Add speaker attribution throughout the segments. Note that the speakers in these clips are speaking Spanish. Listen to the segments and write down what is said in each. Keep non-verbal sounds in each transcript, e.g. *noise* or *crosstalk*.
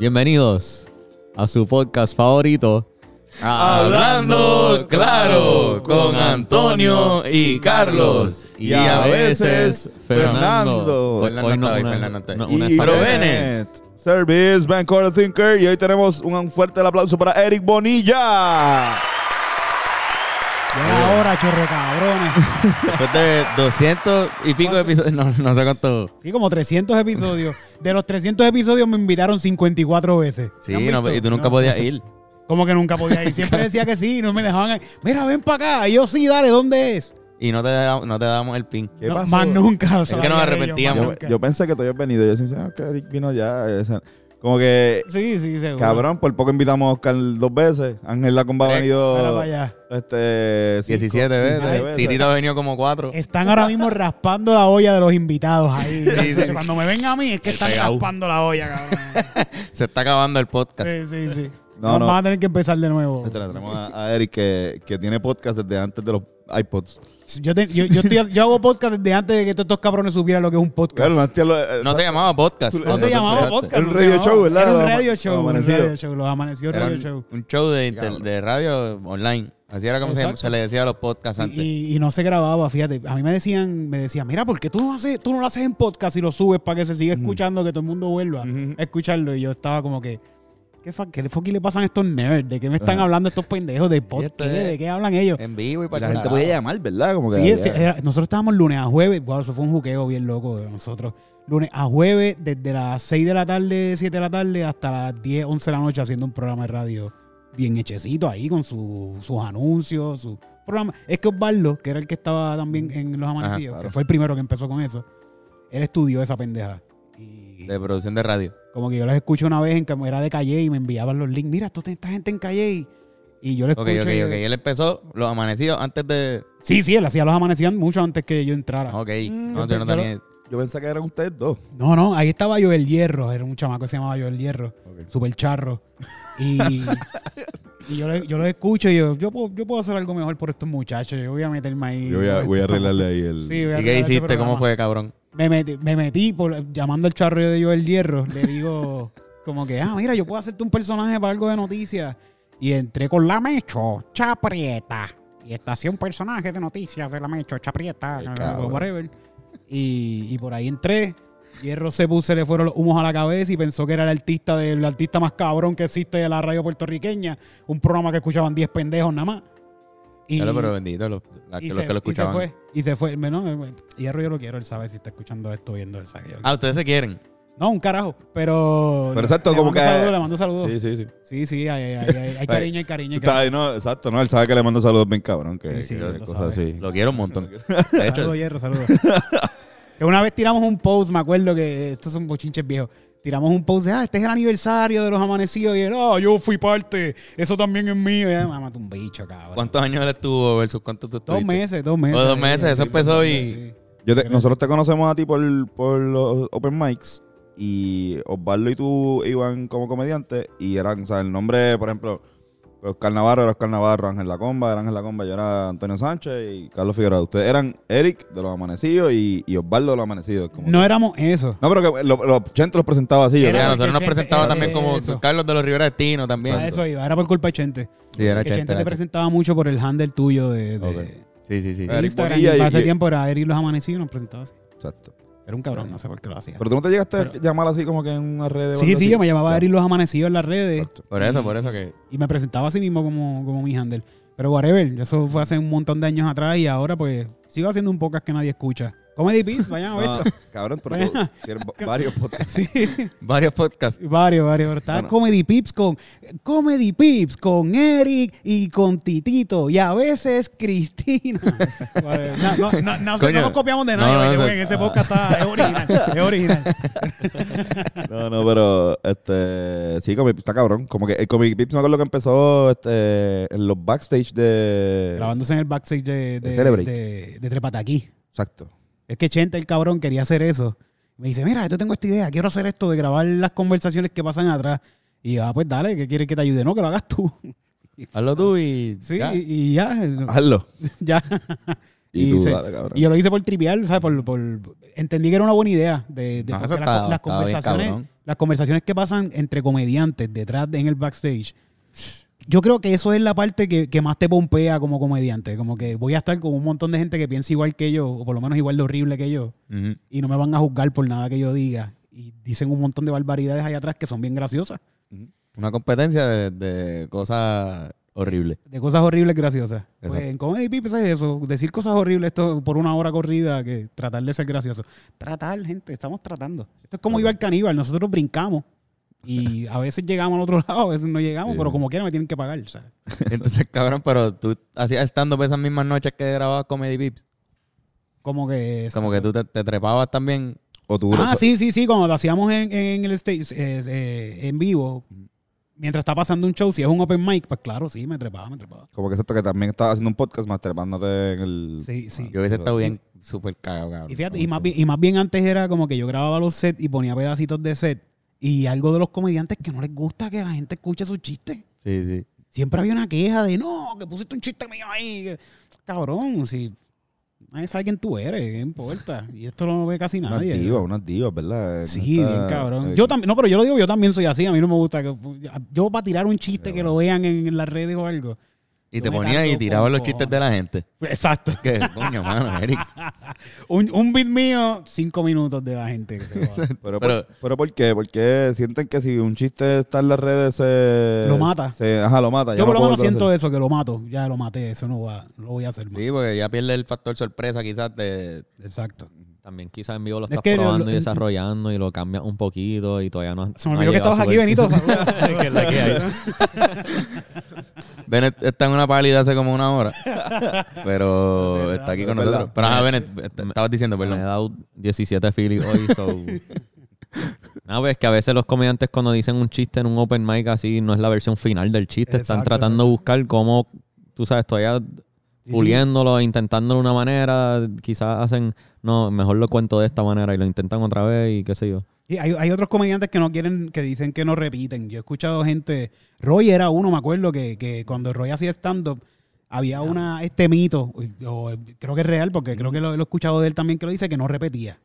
Speaker 1: Bienvenidos a su podcast favorito.
Speaker 2: Hablando claro con Antonio y Carlos y a veces Fernando.
Speaker 1: Hoy-
Speaker 2: Fernando
Speaker 1: hoy no,
Speaker 2: está ahí,
Speaker 1: una-
Speaker 2: Fernando está ahí.
Speaker 1: no, una
Speaker 2: Y
Speaker 1: espalda-
Speaker 2: Provenet.
Speaker 3: Service, Bancor Thinker. Y hoy tenemos un fuerte aplauso para Eric Bonilla.
Speaker 4: Llega ahora, chorro cabrones.
Speaker 2: Después de 200 y pico episodios, no, no sé cuánto.
Speaker 4: Sí, como 300 episodios. De los 300 episodios me invitaron 54 veces. ¿Me
Speaker 2: Sí,
Speaker 4: han
Speaker 2: no,
Speaker 4: visto?
Speaker 2: y tú nunca
Speaker 4: No.
Speaker 2: podías ir.
Speaker 4: Como que nunca podía ir.
Speaker 2: *laughs*
Speaker 4: Siempre decía que sí, no me dejaban. Mira, ven para acá. Y yo sí, dale, ¿dónde es?
Speaker 2: Y no te, da- no te dábamos el pin.
Speaker 3: ¿Qué
Speaker 4: No,
Speaker 3: pasó?
Speaker 4: Más nunca. Es
Speaker 2: que nos arrepentíamos.
Speaker 3: Yo, yo pensé que tú habías venido. Yo decía, ah, que Eric vino ya. O sea, como que,
Speaker 4: Sí, sí, seguro.
Speaker 3: cabrón, por poco invitamos a Oscar dos veces. Ángel Lacomba ha
Speaker 2: Tres.
Speaker 4: Mira
Speaker 3: venido
Speaker 4: para allá.
Speaker 3: este, cinco,
Speaker 2: 17
Speaker 3: 16
Speaker 2: veces. Titito ha venido como 4.
Speaker 4: Están ahora mismo raspando la olla de los invitados ahí.
Speaker 2: Sí, sí.
Speaker 4: Cuando me ven a mí es que
Speaker 2: El
Speaker 4: están
Speaker 2: pegao.
Speaker 4: raspando la
Speaker 2: *laughs*
Speaker 4: olla, cabrón.
Speaker 2: Se está acabando el podcast.
Speaker 4: Sí, sí, sí.
Speaker 3: No,
Speaker 4: Nos
Speaker 3: no.
Speaker 4: Van a tener que empezar de nuevo.
Speaker 3: Este, le tenemos a, a Eric que, que tiene podcast desde antes de los iPods.
Speaker 4: Yo, te- yo, yo estoy- yo hago podcast desde antes de que todos estos cabrones supieran lo que es un podcast.
Speaker 3: Claro, no, hostia, lo- eh,
Speaker 2: No se llamaba podcast.
Speaker 4: No se llamaba podcast.
Speaker 3: Era un
Speaker 4: no se
Speaker 3: radio
Speaker 4: llamaba.
Speaker 3: show, ¿verdad?
Speaker 4: Era un
Speaker 3: Los ama-
Speaker 4: radio
Speaker 3: los
Speaker 4: show. Un
Speaker 3: amanecidos.
Speaker 4: radio show. Los amaneció
Speaker 2: Era
Speaker 4: radio
Speaker 2: un,
Speaker 4: show.
Speaker 2: un show de, inter- de radio online. Así era como se, llam-
Speaker 4: Exacto.
Speaker 2: se le decía a los podcasts antes.
Speaker 4: Y, y no se grababa, fíjate. A mí me decían, me decían, mira, ¿por qué tú no, haces, tú no lo haces en podcast y lo subes para que se siga escuchando, que todo el mundo vuelva
Speaker 3: Mm. Ujú.
Speaker 4: a escucharlo? Y yo estaba como que, ¿qué, fa- qué fucking le pasan a estos nerds? ¿De qué me están hablando estos pendejos? ¿De podcast?
Speaker 2: esto es-
Speaker 4: ¿De qué hablan ellos?
Speaker 2: en vivo y
Speaker 3: Y
Speaker 2: para
Speaker 3: la gente podía llamar, ¿verdad? Como que
Speaker 4: Sí, sí,
Speaker 3: ya-
Speaker 4: era- nosotros estábamos lunes a jueves. Wow, eso fue un juqueo bien loco de nosotros. Lunes a jueves, desde las 6 de la tarde, 7 de la tarde, hasta las 10, 11 de la noche, haciendo un programa de radio bien hechecito ahí, con su- sus anuncios, su programa. Es que Osvaldo, que era el que estaba también en Los Amanecidos,
Speaker 3: claro.
Speaker 4: que fue el primero que empezó con eso, él estudió esa pendeja. Y
Speaker 2: De producción de radio.
Speaker 4: como que yo los escucho una vez en que era de Calle y me enviaban los links. Mira, esto tiene esta gente en Calle. Y, y yo les
Speaker 2: Ok,
Speaker 4: escuché.
Speaker 2: ok, ok. Él empezó los amanecidos antes de.
Speaker 4: Sí, sí, él hacía Los Amanecidos mucho antes que yo entrara.
Speaker 2: Ok.
Speaker 4: yo
Speaker 2: No, yo no
Speaker 4: pe- yo
Speaker 2: tenía.
Speaker 3: Yo pensé que eran ustedes dos.
Speaker 4: No, no, ahí estaba Joel Hierro, era un chamaco que se llamaba Joel Hierro,
Speaker 3: *laughs*
Speaker 4: super charro. Y, y yo, le- yo lo escucho y yo, yo puedo, yo puedo hacer algo mejor por estos muchachos, yo voy a meterme ahí.
Speaker 3: Yo voy a, voy a arreglarle ahí el.
Speaker 4: Sí, voy a
Speaker 2: ¿Y
Speaker 4: arreglar
Speaker 2: qué
Speaker 4: este
Speaker 2: hiciste? ¿Cómo
Speaker 4: programa.
Speaker 2: fue, cabrón?
Speaker 4: Me metí, me metí por, llamando al charro de Joel Hierro, le digo *laughs* como que, ah, mira, yo puedo hacerte un personaje para algo de noticias. Y entré con la mecho, chaprieta. Y está así un personaje de noticias de la mecho, chaprieta,
Speaker 3: cabrón.
Speaker 4: whatever. Y, y por ahí entré. Hierro se puso, se le fueron los humos a la cabeza y pensó que era el artista, del artista más cabrón que existe de la radio puertorriqueña. Un programa que escuchaban 10 pendejos nada más. Y,
Speaker 2: Claro, pero bendito los, la-
Speaker 4: y
Speaker 2: los
Speaker 4: se,
Speaker 2: que lo
Speaker 4: y se
Speaker 2: escuchaban.
Speaker 4: fue. Y se fue. Me- no, me- me- Hierro yo lo quiero, él sabe si está escuchando esto, viendo él sabe. que yo lo
Speaker 2: Ah, ustedes se quieren.
Speaker 4: quiero. No, un carajo. Pero.
Speaker 3: Pero exacto,
Speaker 4: le
Speaker 3: como
Speaker 4: mando
Speaker 3: que-
Speaker 4: Saludos, le mando saludos.
Speaker 3: Sí, sí, sí.
Speaker 4: Sí, sí, hay, hay, hay, hay- hay cariño, hay cariño. hay
Speaker 3: Está
Speaker 4: cariño.
Speaker 3: ahí, no, exacto, no, él sabe que le mando saludos bien cabrón, que,
Speaker 4: Sí, sí,
Speaker 3: que
Speaker 4: lo
Speaker 3: cosas
Speaker 4: sabe.
Speaker 3: así.
Speaker 2: Lo quiero un *laughs* montón. De hecho,
Speaker 4: Saludos,
Speaker 2: *laughs*
Speaker 4: Hierro, saludos. que una vez tiramos un post, me acuerdo que estos son bochinches viejos. Tiramos un post de, ah, este es el aniversario de los amanecidos. Y él, ah, yo fui parte. Eso también es mío. Y, ah, mamate un bicho, cabrón.
Speaker 2: ¿cuántos años él estuvo versus cuántos tú
Speaker 4: Dos
Speaker 2: estuviste?
Speaker 4: meses, dos meses.
Speaker 2: Oh, dos meses, eso empezó y-
Speaker 3: Yo te- nosotros te conocemos a ti por, por los open mics y Osvaldo y tú iban como comediantes y eran, o sea, el nombre, por ejemplo, Oscar Navarro era Oscar Navarro, Ángel Lacomba era Ángel Lacomba, yo era Antonio Sánchez y Carlos Figueroa. Ustedes eran Eric de los Amanecidos y, y Osvaldo de los Amanecidos. como
Speaker 4: No
Speaker 3: que-
Speaker 4: éramos eso.
Speaker 3: no, pero que lo- los Chente los presentaba así. yo
Speaker 2: Ya,
Speaker 4: Era-
Speaker 3: creo.
Speaker 2: nosotros nos
Speaker 4: Chente,
Speaker 2: presentaba
Speaker 4: eh,
Speaker 2: también como
Speaker 4: eso.
Speaker 2: Carlos de los Rivera Destino también.
Speaker 4: A eso iba, era por culpa de Chente.
Speaker 2: Sí, era Chente.
Speaker 4: Que Chente te
Speaker 2: era Chente.
Speaker 4: presentaba mucho por el handle tuyo de, de-
Speaker 3: Ok.
Speaker 2: Sí, sí, sí.
Speaker 4: de
Speaker 3: Eric
Speaker 4: Instagram.
Speaker 3: Bonilla
Speaker 4: y
Speaker 3: y-
Speaker 4: para ese
Speaker 3: y-
Speaker 4: tiempo era Eric los amanecidos y nos presentaba así.
Speaker 3: Exacto.
Speaker 4: Era un cabrón, no sé por qué lo hacía.
Speaker 3: Pero tú no te llegaste a llamar así como que en una red.
Speaker 4: Sí, sí, yo me llamaba Eric los amanecidos en las redes
Speaker 2: Por eso, por eso que.
Speaker 4: y me presentaba así mismo como, como mi handle. Pero whatever, eso fue hace un montón de años atrás y ahora pues sigo haciendo un podcast que nadie escucha. Comedy Beats, vayan
Speaker 3: *laughs*
Speaker 4: a
Speaker 3: No,
Speaker 4: verlo.
Speaker 3: cabrón, pero tú *laughs* tienes varios podcasts.
Speaker 4: *laughs* Sí,
Speaker 2: Varios podcasts.
Speaker 4: varios, varios. pero Está
Speaker 3: Bueno.
Speaker 4: Comedy Pips con Comedy Pips con Eric y con Titito y a veces
Speaker 2: *laughs*
Speaker 4: Cristina. Whatever. No, no, no, no,
Speaker 2: Coño.
Speaker 4: no nos copiamos de
Speaker 2: No,
Speaker 4: nadie,
Speaker 2: no,
Speaker 4: by the
Speaker 2: no.
Speaker 4: way, en ese podcast está, es original, es original.
Speaker 3: No, no, pero este sí, Comic Pips está cabrón. Como que eh, el Comic Pips me acuerdo que empezó este, en los backstage de.
Speaker 4: grabándose en el backstage de, de,
Speaker 3: De Celebrate.
Speaker 4: de- de Trepataquí.
Speaker 3: Exacto.
Speaker 4: Es que Chente, el cabrón, quería hacer eso. Me dice, mira, yo tengo esta idea, quiero hacer esto de grabar las conversaciones que pasan atrás. Y yo, ah, pues dale, ¿qué quieres que te ayude? No, que lo hagas tú. *laughs*
Speaker 2: Hazlo tú y.
Speaker 4: Sí,
Speaker 2: ya.
Speaker 4: y, y *laughs* ya,
Speaker 3: Hazlo.
Speaker 4: ya.
Speaker 3: Y,
Speaker 4: Y
Speaker 3: tú,
Speaker 4: se-
Speaker 3: dale, cabrón.
Speaker 4: Y yo lo hice por trivial, ¿sabes? Por, por- entendí que era una buena idea. De, de-
Speaker 2: No,
Speaker 4: porque
Speaker 2: eso
Speaker 4: las,
Speaker 2: está-
Speaker 4: co- las
Speaker 2: está bien,
Speaker 4: conversaciones,
Speaker 2: cabrón.
Speaker 4: las conversaciones que pasan entre comediantes detrás de- en el backstage. Yo creo que eso es la parte que, que más te pompea como comediante. Como que voy a estar con un montón de gente que piensa igual que yo, o por lo menos igual de horrible que yo,
Speaker 2: Ujú.
Speaker 4: y no me van a juzgar por nada que yo diga. Y dicen un montón de barbaridades allá atrás que son bien graciosas.
Speaker 2: Una competencia de, de cosas horribles. *laughs*
Speaker 4: De cosas horribles graciosas. Pues
Speaker 2: Exacto.
Speaker 4: en Comedy Pips es eso. Decir cosas horribles esto por una hora corrida que tratar de ser gracioso. Tratar, gente. Estamos tratando. Esto es como iba el caníbal. Nosotros brincamos. Y a veces llegamos al otro *laughs* lado, a veces no llegamos,
Speaker 3: Sí.
Speaker 4: pero como quiera me tienen que pagar. ¿sabes?
Speaker 2: Entonces, cabrón, pero tú hacías estando esas mismas noches que grababas Comedy Pips.
Speaker 4: Como que...
Speaker 2: Como que tú te, te trepabas también.
Speaker 3: O tú,
Speaker 4: Ah,
Speaker 3: so-
Speaker 4: sí, sí, sí. Cuando lo hacíamos en, en el stage, eh, eh, en vivo, mientras está pasando un show, si es un open mic, pues claro, sí, me trepaba, me trepaba.
Speaker 3: Como que es esto que también estás haciendo un podcast más trepándote en el.
Speaker 4: Sí, sí.
Speaker 2: Yo hubiese estado bien súper cagado, cabrón.
Speaker 4: Y fíjate, y más, bien, y más bien antes era como que yo grababa los sets y ponía pedacitos de set. Y algo de los comediantes que no les gusta que la gente escuche sus chistes.
Speaker 2: Sí, sí.
Speaker 4: Siempre había una queja de, no, que pusiste un chiste mío ahí. que-". Cabrón, si nadie sabe quién tú eres, ¿qué importa? Y esto no lo ve casi
Speaker 3: Unas
Speaker 4: nadie.
Speaker 3: divas, unas divas, ¿verdad?
Speaker 4: Sí,
Speaker 3: Unas-
Speaker 4: bien cabrón.
Speaker 3: eh,
Speaker 4: Yo también, no, pero yo lo digo, yo también soy así. A mí no me gusta que yo para tirar un chiste que lo vean en, en las redes o algo. *laughs*
Speaker 2: Y
Speaker 4: Yo
Speaker 2: te
Speaker 4: me
Speaker 2: ponías y
Speaker 4: cargo
Speaker 2: tirabas
Speaker 4: con
Speaker 2: los chistes de la gente. *laughs*
Speaker 4: Exacto.
Speaker 2: Que, coño, mano, Eric.
Speaker 4: Un, un beat mío, cinco minutos de la gente. que se joda.
Speaker 3: Pero,
Speaker 2: Pero-
Speaker 3: por, pero ¿por qué? Porque sienten que si un chiste está en las redes se...
Speaker 4: Lo mata.
Speaker 3: se- ajá, lo mata. ya
Speaker 4: Yo
Speaker 3: no
Speaker 4: por lo
Speaker 3: puedo
Speaker 4: menos siento
Speaker 3: volver
Speaker 4: eso, que lo mato. Ya lo maté, eso no va, no lo voy a hacer más.
Speaker 2: Sí, porque ya pierde el factor sorpresa quizás de...
Speaker 4: Exacto.
Speaker 1: También quizás en vivo lo
Speaker 4: Es
Speaker 1: estás
Speaker 4: que lo-
Speaker 1: probando
Speaker 4: lo-
Speaker 1: y desarrollando y lo cambias un poquito y todavía no
Speaker 4: Se me olvidó que estabas aquí, Benito.
Speaker 1: que *laughs* es la que hay.
Speaker 2: Bennett está en una pálida hace como una hora. Pero está aquí con
Speaker 3: Es verdad.
Speaker 2: nosotros. Pero ajá, Bennett, est- estabas diciendo,
Speaker 1: Me he
Speaker 2: perdón.
Speaker 1: dado 17 Philly hoy, so... *laughs* No, pues, es que a veces los comediantes cuando dicen un chiste en un open mic así, no es la versión final del chiste. Están
Speaker 4: Exacto,
Speaker 1: tratando de buscar cómo, tú sabes, todavía puliéndolo, intentándolo de una manera. Quizás hacen, no, mejor lo cuento de esta manera y lo intentan otra vez y qué sé yo.
Speaker 4: Sí, hay, hay otros comediantes que no quieren, que dicen que no repiten. Yo he escuchado gente, Roy era uno, me acuerdo, que, que cuando Roy hacía stand-up, había una, este mito, o- o creo que es real, porque creo que lo, lo he escuchado de él también, que lo dice, que no repetía.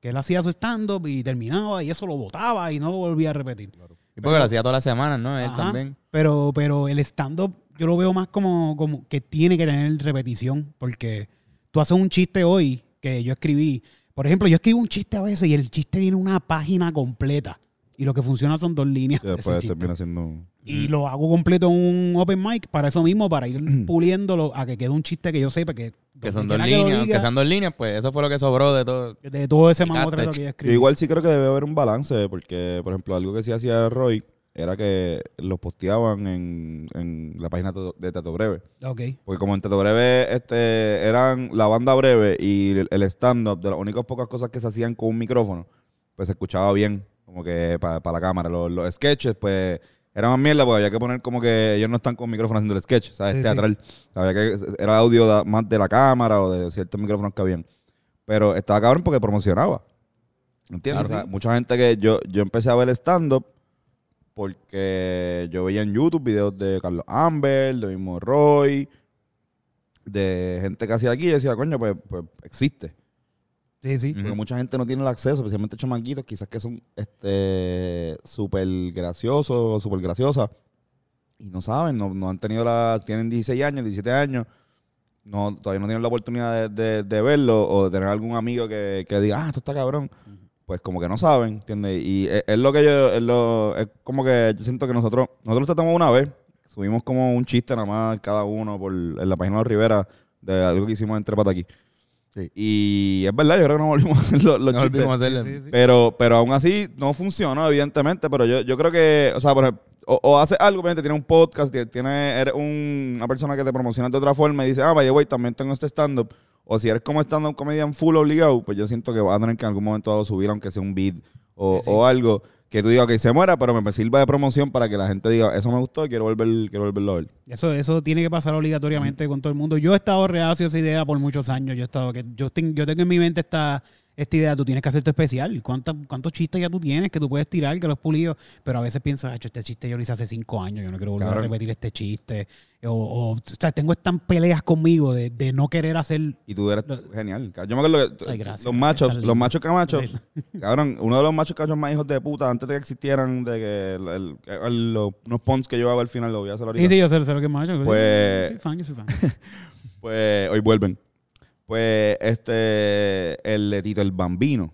Speaker 4: Que él hacía su stand-up y terminaba y eso lo botaba y no lo volvía a repetir.
Speaker 2: Y porque lo hacía todas las semanas, ¿no? Él
Speaker 4: Ajá.
Speaker 2: también.
Speaker 4: Pero, pero el stand-up yo lo veo más como, como que tiene que tener repetición. Porque tú haces un chiste hoy que yo escribí. Por ejemplo, yo escribo un chiste a veces y el chiste tiene una página completa. Y lo que funciona son dos líneas.
Speaker 3: Sí,
Speaker 4: de ese
Speaker 3: después
Speaker 4: chiste.
Speaker 3: termina siendo...
Speaker 4: Y lo hago completo en un open mic para eso mismo, para
Speaker 3: *clears throat*
Speaker 4: ir puliéndolo a que quede un chiste que yo sepa que...
Speaker 2: Que
Speaker 4: donde
Speaker 2: son dos
Speaker 4: quiera que lo
Speaker 2: líneas.
Speaker 4: diga,
Speaker 2: Aunque sean dos líneas, pues eso fue lo que sobró de todo.
Speaker 4: De todo ese
Speaker 2: Y
Speaker 4: mamotreto
Speaker 2: catch.
Speaker 4: que yo
Speaker 3: Yo
Speaker 4: escribí.
Speaker 3: igual sí creo que debe haber un balance, porque, por ejemplo, algo que sí hacía Roy era que los posteaban en, en la página to- de Tato Breve.
Speaker 4: Ok.
Speaker 3: Porque como en Tato Breve este, eran la banda breve y el, el stand-up, de las únicas pocas cosas que se hacían con un micrófono, pues se escuchaba bien, como que para la cámara. Los, los sketches, pues, eran más mierda porque había que poner como que ellos no están con micrófono haciendo el sketch, ¿sabes?
Speaker 4: Sí, sí.
Speaker 3: Teatral. Había que, era audio da- más de la cámara o de ciertos micrófonos que habían. Pero estaba cabrón porque promocionaba.
Speaker 2: Claro,
Speaker 3: ¿Entiendes? O sea,
Speaker 2: sí.
Speaker 3: mucha gente que yo, yo empecé a ver stand-up porque yo veía en YouTube videos de Carlos Amber, de mismo Roy, de gente que hacía aquí. Yo decía, coño, pues, pues existe.
Speaker 4: Sí, sí.
Speaker 2: Ujú.
Speaker 3: Porque mucha gente no tiene el acceso, especialmente chamaquitos, quizás que son este súper graciosos, súper graciosas. Y no saben, no, no han tenido las. Tienen 16 años, 17 años. No, todavía no tienen la oportunidad de, de- de verlo o de tener algún amigo que, que diga, ah, esto está cabrón. Pues como que no saben, ¿entiendes? Y es, es lo que yo. Es, lo- es como que yo siento que nosotros. Nosotros lo tratamos una vez. Subimos como un chiste nada más cada uno por, en la página de Rivera de algo que hicimos entre pataquí.
Speaker 2: Sí.
Speaker 3: Y es verdad, yo creo que no volvimos *laughs* los, los
Speaker 2: No
Speaker 3: chistes.
Speaker 2: volvimos a hacerle.
Speaker 4: Sí, sí, sí.
Speaker 3: Pero, pero aún así no funcionó, evidentemente. Pero yo, yo creo que, o sea, por ejemplo, o, o haces algo, obviamente, tienes un podcast, tie- tienes, eres un- una persona que te promociona de otra forma y dice, ah, by the way, también tengo este stand-up. O si eres como stand-up comedian full obligado, pues yo siento que vas a tener que en algún momento dado subir, aunque sea un beat o,
Speaker 4: Sí, sí.
Speaker 3: o algo, que tú digas, ok, se muera, pero me sirva de promoción para que la gente diga, eso me gustó, quiero, volver, quiero volverlo a ver.
Speaker 4: Eso, eso tiene que pasar obligatoriamente con todo el mundo. Yo he estado reacio a esa idea por muchos años. Yo he estado que yo, ten- yo tengo en mi mente esta, esta idea, tú tienes que hacerte especial. ¿Cuánta- ¿Cuántos chistes ya tú tienes que tú puedes tirar, que los pulidos? Pero a veces piensas, "Acho, este chiste yo lo hice hace cinco años, yo no quiero volver a
Speaker 3: Claro.
Speaker 4: repetir este chiste. O, o, o sea, tengo estas peleas conmigo de, de no querer hacer...
Speaker 3: Y tú eres
Speaker 4: Lo-
Speaker 3: genial. cabrón. Yo me acuerdo que
Speaker 4: Ay, gracias,
Speaker 3: los
Speaker 4: gracias,
Speaker 3: machos,
Speaker 4: estás
Speaker 3: los
Speaker 4: lindo.
Speaker 3: machos camachos,
Speaker 4: *laughs*
Speaker 3: cabrón, uno de los machos cachos más hijos de puta, antes de que existieran, de que el- el- el- los, unos pons que yo hago al final, lo voy a hacer ahorita.
Speaker 4: Sí, sí, yo sé, sé lo que es macho.
Speaker 3: Pues-
Speaker 4: Yo soy fan, yo
Speaker 3: *laughs*
Speaker 4: soy fan.
Speaker 3: Pues hoy vuelven. Pues este, el de Tito el Bambino.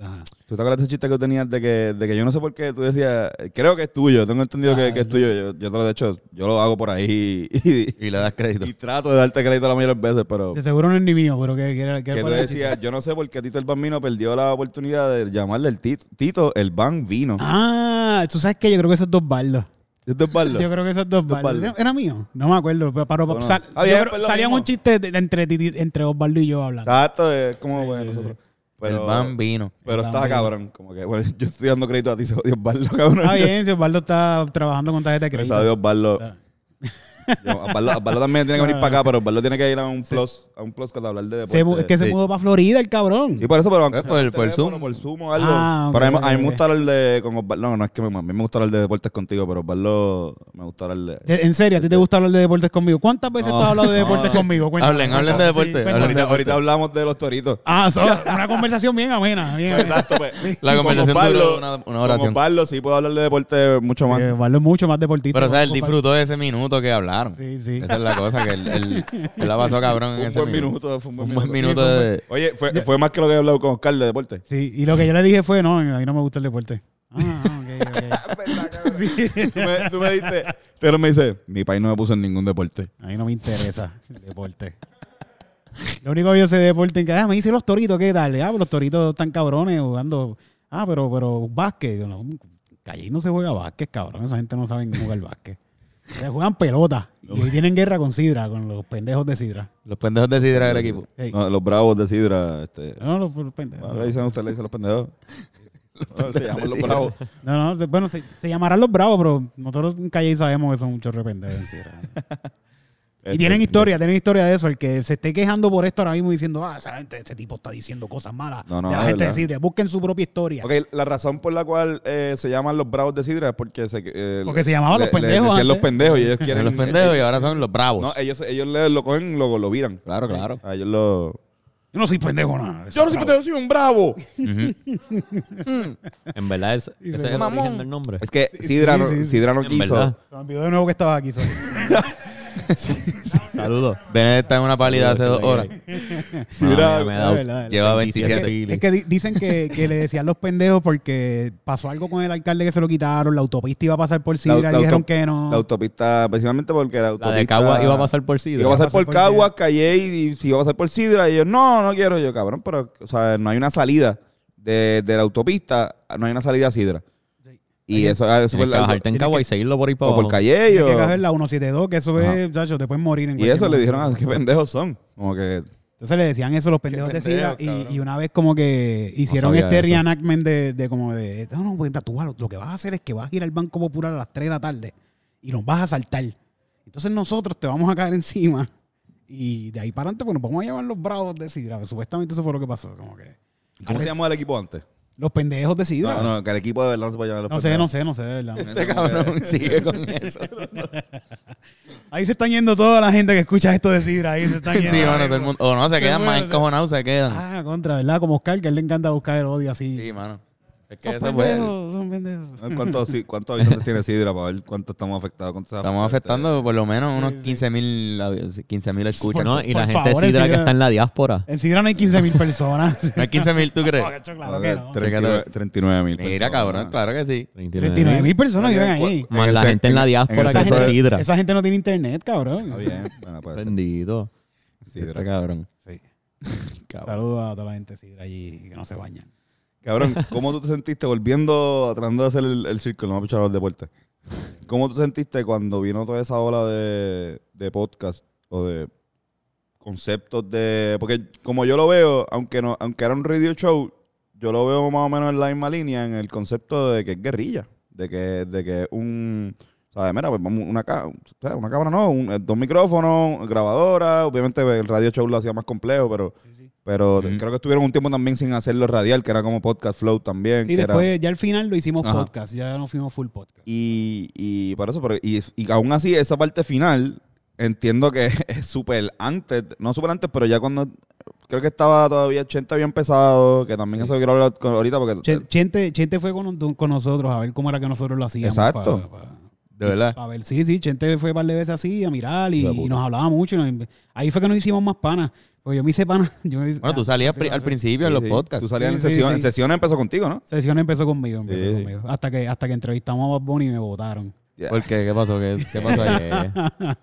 Speaker 4: Ajá.
Speaker 3: ¿Tú te acuerdas de ese chiste que tú tenías de que, de que yo no sé por qué tú decías, creo que es tuyo, tengo entendido que, que es tuyo, yo, yo te lo de hecho, yo lo hago por ahí y, *laughs*
Speaker 2: Y le das crédito.
Speaker 3: y trato de darte crédito la mayoría de las veces, pero
Speaker 4: De seguro no es ni mío, pero que, que, que-
Speaker 3: que tú
Speaker 4: ¿cuál es el
Speaker 3: decías, yo no sé por qué Tito el Bambino perdió la oportunidad de llamarle el Tito, Tito el Bambino.
Speaker 4: Ah, tú sabes que yo creo que esos dos baldos.
Speaker 3: ¿Esto es Barlo?
Speaker 4: Yo creo que esos dos
Speaker 3: Dos
Speaker 4: baldos.
Speaker 3: baldos.
Speaker 4: ¿Era mío? No me acuerdo. Pero, pero-
Speaker 3: Bueno,
Speaker 4: sal-
Speaker 3: ah, bien,
Speaker 4: yo creo-
Speaker 3: pues lo
Speaker 4: salía
Speaker 3: mismo.
Speaker 4: un chiste de- de entre, Titi- entre Osvaldo y yo hablando.
Speaker 3: Exacto, es como
Speaker 4: Sí,
Speaker 3: bueno,
Speaker 4: sí,
Speaker 3: nosotros.
Speaker 2: El
Speaker 3: Pero,
Speaker 2: bambino.
Speaker 3: pero
Speaker 4: El
Speaker 3: estaba
Speaker 4: Bambino.
Speaker 3: cabrón, como que, bueno, *laughs* yo estoy dando crédito a ti, soy Osvaldo, cabrón.
Speaker 4: Está bien, si Osvaldo está trabajando con tarjeta
Speaker 3: *laughs*
Speaker 4: de
Speaker 3: Gracias a
Speaker 4: crédito.
Speaker 3: Dios, Barlo.
Speaker 4: Ah.
Speaker 3: *laughs* Yo- Osvaldo, Osvaldo también tiene que venir
Speaker 4: Ah.
Speaker 3: para acá, pero Osvaldo tiene que ir a un plus, a un plus para hablar de
Speaker 4: Se mu-
Speaker 3: deporte.
Speaker 4: es que se
Speaker 2: Sí.
Speaker 4: mudó para Florida el cabrón.
Speaker 3: pues, Sí, por eso, pero aunque
Speaker 2: Eh,
Speaker 3: sea
Speaker 2: por el- por el
Speaker 3: teléfono,
Speaker 2: Zoom.
Speaker 3: por Zoom o algo.
Speaker 4: Ah, ok,
Speaker 3: pero a mí, a mí
Speaker 4: ok,
Speaker 3: me
Speaker 4: ok.
Speaker 3: gusta hablar de con Osvaldo. No, no es que me, a mí me gusta hablar de deportes contigo, pero Osvaldo me gusta hablar de.
Speaker 4: De- Eh, en serio, ¿a ti te gusta hablar de deportes conmigo? ¿Cuántas veces
Speaker 3: No,
Speaker 4: tú has hablado de
Speaker 3: no,
Speaker 4: deportes
Speaker 3: no.
Speaker 4: conmigo? Cuéntame,
Speaker 2: Hablen,
Speaker 4: cuéntame.
Speaker 2: hablen de deportes,
Speaker 4: cuéntame.
Speaker 2: hablen de-
Speaker 3: Ahorita, ahorita hablamos de
Speaker 2: *laughs*
Speaker 3: los toritos.
Speaker 4: Ah, so- una conversación bien amena. Bien amena.
Speaker 3: Exacto, pues. *laughs*
Speaker 2: La conversación
Speaker 3: Con Osvaldo-
Speaker 2: duró una, una
Speaker 3: Con
Speaker 2: oración.
Speaker 3: Osvaldo sí puedo hablar de deporte mucho más.
Speaker 4: Eh, Osvaldo es mucho más deportista.
Speaker 2: Pero, ¿sabes? Él
Speaker 4: Osvaldo-
Speaker 2: disfrutó de ese minuto que hablaron.
Speaker 4: Sí, sí.
Speaker 2: Esa es la cosa, que él, él- él la pasó cabrón
Speaker 3: Fue
Speaker 2: en
Speaker 3: un
Speaker 2: ese
Speaker 3: buen
Speaker 2: minuto.
Speaker 3: minuto, fue un buen
Speaker 2: Un buen
Speaker 3: minuto.
Speaker 2: minuto de...
Speaker 3: Oye, fue, fue más que lo que he hablado con Oscar de deporte.
Speaker 4: Sí, y lo que yo le dije fue, no, a mí no me gusta el deporte. Ah, ok,
Speaker 3: *laughs*
Speaker 4: ok.
Speaker 3: Tú me, tú me diste. Pero me dice, mi país no me puso en ningún deporte.
Speaker 4: A mí no me interesa el deporte. Lo único que yo sé de deporte en que, ah, me dice los toritos, ¿qué tal? Ah, pues los toritos están cabrones jugando. Ah, pero, pero básquet. Yo, no, allí no se juega básquet, cabrón. Esa gente no sabe ni jugar básquet. Se juegan pelota. Y ahí tienen guerra con Sidra, con los pendejos de Sidra.
Speaker 2: Los pendejos de Sidra del equipo.
Speaker 4: Ey, Ah,
Speaker 3: No, los bravos de Sidra. Este,
Speaker 4: No, los, los pendejos.
Speaker 3: ¿Le dicen a usted, le dicen los pendejos? No, *laughs* se llaman los bravos.
Speaker 4: No, no, se- bueno, se, se llamarán los bravos, pero nosotros en Calle sabemos que son muchos pendejos en Sidra. Y
Speaker 3: Este,
Speaker 4: tienen historia, tienen historia de eso. El que se esté quejando por esto ahora mismo diciendo, ah, esa gente, ese tipo está diciendo cosas malas.
Speaker 3: No, no,
Speaker 4: de la
Speaker 3: es
Speaker 4: gente
Speaker 3: verdad.
Speaker 4: de Sidra. Busquen su propia historia.
Speaker 3: Ok, la razón por la cual eh, se llaman los bravos de Sidra es porque se, eh,
Speaker 4: Porque se llamaban
Speaker 3: le-
Speaker 4: los pendejos
Speaker 3: Le decían los
Speaker 4: antes.
Speaker 3: pendejos y ellos quieren.
Speaker 2: Eran los pendejos y ahora son los bravos.
Speaker 3: No, eh, ellos, ellos le- lo cogen, lo, lo viran.
Speaker 2: Claro, claro.
Speaker 3: A ellos lo.
Speaker 4: Yo no soy pendejo nada.
Speaker 3: Yo no soy pendejo, soy un bravo.
Speaker 1: En verdad, es,
Speaker 4: *laughs* Y
Speaker 1: ese
Speaker 4: se-
Speaker 1: es el
Speaker 2: Mamón.
Speaker 1: origen del nombre.
Speaker 3: Es que Sidra,
Speaker 4: sí,
Speaker 3: no,
Speaker 4: sí.
Speaker 3: Sidra no
Speaker 1: En
Speaker 3: quiso.
Speaker 1: verdad.
Speaker 4: Se me olvidó de nuevo que estabas
Speaker 3: *laughs*
Speaker 4: aquí. sorry.
Speaker 1: Saludos.
Speaker 2: Benedetta en una pálida hace dos horas.
Speaker 3: Sidra.
Speaker 1: me
Speaker 4: La verdad, la
Speaker 1: ha dado,
Speaker 4: verdad.
Speaker 1: lleva
Speaker 4: Es
Speaker 1: 27
Speaker 4: que, es que di- dicen que, que le decían los pendejos porque pasó algo con el alcalde que se lo quitaron, la autopista iba a pasar por Sidra, y
Speaker 3: auto-
Speaker 4: dijeron que no.
Speaker 3: La autopista, principalmente porque la
Speaker 1: La
Speaker 3: autopista.
Speaker 1: de Cagua iba a pasar por Sidra.
Speaker 3: Iba a pasar
Speaker 4: Iba
Speaker 3: por Caguas, Calle y y si iba a pasar por Sidra. Y yo, no, no quiero. Yo, cabrón, pero, o sea, no hay una salida de, de la autopista, no hay una salida a Sidra. Y eso, ah, eso
Speaker 1: Tienes
Speaker 3: fue
Speaker 1: que
Speaker 3: la-
Speaker 1: bajarte en Cagua y seguirlo por ahí para
Speaker 3: O por
Speaker 1: abajo.
Speaker 3: Calle.
Speaker 4: Tiene que
Speaker 3: o-
Speaker 4: coger la 172, que eso es, chacho, te puedes morir en
Speaker 3: y eso
Speaker 4: cualquier
Speaker 3: le dijeron,
Speaker 4: momento.
Speaker 3: ah, qué pendejos son. Como que.
Speaker 4: Entonces le decían eso los pendejos de Sidra
Speaker 2: pendejos,
Speaker 4: y- y,
Speaker 2: cabrón.
Speaker 4: una vez como que hicieron
Speaker 1: sabía
Speaker 4: este
Speaker 1: eso.
Speaker 4: reenactment de, de como de, no, no, pues, mira, tú vas- lo, que vas a hacer es que vas a ir al Banco Popular a las 3 de la tarde y nos vas a saltar. Entonces nosotros te vamos a caer encima y de ahí para adelante pues nos vamos a llevar los bravos de Sidra. que Supuestamente eso fue lo que pasó, como que
Speaker 3: ¿Cómo se llamó el equipo antes?
Speaker 4: los pendejos de Sidra.
Speaker 3: No,
Speaker 4: No,
Speaker 3: no, que el equipo de verdad no se puede llamar los
Speaker 4: sé, no
Speaker 3: pendejos.
Speaker 4: sé, no sé, de verdad.
Speaker 2: Este cabrón
Speaker 4: *laughs*
Speaker 2: sigue con eso.
Speaker 4: Ahí se están yendo toda la gente que escucha esto de Sidra, ahí se están yendo.
Speaker 2: Sí,
Speaker 4: ahora
Speaker 2: mano, todo el
Speaker 4: mismo.
Speaker 2: mundo. O no, se quedan más encojonados, se quedan.
Speaker 4: Ah, contra, ¿verdad? Como Oscar, que a él le encanta buscar el odio así.
Speaker 2: Sí, mano. Es que
Speaker 4: son
Speaker 2: eso fue.
Speaker 4: pendejos, son pendejos.
Speaker 3: ¿Cuántos, sí, ¿Cuántos habitantes tiene Sidra para ver cuánto estamos afectados? cuánto se
Speaker 2: Estamos
Speaker 3: afecta este-
Speaker 2: afectando por lo menos unos
Speaker 4: Sí, sí.
Speaker 2: 15 mil 15 mil escuchas. No,
Speaker 1: ¿no? Y
Speaker 4: por
Speaker 1: la gente
Speaker 4: favor,
Speaker 1: de Sidra que
Speaker 4: Sidra.
Speaker 1: está en la diáspora.
Speaker 4: En Sidra no hay 15 mil personas.
Speaker 2: no es 15 mil, ¿tú crees?
Speaker 4: *laughs* No, cacho, claro que no.
Speaker 3: 39 39 mil.
Speaker 2: Mira, cabrón, claro que sí.
Speaker 4: 39 mil personas viven ahí.
Speaker 1: Más la gente en la
Speaker 3: Esa
Speaker 1: diáspora
Speaker 4: Esa
Speaker 1: que
Speaker 3: gente-
Speaker 1: se
Speaker 4: gente,
Speaker 1: Sidra.
Speaker 4: esa gente no tiene internet, cabrón.
Speaker 3: Está bien. Bueno, puede ser.
Speaker 1: Bendito.
Speaker 3: Sidra.
Speaker 2: Este cabrón.
Speaker 4: *laughs* Saludos a toda la gente de Sidra allí que no se bañan.
Speaker 3: Cabrón, ¿cómo tú te sentiste volviendo, tratando de hacer el, el círculo, no me pichar los deportes? ¿Cómo tú te sentiste cuando vino toda esa ola de, de podcast o de conceptos de... Porque como yo lo veo, aunque, no, aunque era un radio show, yo lo veo más o menos en la misma línea en el concepto de que es guerrilla, de que de que es un... O ¿Sabes? Mira, pues vamos, una, ca- o sea, una cámara no, un- eh, dos micrófonos, grabadora. Obviamente el radio show lo hacía más complejo, pero, pero
Speaker 2: Ujú.
Speaker 3: creo que estuvieron un tiempo también sin hacerlo radial, que era como podcast flow también.
Speaker 4: Sí,
Speaker 3: que era-
Speaker 4: después, ya al final lo hicimos
Speaker 2: Ajá.
Speaker 4: podcast, ya no fuimos full podcast.
Speaker 3: Y, y por eso, pero, y, y aún así, esa parte final, entiendo que *laughs* es súper antes, no súper antes, pero ya cuando creo que estaba todavía 80 bien pesado, que también eso quiero hablar con- ahorita porque eh,
Speaker 4: Ch- Chente, Chente fue con, con nosotros a ver cómo era que nosotros lo hacíamos.
Speaker 3: Exacto.
Speaker 4: pa- pa-
Speaker 2: De verdad.
Speaker 4: A ver, sí, sí, Chente fue un par de veces así a mirar y,
Speaker 3: Hijo de
Speaker 4: y
Speaker 3: puta.
Speaker 4: nos hablaba mucho. y nos- ahí fue que nos hicimos más panas. Porque yo me hice panas. *laughs* Yo me hice-
Speaker 2: Bueno, tú salías pri- al principio en
Speaker 3: Sí,
Speaker 2: los
Speaker 3: sí. Tú
Speaker 2: podcasts.
Speaker 3: salías
Speaker 4: Sí,
Speaker 3: en
Speaker 4: sí,
Speaker 3: sesión,
Speaker 4: sí.
Speaker 3: en sesión empezó contigo, ¿no?
Speaker 4: Sesión empezó conmigo, empezó
Speaker 3: Sí.
Speaker 4: conmigo. Hasta que, hasta que entrevistamos a Bad Bunny y me votaron.
Speaker 2: ¿Por qué? ¿Qué pasó? ¿Qué, qué pasó
Speaker 4: *laughs*
Speaker 2: ahí?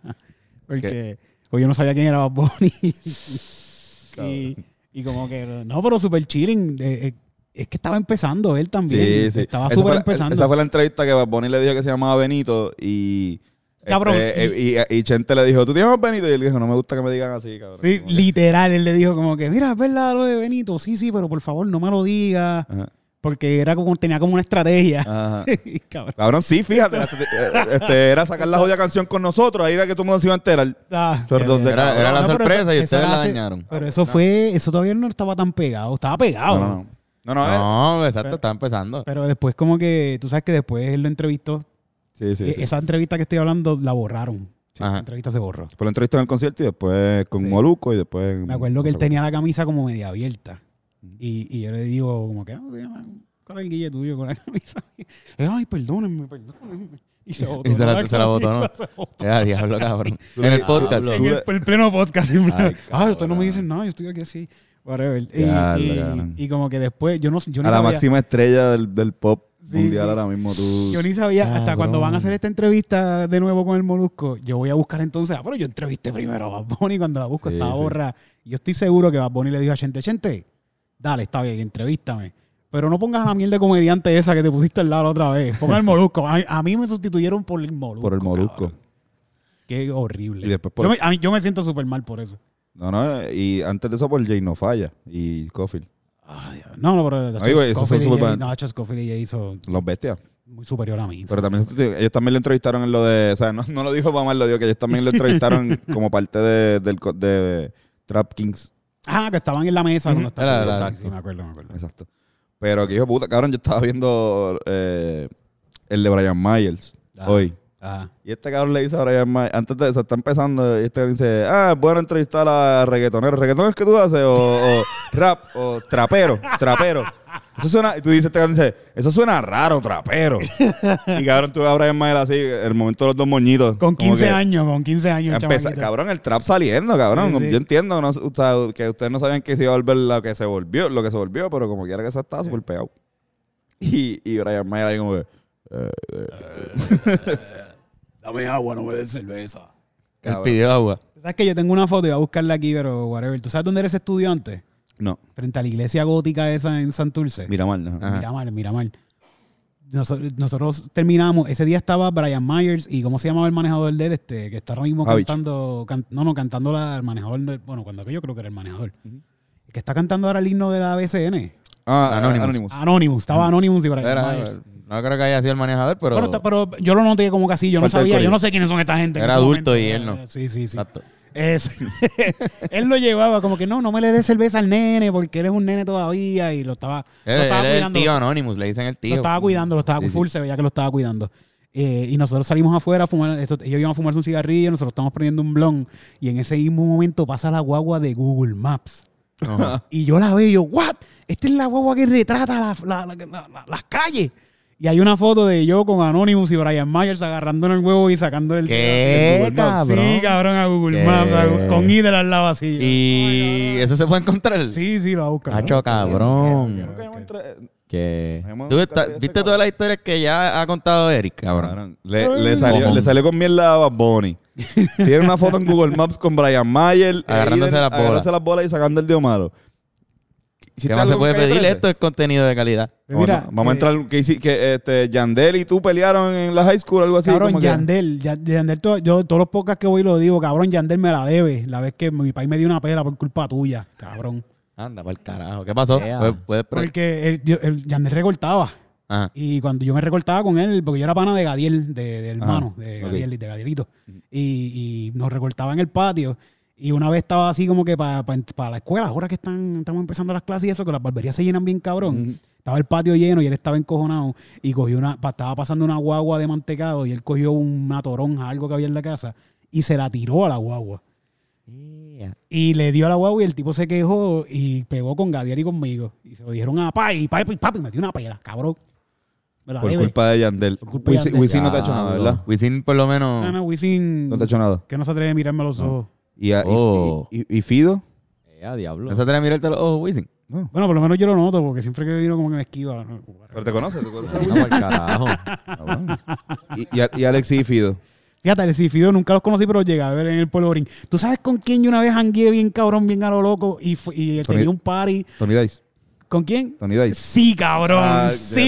Speaker 4: Porque pues yo no sabía quién era Bad Bunny. *laughs* y, y como que, no, pero super chilling. eh, eh, es que estaba empezando él también.
Speaker 3: Sí, sí.
Speaker 4: Estaba
Speaker 3: Esa
Speaker 4: súper
Speaker 3: fue la- e,
Speaker 4: empezando.
Speaker 3: Esa fue la entrevista que Bad Bunny le dijo que se llamaba Benito y.
Speaker 4: Cabrón,
Speaker 3: este, eh, y, y Chente le dijo, ¿tú te llamas Benito? Y él dijo, no me gusta que me digan así, cabrón.
Speaker 4: Sí,
Speaker 3: Como que-
Speaker 4: literal, él le dijo como que, mira, es verdad lo de Benito, sí, sí, pero por favor no me lo digas,
Speaker 3: Ajá,
Speaker 4: porque era como, tenía como una estrategia.
Speaker 3: ajá.
Speaker 4: *laughs* Y, cabrón.
Speaker 3: Cabrón, sí, fíjate. este, este, era sacar la jodida canción con nosotros, ahí era que todo el mundo se iba a enterar.
Speaker 4: Ah,
Speaker 3: Pero
Speaker 4: ya, ya.
Speaker 3: de-
Speaker 2: Era, era la
Speaker 4: No, pero
Speaker 2: sorpresa
Speaker 4: eso-
Speaker 2: y
Speaker 4: eso
Speaker 2: ustedes
Speaker 4: era
Speaker 2: la
Speaker 4: hace-
Speaker 2: dañaron.
Speaker 4: Pero eso fue, eso todavía no estaba tan pegado, estaba pegado.
Speaker 3: No, no, no. No, no, eh,
Speaker 2: No, exacto, estaba
Speaker 4: *laughs*
Speaker 2: empezando.
Speaker 4: Pero después como que, tú sabes que después él lo entrevistó,
Speaker 3: Sí, sí,
Speaker 4: E-
Speaker 3: sí.
Speaker 4: esa entrevista que estoy hablando la borraron, la
Speaker 2: Ajá.
Speaker 4: entrevista se borró.
Speaker 3: Después lo entrevistó en el concierto y después con
Speaker 4: Sí.
Speaker 3: Moluco y después... en-
Speaker 4: Me acuerdo que él
Speaker 3: no sé
Speaker 4: tenía la camisa como media abierta.
Speaker 3: Ujú.
Speaker 4: Y, y yo le digo, como que, "Ah, ¿cuál es el guille tuyo con la *laughs* camisa? Ay, perdónenme, perdónenme.
Speaker 3: *laughs*
Speaker 4: Y se,
Speaker 2: Y se la-
Speaker 4: botonó
Speaker 2: se la botonó.
Speaker 4: camisa, *laughs* se botonó.
Speaker 2: Ya, diablo,
Speaker 4: *laughs*
Speaker 2: cabrón.
Speaker 3: Tú le-
Speaker 4: "Ah,
Speaker 2: En el podcast.
Speaker 3: Diablo.
Speaker 4: En el, el pleno podcast.
Speaker 3: Ay,
Speaker 4: *laughs* ah, ustedes no me
Speaker 3: cabrón.
Speaker 4: dicen nada, yo estoy aquí así. Whatever. Y,
Speaker 3: Ya,
Speaker 4: y-
Speaker 3: cabrón.
Speaker 4: y como que después, yo no, yo
Speaker 3: cuál.
Speaker 4: no
Speaker 3: A la
Speaker 4: sabía-
Speaker 3: máxima estrella del, del pop
Speaker 4: Sí,
Speaker 3: mundial
Speaker 4: sí.
Speaker 3: ahora mismo tú...
Speaker 4: Yo ni sabía, hasta
Speaker 2: Cabrón.
Speaker 4: cuando van a hacer esta entrevista de nuevo con el Molusco, yo voy a buscar entonces, ah, pero yo entrevisté primero a Bad Bunny cuando la busco,
Speaker 3: Sí,
Speaker 4: estaba
Speaker 3: sí.
Speaker 4: borrada. Yo estoy seguro que Bad Bunny le dijo a Chente, Chente, dale, está bien, entrevístame. Pero no pongas la mierda de comediante esa que te pusiste al lado la otra vez. Ponga el Molusco. A, a mí me sustituyeron por el Molusco.
Speaker 3: por el Molusco.
Speaker 4: cabrón. Qué horrible.
Speaker 3: Y después por-
Speaker 4: yo, me, a mí- yo me siento súper mal por eso.
Speaker 3: No, no, eh, y antes de eso por Jay No Falla y Cofield.
Speaker 4: Ay, Dios. no, no, pero...
Speaker 3: Ay, güey, esos son
Speaker 4: Scofield y
Speaker 3: súper
Speaker 4: Jay-
Speaker 3: bad.
Speaker 4: No, Nacho Scofield y Jay son
Speaker 3: Los bestias.
Speaker 4: muy superior a mí.
Speaker 3: Pero también ellos también lo entrevistaron en lo de... O sea, no, no lo dijo para mal, lo digo que ellos también lo entrevistaron
Speaker 4: *laughs*
Speaker 3: como parte de, del, co- de Trap Kings.
Speaker 4: Ah, que estaban en la mesa cuando
Speaker 2: Era-
Speaker 4: estaban.
Speaker 2: era-
Speaker 4: sí, sí, me acuerdo, me acuerdo.
Speaker 3: Exacto. Pero que hijo de puta, cabrón, yo estaba viendo eh, el de Brian Myers
Speaker 4: Ah.
Speaker 3: hoy.
Speaker 4: Ah.
Speaker 3: Y este cabrón le dice a Brian Myers, antes de, se está empezando, y este cabrón dice, ah, es bueno entrevistar a reggaetoneros. ¿Reggaetoneros que tú haces? O, *laughs* o rap, o trapero, trapero. Eso suena, y tú dices, este cabrón dice, eso suena raro, trapero. y cabrón, tú ves a Brian Myers así, el momento de los dos moñitos.
Speaker 4: Con
Speaker 3: como
Speaker 4: 15
Speaker 3: que-
Speaker 4: años, con 15 años. el
Speaker 3: Empeza-
Speaker 4: chamaquito.
Speaker 3: cabrón, el trap saliendo, cabrón.
Speaker 4: Sí, sí.
Speaker 3: Yo entiendo no, o sea, que ustedes no sabían que se iba a volver lo que se volvió, lo que se volvió, pero como quiera que sea, estaba súper pegado. *laughs* Y, y Brian Mayer ahí como que... eh, eh,
Speaker 4: Dame agua, no me des cerveza.
Speaker 2: Él
Speaker 3: cabrón.
Speaker 2: pidió agua.
Speaker 4: ¿Sabes que Yo tengo una foto y voy a buscarla aquí, pero whatever. ¿Tú sabes dónde eres estudiante?
Speaker 3: No,
Speaker 4: Frente a la iglesia gótica esa en Santurce.
Speaker 3: mira mal, ¿no?
Speaker 2: Ajá.
Speaker 4: Mira mal, mira mal. Nosotros, nosotros terminamos, ese día estaba Brian Myers y ¿cómo se llamaba el manejador de él? Este, que está ahora mismo
Speaker 3: Javich.
Speaker 4: cantando, can- no, no, cantando la, el manejador, no, bueno, cuando aquello creo que era el manejador.
Speaker 3: Ujú.
Speaker 4: Que está cantando ahora el himno de la BCN.
Speaker 3: Ah,
Speaker 2: Anonymous.
Speaker 3: Anonymous.
Speaker 4: Anonymous, estaba Anonymous y Brian
Speaker 2: Era-
Speaker 4: Myers.
Speaker 2: no creo que haya sido el manejador, pero.
Speaker 4: Bueno, está- pero yo lo noté como que así, yo no
Speaker 3: Parte del
Speaker 4: sabía, yo
Speaker 3: corillo.
Speaker 4: no sé quiénes son esta gente. en
Speaker 2: Era
Speaker 4: ese
Speaker 2: adulto
Speaker 4: momento. Eh,
Speaker 2: y él no.
Speaker 4: Sí, sí, sí.
Speaker 2: Exacto.
Speaker 4: Es- *laughs* él lo llevaba como que no, no me le des cerveza al nene porque eres un nene todavía y lo estaba,
Speaker 2: Él,
Speaker 4: lo estaba
Speaker 2: él es el
Speaker 4: cuidando.
Speaker 2: tío Anonymous, le dicen el tío.
Speaker 4: lo estaba cuidando, lo estaba
Speaker 2: Sí, sí.
Speaker 4: full, se veía que lo estaba cuidando. Eh, y nosotros salimos afuera a fumar, esto- ellos iban a fumarse un cigarrillo, nosotros estamos prendiendo un blon y en ese mismo momento pasa la guagua de Google Maps.
Speaker 2: Ajá.
Speaker 4: Y yo la veo y yo, ¿what? Esta es la guagua que retrata la- la- la- la- la- las calles. Y hay una foto de yo con Anonymous y Brian Myers agarrando en el huevo y sacando el
Speaker 2: ¿Qué,
Speaker 4: el Google Maps. Sí,
Speaker 2: cabrón?
Speaker 4: cabrón, a Google
Speaker 2: ¿Qué?
Speaker 4: Maps, a Gu- con Idel al lado así.
Speaker 2: Y eso se puede encontrar.
Speaker 4: Sí, sí, lo busca.
Speaker 2: Cacho, cabrón.
Speaker 3: Creo que hemos entre-
Speaker 1: Que...
Speaker 3: hemos
Speaker 2: ¿Tú
Speaker 3: entre-
Speaker 2: está-
Speaker 3: este
Speaker 2: ¿Viste
Speaker 3: cabrón.
Speaker 2: todas las historias que ya ha contado Eric, cabrón?
Speaker 3: Cabrón, Le, le salió,
Speaker 2: Mojón.
Speaker 3: le salió con mierda a Bad
Speaker 4: *laughs*
Speaker 3: Bunny. Tiene una foto en Google Maps con Brian Mayer. e
Speaker 2: Agarrándose
Speaker 3: Eden
Speaker 2: las bolas.
Speaker 3: agarrándose las bolas y sacando el dedo malo.
Speaker 2: ¿Qué más se puede pedir? Esto es contenido de calidad.
Speaker 4: Pero mira,
Speaker 3: Oh, no. Vamos
Speaker 4: eh,
Speaker 3: a entrar que, hici- que este, Yandel y tú pelearon en la high school algo así.
Speaker 4: Cabrón,
Speaker 3: como que-
Speaker 4: Yandel, Ya- Yandel, to- yo todos los podcasts que voy lo digo, cabrón, Yandel me la debe. La vez que mi país me dio una pela por culpa tuya, cabrón.
Speaker 2: Anda, para el carajo. ¿Qué pasó?
Speaker 1: Ea.
Speaker 2: Puedes- puedes pre-
Speaker 4: Porque el, yo- el Yandel recortaba.
Speaker 2: Ajá.
Speaker 4: Y cuando yo me recortaba con él, porque yo era pana de Gadiel, de, de hermano, de
Speaker 3: ok.
Speaker 4: Gadiel, de Gadielito. Y, y nos recortaba en el patio. Y una vez estaba así como que para la escuela, ahora que están, estamos empezando las clases y eso, que las barberías se llenan bien cabrón. Estaba el patio lleno y él estaba encojonado. Y cogió una, pa- estaba pasando una guagua de mantecado y él cogió una toronja, algo que había en la casa, y se la tiró a la guagua. Y le dio a la guagua y el tipo se quejó y pegó con Gadiel y conmigo. Y se lo dijeron a papi, papi, papi, me dio una pela, cabrón. Me la
Speaker 3: Por
Speaker 4: debe.
Speaker 3: culpa de Yandel.
Speaker 4: Por culpa de
Speaker 3: Wisin-
Speaker 4: Yandel.
Speaker 3: Wisin no te ha hecho nada, ¿verdad?
Speaker 2: Wisin por lo menos...
Speaker 4: Ah, No, no, Wisin,
Speaker 3: No te ha hecho nada.
Speaker 4: que no se atreve a mirarme a los ojos.
Speaker 3: ¿Y, a- y-
Speaker 1: Oh.
Speaker 3: y- y- y Fido?
Speaker 1: Ya, diablo.
Speaker 2: No se atreve a mirarte los ojos, Wisin.
Speaker 3: No.
Speaker 4: Bueno, por lo menos yo lo noto, porque siempre que vino como que me esquiva. ¿no?
Speaker 3: Pero te conoces. ¿Te conoces?
Speaker 1: Anda pa'l *laughs* carajo.
Speaker 3: Ah, bueno. y, y a- y Alex y Fido.
Speaker 4: Fíjate, el Cifido nunca los conocí, pero llegué a ver en el Pueblo Green. ¿Tú sabes con quién yo una vez hangué bien cabrón, bien a lo loco? Y, fu- y él
Speaker 3: Tony-
Speaker 4: tenía un party.
Speaker 3: Tony Dice.
Speaker 4: ¿Con quién?
Speaker 3: Tony Dice.
Speaker 4: Sí, cabrón,
Speaker 3: Ah,
Speaker 4: sí.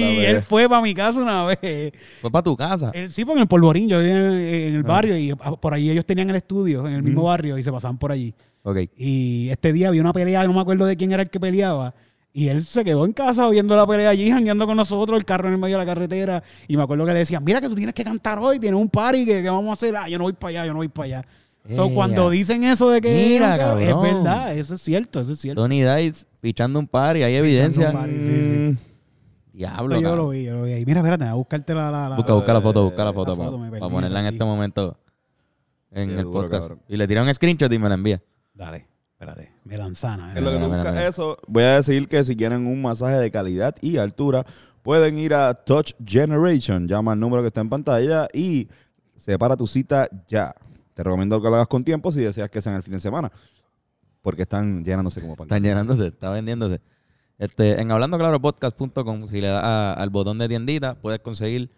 Speaker 3: ya la- la ve.
Speaker 4: él fue para mi casa una vez.
Speaker 2: Fue para tu casa.
Speaker 4: Él- sí, porque en el polvorín, yo vivía en, en el barrio y ah, por ahí ellos tenían el estudio en el mismo barrio y se pasaban por allí.
Speaker 2: Ok.
Speaker 4: Y este día había una pelea, no me acuerdo de quién era el que peleaba. Y él se quedó en casa viendo la pelea allí, jangueando con nosotros, el carro en el medio de la carretera. Y me acuerdo que le decían, mira que tú tienes que cantar hoy, tienes un party, que, que vamos a hacer? Ah, yo no voy para allá, yo no voy para allá. So,
Speaker 2: Ea.
Speaker 4: cuando dicen eso de que
Speaker 2: Mira,
Speaker 4: era, cabrón,
Speaker 2: cabrón.
Speaker 4: es verdad, eso es cierto, eso es cierto.
Speaker 2: Tony Dice pichando un par y hay evidencia.
Speaker 4: un party, sí, sí.
Speaker 2: Mm, Diablo,
Speaker 4: yo lo
Speaker 2: cabrón.
Speaker 4: vi, yo lo vi ahí. Mira, espérate, voy a buscarte la... la, la-
Speaker 2: Busca, busca la foto, busca la
Speaker 4: la
Speaker 2: foto.
Speaker 4: foto me
Speaker 2: Para
Speaker 4: perdí,
Speaker 2: ponerla en
Speaker 4: me
Speaker 2: este
Speaker 4: perdí.
Speaker 2: momento en
Speaker 3: Qué
Speaker 2: el
Speaker 3: duro,
Speaker 2: podcast.
Speaker 3: cabrón.
Speaker 2: Y le tira un screenshot y me la envía.
Speaker 4: Dale, espérate, melanzana.
Speaker 3: En lo que
Speaker 2: Mira,
Speaker 3: tú
Speaker 2: mira,
Speaker 3: buscas
Speaker 2: mira.
Speaker 3: eso, voy a decir que si quieren un masaje de calidad y altura, pueden ir a Touch Generation. Llama al número que está en pantalla y separa tu cita ya. Te recomiendo que lo hagas con tiempo si deseas que sea en el fin de semana. Porque están llenándose como pan.
Speaker 2: Están llenándose, está vendiéndose. Este, en hablando claro podcast.com, si le das a- al botón de tiendita, puedes conseguir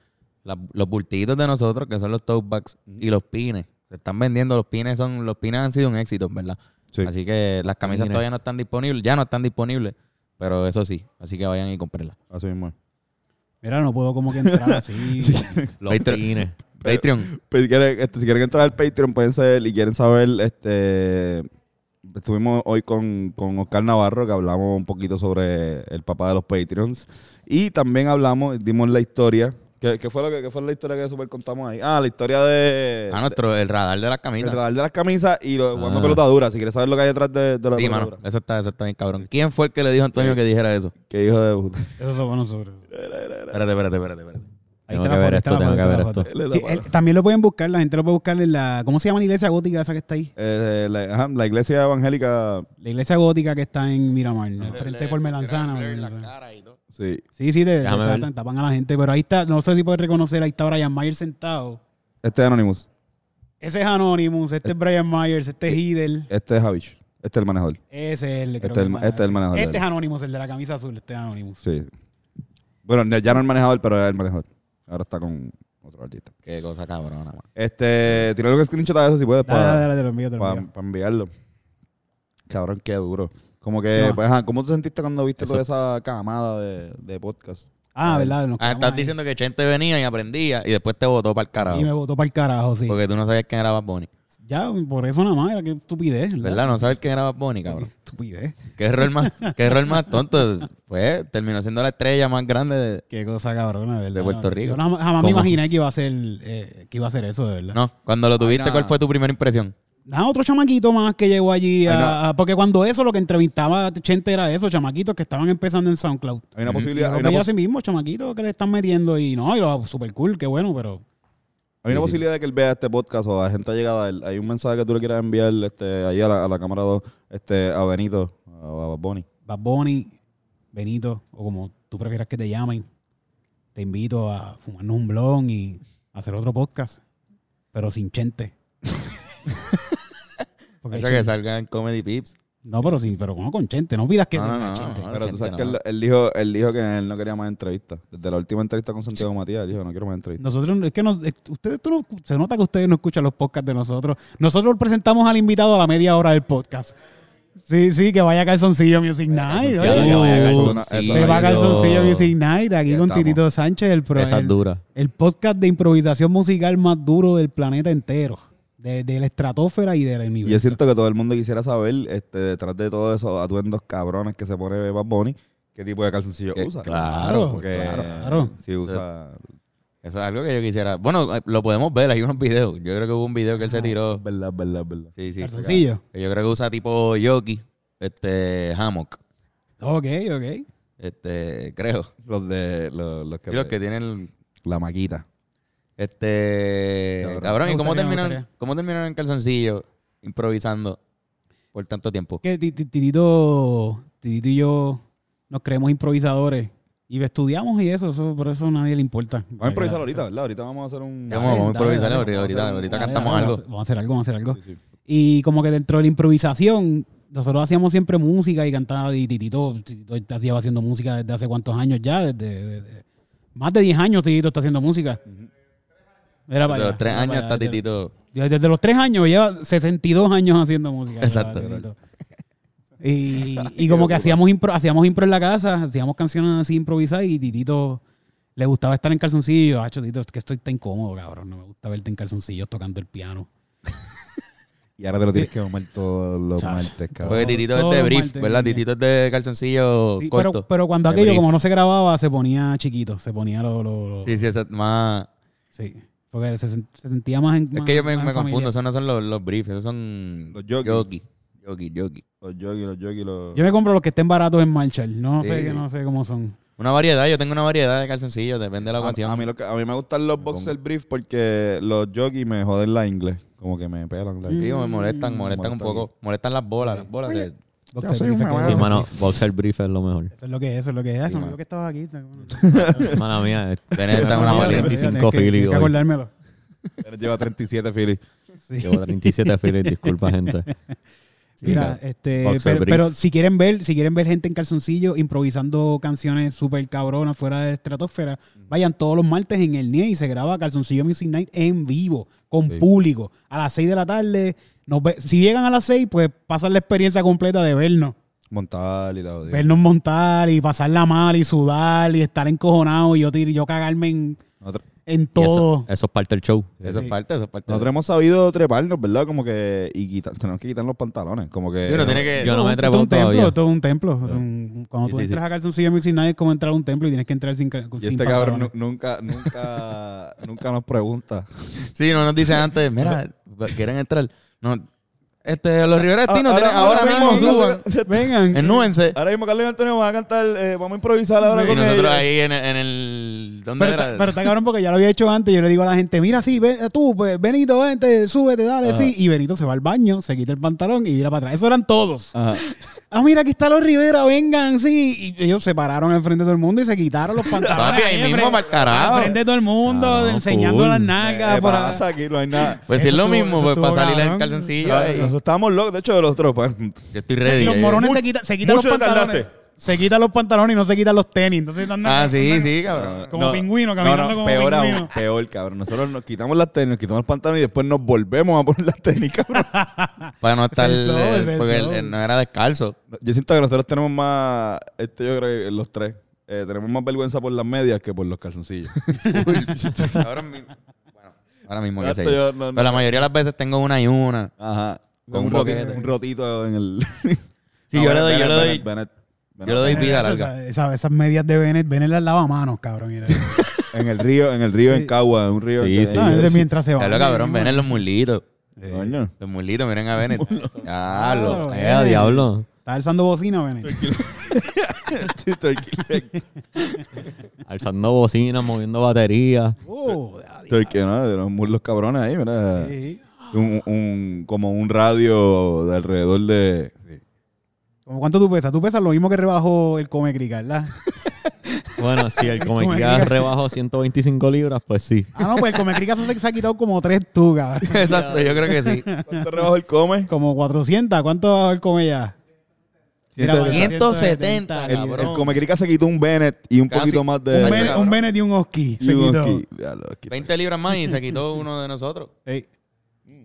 Speaker 2: la- los bultitos de nosotros, que son los tote bags y los pines. Se están vendiendo los pines, son los pines han sido un éxito, ¿verdad?
Speaker 3: Sí.
Speaker 2: Así que las camisas
Speaker 1: Pines.
Speaker 2: todavía no están disponibles, ya no están disponibles, pero eso sí, así que vayan y comprenlas.
Speaker 3: Así mismo es.
Speaker 4: Mira, no puedo como que entrar
Speaker 2: *laughs*
Speaker 4: así.
Speaker 1: Los
Speaker 2: Patreon.
Speaker 1: pines.
Speaker 2: Patreon.
Speaker 3: Pues, si, quieren, este, si quieren entrar al Patreon, pueden ser y quieren saber, este estuvimos hoy con, con Oscar Navarro, que hablamos un poquito sobre el papá de los Patreons. Y también hablamos, dimos la historia. ¿Qué, qué fue, lo que, qué fue la historia que super contamos ahí? Ah, la historia de.
Speaker 2: A Ah, nuestro, el radar de las
Speaker 3: de-
Speaker 2: camisas.
Speaker 3: el radar de las camisas y lo, jugando
Speaker 2: Ah.
Speaker 3: pelota dura. Si quieres saber lo que hay detrás de, de la
Speaker 2: Sí,
Speaker 3: pelota
Speaker 2: mano,
Speaker 3: dura.
Speaker 2: eso está, eso está bien cabrón. ¿Quién fue el que le dijo a Antonio que dijera eso?
Speaker 3: Qué hijo de puta. *laughs*
Speaker 4: Eso somos nosotros.
Speaker 2: Espérate, espérate, espérate, espérate.
Speaker 4: Ahí
Speaker 1: Tengo
Speaker 4: está
Speaker 1: que
Speaker 4: la
Speaker 1: ver
Speaker 4: foto,
Speaker 1: esto,
Speaker 4: ahí
Speaker 1: tengo
Speaker 4: está
Speaker 1: que
Speaker 4: la
Speaker 1: ver
Speaker 4: foto,
Speaker 1: esto.
Speaker 4: ahí está la foto. Sí, él- también lo pueden buscar, la gente lo puede buscar en la. ¿Cómo se llama la iglesia gótica esa que está ahí?
Speaker 3: Eh, la, ajá, la iglesia evangélica.
Speaker 4: La iglesia gótica que está en Miramar, ¿no? Al frente por Melanzana. Melanzana.
Speaker 3: Sí.
Speaker 4: Sí, sí, te, te
Speaker 1: Déjame ver.
Speaker 4: tapan, tapan a la gente, pero ahí está, no sé si puedes reconocer, ahí está Brian Myers sentado.
Speaker 3: Este es Anonymous.
Speaker 4: Ese es Anonymous,
Speaker 1: Eh,
Speaker 4: este es Brian Myers, este es Hidel,
Speaker 3: Este es Javich. Este es el manejador.
Speaker 4: ese es el creo
Speaker 3: Este
Speaker 4: que
Speaker 3: es el-
Speaker 4: más-
Speaker 3: este es el manejador de
Speaker 4: Este es
Speaker 3: él.
Speaker 4: Anonymous, el de la camisa azul, este es Anonymous.
Speaker 3: Sí. Bueno, ya no el manejador, pero era el manejador. Ahora está con otro artista.
Speaker 2: Qué cosa cabrona, mano.
Speaker 3: Este, tírale un screenshot a eso si puedes
Speaker 4: Dale, dale,
Speaker 3: para
Speaker 4: dale, te lo envío, te lo envío.
Speaker 3: enviarlo. Cabrón, qué duro. Como que,
Speaker 4: No.
Speaker 3: pues, ajá, ¿cómo te sentiste cuando viste
Speaker 2: Eso-
Speaker 3: toda esa camada de, de podcast?
Speaker 4: Ah, verdad, nos
Speaker 2: Ah,
Speaker 4: quedamos
Speaker 2: estás
Speaker 4: ahí.
Speaker 2: diciendo que Chente venía y aprendía y después te votó para el carajo.
Speaker 4: Y me votó para el carajo, sí.
Speaker 2: Porque tú no sabías quién era Bad Bunny.
Speaker 4: Ya, por eso nada más, era que estupidez, ¿verdad?
Speaker 2: ¿Verdad? No sabes quién era Bad Bunny, cabrón.
Speaker 4: *laughs* Estupidez.
Speaker 2: ¿Qué error más, qué error más tonto? Pues terminó siendo la estrella más grande de...
Speaker 4: Qué cosa cabrona, ¿verdad?
Speaker 2: De Puerto
Speaker 4: No,
Speaker 2: Rico.
Speaker 4: Yo no- jamás me
Speaker 2: ¿Cómo?
Speaker 4: imaginé que iba a ser, eh, que iba a ser eso, de verdad.
Speaker 2: No, cuando lo tuviste,
Speaker 3: Ay, no.
Speaker 2: ¿cuál fue tu primera impresión?
Speaker 4: Nada, otro chamaquito más que llegó allí. a-
Speaker 3: Ay, no.
Speaker 4: a- porque cuando eso, lo que entrevistaba Chente era eso, chamaquitos que estaban empezando en SoundCloud.
Speaker 3: Hay una
Speaker 2: Ujú.
Speaker 4: Y
Speaker 3: posibilidad,
Speaker 4: yo
Speaker 3: hay
Speaker 4: los
Speaker 3: una,
Speaker 4: veía
Speaker 3: pos-
Speaker 4: así mismo, chamaquitos que le están metiendo y no, y lo super cool, qué bueno, pero
Speaker 3: hay una
Speaker 2: Sí, sí.
Speaker 3: posibilidad de que él vea este podcast o a gente llegada. a él. Hay un mensaje que tú le quieras enviar este, ahí a la, a la cámara 2, este, a Benito, a, a Bad Bunny.
Speaker 4: Bad Bunny, Benito, o como tú prefieras que te llamen, te invito a fumarnos un blon y hacer otro podcast, pero sin Chente. Porque
Speaker 2: Eso
Speaker 4: Chente-
Speaker 2: que salga en Comedy Pips.
Speaker 4: No, pero sí, pero ¿cómo con Chente? No olvidas que
Speaker 2: No,
Speaker 4: tenga
Speaker 2: no, no,
Speaker 4: Chente.
Speaker 2: no,
Speaker 3: Pero tú
Speaker 2: gente,
Speaker 3: sabes que
Speaker 2: no.
Speaker 3: él, él dijo, él dijo que él no quería más entrevistas. Desde la última entrevista con Santiago Matías, él dijo, no quiero más entrevistas.
Speaker 4: Nosotros, es que nos- eh, ustedes, tú no- se nota que ustedes no escuchan los podcasts de nosotros. Nosotros presentamos al invitado a la media hora del podcast. Sí, sí, que vaya calzoncillo Music Night.
Speaker 1: calzoncillo,
Speaker 4: oye.
Speaker 1: que vaya
Speaker 3: calzoncillo.
Speaker 4: Que va calzoncillo Music Night aquí
Speaker 3: Ya
Speaker 4: con
Speaker 3: estamos.
Speaker 4: Titito Sánchez, el, pro,
Speaker 1: Esa es
Speaker 4: el-
Speaker 1: dura.
Speaker 4: el podcast de improvisación musical más duro del planeta entero. De, de la estratosfera y del
Speaker 3: Y yo
Speaker 4: universo.
Speaker 3: siento que todo el mundo quisiera saber, este, detrás de todos esos atuendos cabrones que se pone Bad Bunny, ¿Qué tipo de calzoncillo
Speaker 2: Que-
Speaker 3: usa?
Speaker 2: claro,
Speaker 3: Porque
Speaker 4: claro, claro.
Speaker 3: Si usa
Speaker 2: Eso es algo que yo quisiera. Bueno, eh, lo podemos ver, hay unos videos. Yo creo que hubo un video que él se tiró.
Speaker 3: Verdad, verdad, verdad.
Speaker 2: Sí, sí.
Speaker 4: Calzoncillo.
Speaker 2: Que Yo creo que usa tipo yoki, este, hammock,
Speaker 4: Ok, ok.
Speaker 2: este, creo.
Speaker 3: Los de los, los que,
Speaker 2: Y los que tienen
Speaker 3: la maquita.
Speaker 2: este
Speaker 3: Cabrón.
Speaker 2: cabrón, ¿y
Speaker 4: Me
Speaker 2: cómo
Speaker 4: gustaría, me
Speaker 2: terminaron,
Speaker 4: gustaría.
Speaker 2: cómo terminaron en calzoncillo improvisando por tanto tiempo?
Speaker 4: Que ti- ti- Titito, Titito y yo nos creemos improvisadores y estudiamos y eso, eso por eso a nadie le importa.
Speaker 3: Vamos a improvisar ahorita, ¿verdad? Ahorita vamos a hacer un.
Speaker 2: Vamos, vamos a
Speaker 4: dale,
Speaker 2: improvisar
Speaker 4: dale,
Speaker 2: ahorita, ahorita,
Speaker 3: vamos a
Speaker 2: ahorita
Speaker 3: hacer-
Speaker 4: Dale, dale,
Speaker 2: cantamos
Speaker 4: dale,
Speaker 2: algo.
Speaker 4: Vamos a- vamos a hacer algo, vamos a hacer algo.
Speaker 3: Sí, sí.
Speaker 4: Y como que dentro de la improvisación, nosotros hacíamos siempre música y cantaba y Titito, Titito lleva haciendo música desde hace cuántos años ya, desde, desde- más de 10 años Titito está haciendo música. Era para
Speaker 2: Desde los
Speaker 4: allá,
Speaker 2: tres
Speaker 4: era
Speaker 2: años
Speaker 4: para allá,
Speaker 2: está
Speaker 4: desde-
Speaker 2: Titito.
Speaker 4: Desde, los tres años, lleva 62 años haciendo música.
Speaker 2: Exacto.
Speaker 4: Lleva Titito. Y, y como que hacíamos impro, hacíamos impro en la casa, hacíamos canciones así improvisadas y Titito le gustaba estar en calzoncillo. Ah, Titito, es que estoy tan incómodo, cabrón. No me gusta verte en calzoncillos tocando el piano.
Speaker 3: Y ahora te lo tienes que comer todos los
Speaker 4: Chacho.
Speaker 3: martes,
Speaker 2: Porque
Speaker 3: cabrón.
Speaker 2: Titito es
Speaker 4: todos
Speaker 2: de
Speaker 4: los
Speaker 2: brief,
Speaker 4: martes,
Speaker 2: ¿verdad?
Speaker 4: niña.
Speaker 2: Titito es de calzoncillo
Speaker 4: Sí,
Speaker 2: corto.
Speaker 4: pero, pues, pero cuando
Speaker 2: de
Speaker 4: aquello,
Speaker 2: brief.
Speaker 4: como no se grababa, se ponía chiquito, se ponía lo. lo- lo- sí.
Speaker 2: Sí, sí, eso es más...
Speaker 4: Porque se, sen- se sentía más en.
Speaker 2: Es
Speaker 4: más-
Speaker 2: que yo me,
Speaker 4: más
Speaker 2: me
Speaker 4: en familia.
Speaker 2: confundo, esos no son los, los briefs, esos son...
Speaker 3: Los yoki.
Speaker 2: Yoki, yoki, yoki.
Speaker 3: Los yogis, los yogis, los.
Speaker 4: Yo me compro los que estén baratos en Marshall. No sé,
Speaker 2: Sí.
Speaker 4: que no sé cómo son.
Speaker 2: Una variedad, yo tengo una variedad de calzoncillos, depende de la ocasión.
Speaker 3: A, a mí lo que- a mí me gustan los boxer brief porque los jockeys me joden la inglés. Como que me pelan la
Speaker 2: Sí,
Speaker 3: inglés.
Speaker 2: me molestan,
Speaker 4: Mm,
Speaker 2: molestan un
Speaker 3: molestan.
Speaker 2: poco. Molestan las bolas, las bolas de...
Speaker 4: Boxer
Speaker 3: soy un
Speaker 4: brief,
Speaker 3: mamado.
Speaker 4: que-
Speaker 1: Sí, mano, boxer brief es lo mejor.
Speaker 4: Eso es lo que es, eso es lo que es. Eso me
Speaker 2: mano.
Speaker 4: olvidó que estaba aquí. está-
Speaker 1: Mala mía.
Speaker 2: Tener esta una variedad.
Speaker 4: Olvídate, olvídate,
Speaker 1: 35
Speaker 4: es que- hay
Speaker 1: filis
Speaker 4: que
Speaker 1: hoy.
Speaker 4: acordármelo.
Speaker 3: Pero Lleva 37 filis.
Speaker 4: Sí.
Speaker 1: Llevo 37 files, disculpa, gente.
Speaker 4: Mira, este,
Speaker 1: Boxer
Speaker 4: pero,
Speaker 1: brief.
Speaker 4: pero si quieren ver, si quieren ver gente en calzoncillo improvisando canciones súper cabronas fuera de la estratosfera, vayan todos los martes en el NIE y se graba Calzoncillo Music Night en vivo, con
Speaker 3: Sí.
Speaker 4: público, a las 6 de la tarde. Nos ve- si llegan a las 6, pues pasan la experiencia completa de vernos.
Speaker 3: Montal y la jodida.
Speaker 4: Vernos montar y pasarla mal y sudar y estar encojonado y yo, tir- yo cagarme en,
Speaker 3: Nosotros,
Speaker 4: en
Speaker 1: Y
Speaker 4: todo.
Speaker 1: Eso, eso es parte del show.
Speaker 2: Eso es
Speaker 4: Sí.
Speaker 2: parte, eso es parte.
Speaker 3: nosotros hemos sabido treparnos, ¿verdad? Como que. Y quitar, tenemos que quitar los pantalones. Como que.
Speaker 2: Yo no tiene que...
Speaker 1: Yo no me he
Speaker 4: Esto es
Speaker 1: trepado
Speaker 4: un templo,
Speaker 1: todavía.
Speaker 4: esto es un templo. Esto es un- Cuando
Speaker 2: Sí,
Speaker 4: tú
Speaker 2: sí,
Speaker 4: entras
Speaker 2: sí.
Speaker 4: a Calzoncillo Music Night es como entrar a un templo y tienes que entrar sin, ca-
Speaker 3: Y
Speaker 4: sin
Speaker 3: este cabrón
Speaker 4: pantalones.
Speaker 3: nu- nunca, nunca, nunca nos pregunta.
Speaker 2: Sí, no nos dicen antes, mira, quieren entrar. No, este, los riverestinos
Speaker 3: Ah,
Speaker 2: tienen- ahora,
Speaker 3: ahora- ahora
Speaker 2: mismo
Speaker 3: mismo,
Speaker 2: suban,
Speaker 4: Vengan.
Speaker 2: ennúense.
Speaker 3: Ahora mismo Carlos y Antonio van a cantar, eh, vamos a improvisar ahora
Speaker 2: Y
Speaker 3: con
Speaker 2: nosotros
Speaker 3: ellos.
Speaker 2: ahí en, el- en el... ¿Dónde
Speaker 4: Pero,
Speaker 2: era?
Speaker 4: está- pero está cabrón porque ya lo había hecho antes. Yo le digo a la gente, mira, sí, ven, tú, pues, Benito, vente, súbete, dale, sí. Y Benito se va al baño, se quita el pantalón y vira para atrás. Eso eran todos.
Speaker 3: Ajá.
Speaker 4: Ah, mira, aquí está los Rivera, vengan, sí. Y ellos se pararon al frente de todo el mundo y se quitaron los pantalones.
Speaker 2: Papi, ahí
Speaker 4: al
Speaker 2: mismo,
Speaker 4: frente-
Speaker 2: pa'l carajo.
Speaker 4: Al frente de todo el mundo,
Speaker 1: Ah,
Speaker 4: enseñando
Speaker 1: cool.
Speaker 4: las
Speaker 3: ¿Qué
Speaker 4: nalgas. por ahí.
Speaker 3: Eh, pasa aquí? No hay nada.
Speaker 2: Pues si es
Speaker 4: Eso
Speaker 2: lo
Speaker 4: estuvo-
Speaker 2: mismo,
Speaker 4: eso
Speaker 2: pues para
Speaker 4: estuvo
Speaker 2: salir en
Speaker 4: cabrón.
Speaker 2: calzoncillo.
Speaker 3: Claro,
Speaker 2: ahí.
Speaker 3: Nosotros estábamos locos, de hecho, de los otros. pues,
Speaker 2: Yo estoy ready.
Speaker 4: Y los
Speaker 2: ahí.
Speaker 4: morones se, quita- se quitan los
Speaker 3: mucho te
Speaker 4: pantalones.
Speaker 3: tardaste.
Speaker 4: Se quitan los pantalones y no se quitan los tenis. Entonces andan-
Speaker 2: Ah, sí,
Speaker 4: andan-
Speaker 2: sí, cabrón.
Speaker 4: Como pingüino, caminando como
Speaker 3: peor
Speaker 4: pingüino.
Speaker 3: aún, peor, cabrón. Nosotros nos quitamos las tenis, nos quitamos el pantalón y después nos volvemos a poner las tenis, cabrón.
Speaker 2: Para no estar...
Speaker 4: el flow,
Speaker 2: eh,
Speaker 4: Ah, ese es el
Speaker 2: Porque él-
Speaker 4: flow.
Speaker 2: él no era
Speaker 4: *laughs*
Speaker 2: descalzo.
Speaker 3: Yo siento que nosotros tenemos más, este yo creo que los tres, eh, tenemos más vergüenza por las medias que por
Speaker 2: *laughs*
Speaker 3: los calzoncillos.
Speaker 4: *laughs*
Speaker 2: Ahora mismo... Bueno, ahora mismo que
Speaker 3: Exacto,
Speaker 2: sé yo.
Speaker 3: yo no- no-
Speaker 2: Pero la mayoría de las veces tengo una y una.
Speaker 3: Ajá. Con
Speaker 2: Un
Speaker 3: un, roti-
Speaker 2: roquete.
Speaker 3: un rotito en el...
Speaker 2: *laughs* Sí,
Speaker 3: No,
Speaker 2: yo le
Speaker 3: Bennett,
Speaker 2: doy, yo le doy...
Speaker 3: Bennett, Bennett, Bennett.
Speaker 2: yo le doy- vida
Speaker 4: Esas-
Speaker 2: larga.
Speaker 4: Eh, esas- esas medias de Bennett, Bennett las lava manos, cabrón. mira. *laughs*
Speaker 3: En el río, en el río, en Cagua, un río.
Speaker 1: Sí,
Speaker 3: que-
Speaker 1: sí.
Speaker 4: No, es de mientras se va.
Speaker 2: Claro, cabrón, ven en los mulitos.
Speaker 3: Coño.
Speaker 2: Los mulitos, miren a
Speaker 4: *laughs*
Speaker 2: Bennett. Ya, lo-
Speaker 4: Claro,
Speaker 1: Eh, a diablo.
Speaker 4: Está alzando bocina, Bennett.
Speaker 3: *laughs* Sí, Turkey,
Speaker 1: Alzando bocinas, moviendo baterías.
Speaker 4: *laughs* Oh, ya,
Speaker 3: Turkey, ¿no? De los muslos cabrones ahí, mira.
Speaker 4: sí.
Speaker 3: Un, un- como un radio de alrededor de...
Speaker 4: ¿Cómo ¿Cuánto tú pesas? Tú pesas lo mismo que rebajó el Come Crica, ¿verdad?
Speaker 1: Bueno, si el
Speaker 4: Como
Speaker 1: Comic
Speaker 4: diga.
Speaker 1: rebajó 125 libras, pues sí.
Speaker 4: Ah, no, pues el Come Crica se, se ha quitado como tres tú, cabrón. *laughs*
Speaker 2: Exacto, yo creo que sí.
Speaker 3: ¿Cuánto rebajó el come?
Speaker 4: Como 400. ¿Cuánto bajó el Come ya? Mira, pues,
Speaker 2: 170,
Speaker 3: El,
Speaker 2: cabrón.
Speaker 3: el Comecrica se quitó un Bennett y un
Speaker 2: Casi.
Speaker 3: poquito más
Speaker 4: Un
Speaker 3: de...
Speaker 2: Ay,
Speaker 4: Bennett,
Speaker 2: cabrón.
Speaker 4: un Bennett y un Oski.
Speaker 3: y
Speaker 4: Se
Speaker 3: un
Speaker 4: quitó.
Speaker 3: aquí. Ya, lo aquí.
Speaker 2: 20 libras más y se quitó uno de
Speaker 4: *laughs*
Speaker 2: nosotros.
Speaker 4: Ey,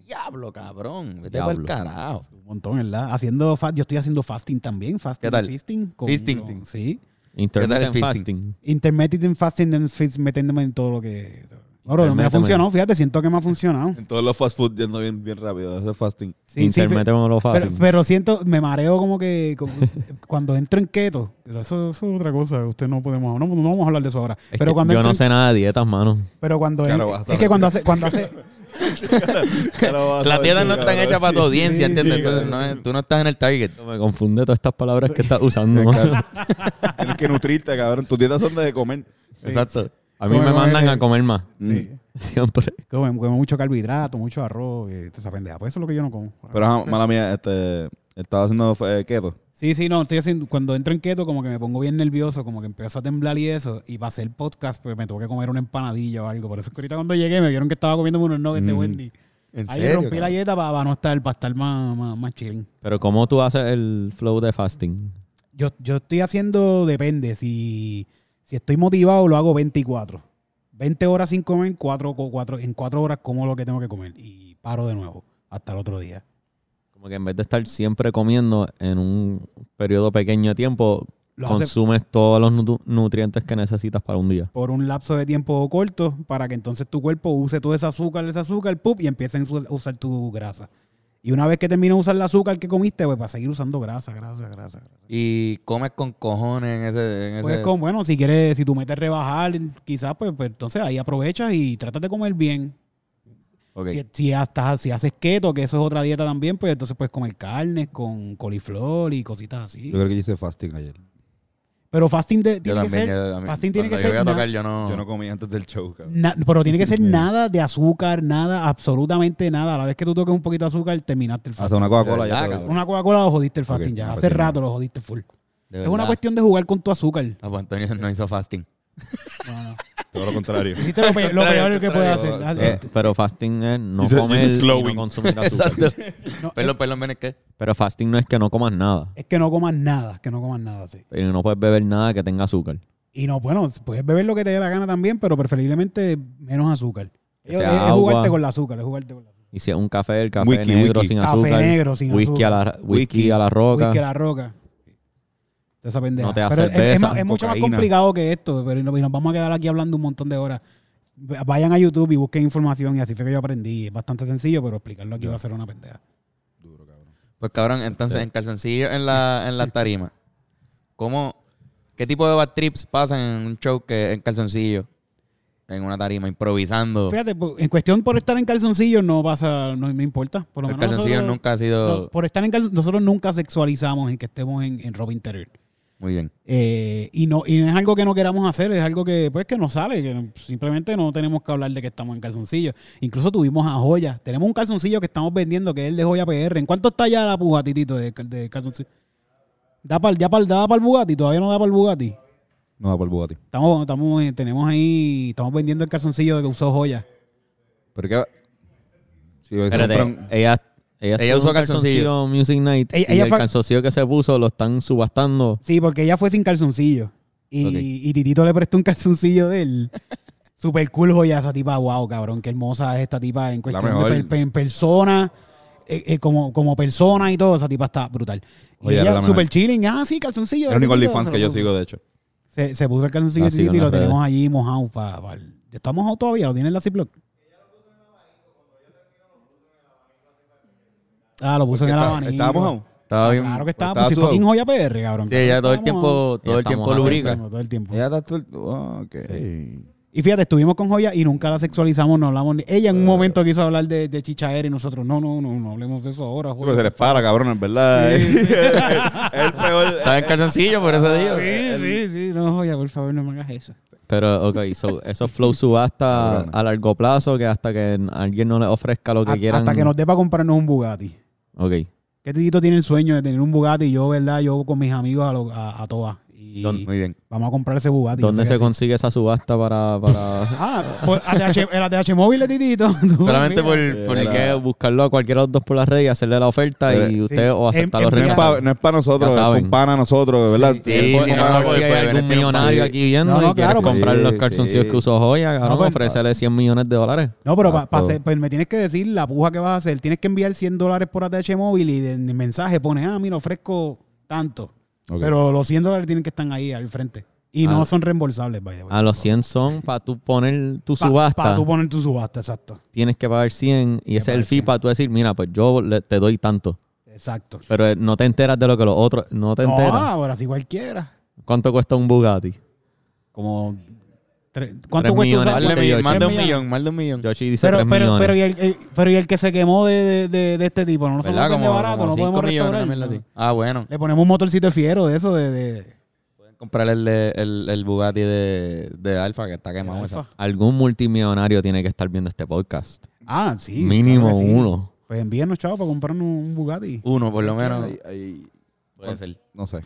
Speaker 2: Diablo, cabrón. Vete pa'l
Speaker 1: Diablo.
Speaker 2: carajo.
Speaker 4: un montón, ¿verdad? Haciendo fast, yo estoy haciendo fasting también. Fasting,
Speaker 2: ¿Qué tal?
Speaker 4: Fisting. con-
Speaker 2: Fisting.
Speaker 4: con- sí.
Speaker 1: Intermittent
Speaker 2: ¿Qué tal el
Speaker 1: fasting.
Speaker 2: fisting?
Speaker 4: Intermittent fasting, entonces, metiéndome en todo lo que... No, bro, no me ha
Speaker 1: Permíteme.
Speaker 4: funcionado, fíjate, siento que me ha funcionado.
Speaker 3: En todos los fast food yendo bien, bien rápido, ese fasting. *laughs*
Speaker 4: Sí, sí,
Speaker 1: Internet
Speaker 4: pe-
Speaker 1: con lo fácil.
Speaker 4: pero, pero siento, me mareo como que como- *laughs* cuando entro en keto. Pero eso, eso es otra cosa, usted no podemos, no, no vamos a hablar de eso ahora.
Speaker 1: Es
Speaker 4: pero
Speaker 1: que
Speaker 4: cuando
Speaker 1: yo no
Speaker 4: entro
Speaker 1: sé nada de dietas, mano.
Speaker 4: en- pero cuando
Speaker 3: Claro,
Speaker 4: en-
Speaker 3: vas a
Speaker 4: es
Speaker 3: saber.
Speaker 4: que cuando hace, cuando
Speaker 3: *laughs*
Speaker 4: hace,
Speaker 2: Las dietas no están hechas para tu audiencia,
Speaker 4: sí,
Speaker 2: ¿entiendes?
Speaker 4: sí,
Speaker 2: Entonces, no es- tú no estás en el target.
Speaker 1: Me confunde todas estas palabras que estás *laughs* usando. mano.
Speaker 3: Tienes que nutrirte, cabrón. Tus dietas son de comer.
Speaker 2: Exacto.
Speaker 1: A mí
Speaker 4: Come,
Speaker 1: me
Speaker 4: come.
Speaker 1: mandan a comer más.
Speaker 3: Mm.
Speaker 4: Sí.
Speaker 1: *laughs* Siempre.
Speaker 4: Come, come mucho carbohidrato, mucho arroz, y esa pendeja. Pues eso es lo que yo no como.
Speaker 3: Pero, ajá, mala mía, este, estaba haciendo eh, keto.
Speaker 4: Sí, sí, no, estoy haciendo, cuando entro en keto como que me pongo bien nervioso, como que empiezo a temblar y eso, y para hacer el podcast pues me tuve que comer una empanadilla o algo, por eso es que ahorita cuando llegué me vieron que estaba comiendo unos nuggets de
Speaker 2: Mm.
Speaker 4: Wendy.
Speaker 2: ¿En
Speaker 4: Ahí
Speaker 2: serio?
Speaker 4: rompí la dieta para, no estar, para estar más, más, más chilling.
Speaker 1: Pero ¿cómo tú haces el flow de fasting?
Speaker 4: Yo, yo estoy haciendo, depende, si, si estoy motivado lo hago 24. 20 horas sin comer, cuatro co- cuatro- en 4 horas como lo que tengo que comer y paro de nuevo hasta el otro día.
Speaker 1: Como que en vez de estar siempre comiendo en un periodo pequeño de tiempo,
Speaker 4: Lo hace-
Speaker 1: consumes todos los nutu- nutrientes que necesitas para un día.
Speaker 4: por un lapso de tiempo corto para que entonces tu cuerpo use todo ese azúcar, ese azúcar, pup, y empiece a usu- a usar tu grasa. Y una vez que termina de usar el azúcar que comiste, pues va a seguir usando grasa, grasa, grasa. grasa.
Speaker 2: Y comes con cojones en ese... en ese-
Speaker 4: Pues con, bueno, si quieres, si tú metes rebajar, quizás, pues, pues, entonces ahí aprovechas y tratas de comer bien.
Speaker 2: Ok.
Speaker 4: Si, si hasta, si haces keto, que eso es otra dieta también, pues entonces puedes comer carnes con coliflor y cositas así.
Speaker 3: Yo creo que yo hice fasting ayer.
Speaker 4: Pero fasting de-
Speaker 2: Yo
Speaker 4: tiene que
Speaker 2: también.
Speaker 4: ser,
Speaker 2: yo- a mí-
Speaker 4: fasting tiene que
Speaker 2: cuando yo
Speaker 4: ser
Speaker 2: voy a
Speaker 4: na-
Speaker 2: tocar, yo no...
Speaker 3: Yo no comí antes del show, cabrón.
Speaker 4: Na- pero tiene que ser nada de azúcar, nada, absolutamente nada. A la vez que tú toques un poquito de azúcar, terminaste el
Speaker 3: Hace
Speaker 4: fasting.
Speaker 3: una Coca-Cola
Speaker 2: Ya,
Speaker 3: ya. te
Speaker 2: cabrón.
Speaker 3: doy.
Speaker 4: Una Coca-Cola lo jodiste el fasting
Speaker 3: Ok,
Speaker 4: ya.
Speaker 3: no,
Speaker 4: Hace
Speaker 3: pues, sí,
Speaker 4: rato lo jodiste full.
Speaker 2: de
Speaker 4: Es una
Speaker 2: verdad.
Speaker 4: cuestión de jugar con tu azúcar.
Speaker 2: Ah, pues Antonio no hizo fasting. *laughs*
Speaker 4: No, no.
Speaker 3: Todo lo contrario.
Speaker 4: Hiciste lo, pe- lo peor que puedes hacer.
Speaker 3: Contrario,
Speaker 1: Eh, pero fasting es no
Speaker 3: Dice-
Speaker 1: comer
Speaker 3: dice
Speaker 1: y no
Speaker 3: slowing.
Speaker 1: *laughs* consumir azúcar.
Speaker 4: No, es,
Speaker 2: Perdón, perdón, ven, es que...
Speaker 1: pero fasting no es que no comas nada.
Speaker 4: es que no comas nada, que no comas nada, sí.
Speaker 1: Pero no puedes beber nada que tenga azúcar.
Speaker 4: Y no, bueno, puedes beber lo que te dé la gana también, pero preferiblemente menos azúcar.
Speaker 1: Que
Speaker 4: Es,
Speaker 1: sea
Speaker 4: es
Speaker 1: agua.
Speaker 4: jugarte con el azúcar, es jugarte con la azúcar.
Speaker 1: Y si es un café, el café
Speaker 3: Whisky,
Speaker 1: negro
Speaker 3: whisky.
Speaker 1: sin
Speaker 4: Café
Speaker 1: azúcar.
Speaker 4: negro sin
Speaker 1: whisky
Speaker 4: azúcar.
Speaker 1: A la, whisky,
Speaker 3: Whisky.
Speaker 1: a la
Speaker 4: Uy,
Speaker 1: roca.
Speaker 4: que la roca. De esa pendeja.
Speaker 1: No te da
Speaker 4: Pero es- es,
Speaker 1: cerveza,
Speaker 4: más- es mucho más
Speaker 3: cocaína.
Speaker 4: complicado que esto, pero y nos, y nos vamos a quedar aquí hablando un montón de horas. Vayan a YouTube y busquen información y así fue que yo aprendí. Es bastante sencillo, pero explicarlo aquí va a ser una pendeja.
Speaker 2: Pues cabrón, entonces en calzoncillo en la, en la tarima, ¿cómo, ¿qué tipo de bad trips pasan en un show que en calzoncillo? En una tarima, improvisando.
Speaker 4: Fíjate, pues, en cuestión por estar en calzoncillos no pasa, no me importa. Por lo
Speaker 2: El
Speaker 4: menos
Speaker 2: calzoncillo
Speaker 4: nosotros-
Speaker 2: nunca ha sido...
Speaker 4: no, por estar en calzoncillos, nosotros nunca sexualizamos en que estemos en, en ropa interior.
Speaker 2: Muy bien.
Speaker 4: Eh, y no y no es algo que no queramos hacer, es algo que pues que no sale, que no- simplemente no tenemos que hablar de que estamos en calzoncillo. Incluso tuvimos a Joya, tenemos un calzoncillo que estamos vendiendo que es el de Joya PR. ¿En cuánto está ya la puja, Titito, de, de calzoncillo? Da para ya para da para el Bugatti, todavía no da para el Bugatti.
Speaker 3: No, por el Bugatti.
Speaker 4: Estamos estamos eh, tenemos ahí estamos vendiendo el calzoncillo que usó Joya.
Speaker 3: Pero que... Si hubiese
Speaker 1: Espérate,
Speaker 3: comprado
Speaker 2: Eh,
Speaker 3: un-
Speaker 1: ella, ella,
Speaker 2: Ella
Speaker 1: usó
Speaker 2: usó
Speaker 1: un calzoncillo Music Night
Speaker 4: Ella-
Speaker 1: y
Speaker 4: ella
Speaker 1: el
Speaker 4: fue-
Speaker 1: calzoncillo que se puso lo están subastando.
Speaker 4: Sí, porque ella fue sin calzoncillo y,
Speaker 2: Ok.
Speaker 4: y Titito le prestó un calzoncillo de él. Super cool joya esa tipa, wow, cabrón, qué hermosa es esta tipa en cuestión de
Speaker 3: mejor.
Speaker 4: per- per- en persona, eh, eh, como, como persona y todo, esa tipa está brutal. Y
Speaker 3: Joya era la
Speaker 4: ella,
Speaker 3: mejor.
Speaker 4: super chilling, ah, sí, calzoncillo.
Speaker 3: Es el único
Speaker 4: Titito,
Speaker 3: OnlyFans
Speaker 4: se
Speaker 3: que
Speaker 4: lo
Speaker 3: yo
Speaker 4: puso.
Speaker 3: sigo, Ah, de hecho.
Speaker 4: Se, se puso el calzoncillo
Speaker 1: La
Speaker 4: de Titito
Speaker 1: sigo
Speaker 4: y
Speaker 1: en
Speaker 4: lo
Speaker 1: las
Speaker 4: tenemos allí mojado. Pa, pa- Estamos mojados todavía, lo tiene en la Ziploc. Ah, lo puso en el
Speaker 3: Está-
Speaker 4: abanico.
Speaker 3: Estaba mojado.
Speaker 2: Estaba bien.
Speaker 4: Claro que estaba,
Speaker 3: estaba
Speaker 4: pues, si
Speaker 3: sudado.
Speaker 4: fucking joya PR, cabrón.
Speaker 2: Sí, ella todo el
Speaker 4: Estaba mojado.
Speaker 2: tiempo, todo el
Speaker 1: Estamos
Speaker 2: tiempo
Speaker 1: así,
Speaker 2: lubrica.
Speaker 4: Todo el tiempo.
Speaker 3: Ella está todo... el- Ah, ok.
Speaker 4: Y fíjate, estuvimos con Joya y nunca la sexualizamos, no hablamos. ni- Ella en
Speaker 2: Eh.
Speaker 4: un momento quiso hablar de, de chichaera y nosotros, no, no, no, no hablemos de eso ahora,
Speaker 3: Sí, pues se
Speaker 4: Joya.
Speaker 3: les para, cabrón, en verdad. eh. *laughs* es el peor.
Speaker 2: Estaba en calzoncillo, por eso digo.
Speaker 4: Sí, sí, sí, no, Joya, por favor, no me hagas eso.
Speaker 1: Pero, ok, *laughs* so, esos flow subasta
Speaker 3: Cabrona.
Speaker 1: a largo plazo que hasta que alguien no le ofrezca lo que
Speaker 4: Ha-
Speaker 1: quieran.
Speaker 4: Hasta que nos dé para comprarnos un Bugatti.
Speaker 1: Ok.
Speaker 4: Que Titito tiene el sueño de tener un Bugatti y yo, ¿verdad? Yo con mis amigos a, lo- a, a todas. Y
Speaker 2: Don- Muy bien.
Speaker 4: vamos a comprar ese Bugatti. yo
Speaker 1: ¿Dónde
Speaker 4: sé
Speaker 1: se
Speaker 4: que sí.
Speaker 1: consigue esa subasta para...? *laughs* para...
Speaker 4: Ah, por ATH, el ATH móvil de Titito. *laughs*
Speaker 2: Solamente por, por
Speaker 1: Hay
Speaker 2: el
Speaker 1: que
Speaker 2: que...
Speaker 1: buscarlo a cualquiera de los dos por las redes y hacerle la oferta y
Speaker 3: Sí.
Speaker 1: usted o aceptar
Speaker 4: En-
Speaker 1: los
Speaker 4: en-
Speaker 3: No es
Speaker 1: regalos.
Speaker 3: para nosotros,
Speaker 1: Ya
Speaker 3: es
Speaker 1: saben.
Speaker 3: un pana a nosotros, ¿verdad?
Speaker 4: Sí,
Speaker 2: Sí,
Speaker 3: Él
Speaker 2: sí,
Speaker 3: puede
Speaker 1: Si
Speaker 2: no,
Speaker 3: pagar-
Speaker 2: no,
Speaker 1: hay
Speaker 2: puede
Speaker 1: algún
Speaker 2: venir
Speaker 1: millonario
Speaker 2: un-
Speaker 1: aquí viendo
Speaker 4: No, no,
Speaker 1: y quieres
Speaker 4: claro.
Speaker 1: comprar los
Speaker 3: Sí,
Speaker 1: calzoncillos
Speaker 3: sí.
Speaker 1: que usó Joya, cabrón,
Speaker 4: No, pues,
Speaker 1: ofrécele 100 millones de dólares.
Speaker 4: No, pero pa-
Speaker 3: Exacto.
Speaker 4: pa hacer- pues me tienes que decir la puja que vas a hacer. Tienes que enviar 100 dólares por ATH móvil y en el mensaje pones, ah, mira, ofrezco tanto.
Speaker 3: Ok.
Speaker 4: Pero los 100 dólares tienen que estar ahí al frente. Y
Speaker 1: Ah.
Speaker 4: no son reembolsables, by the way.
Speaker 1: A los 100 son para tú poner tu subasta.
Speaker 4: Para tú poner tu subasta, exacto.
Speaker 1: Tienes que pagar 100 y
Speaker 4: que
Speaker 1: ese es el
Speaker 4: pagar
Speaker 1: fee
Speaker 4: 100.
Speaker 1: para tú decir, mira, pues yo le- te doy tanto.
Speaker 4: Exacto.
Speaker 1: Pero eh, no te enteras de lo que los otros... No te
Speaker 4: No,
Speaker 1: enteras.
Speaker 4: ahora sí cualquiera.
Speaker 1: ¿Cuánto cuesta un Bugatti?
Speaker 4: Como. tre-
Speaker 1: Tres
Speaker 4: ¿Cuánto cuesta
Speaker 1: millones,
Speaker 4: usar?
Speaker 1: vale
Speaker 2: Más de
Speaker 1: millón,
Speaker 2: millón, más de
Speaker 4: tres
Speaker 2: un
Speaker 4: millones.
Speaker 2: millón, más de un millón.
Speaker 1: Yoshi dice
Speaker 4: Pero,
Speaker 1: 3
Speaker 4: pero,
Speaker 1: millones.
Speaker 4: pero, y el, el- pero y el que se quemó de, de, de, de este tipo, no lo
Speaker 2: ¿Verdad?
Speaker 4: somos de
Speaker 2: Como,
Speaker 4: barato,
Speaker 2: como
Speaker 4: no podemos
Speaker 2: cinco millones, una
Speaker 4: restaurar.
Speaker 2: mierda así.
Speaker 4: ¿no?
Speaker 2: Ah, bueno.
Speaker 4: Le ponemos un motorcito de fiero de eso, de. de
Speaker 2: Pueden comprar el, de- el, el Bugatti de, de Alfa que está quemado.
Speaker 4: de
Speaker 2: esa.
Speaker 4: Alfa.
Speaker 1: Algún multimillonario tiene que estar viendo este podcast.
Speaker 4: Ah, sí.
Speaker 1: Mínimo
Speaker 4: claro que sí.
Speaker 1: uno.
Speaker 4: Pues envíenos, chavos, para comprarnos un Bugatti.
Speaker 2: Uno, por lo menos.
Speaker 3: Ahí- ahí-
Speaker 2: Puede ser.
Speaker 3: no sé.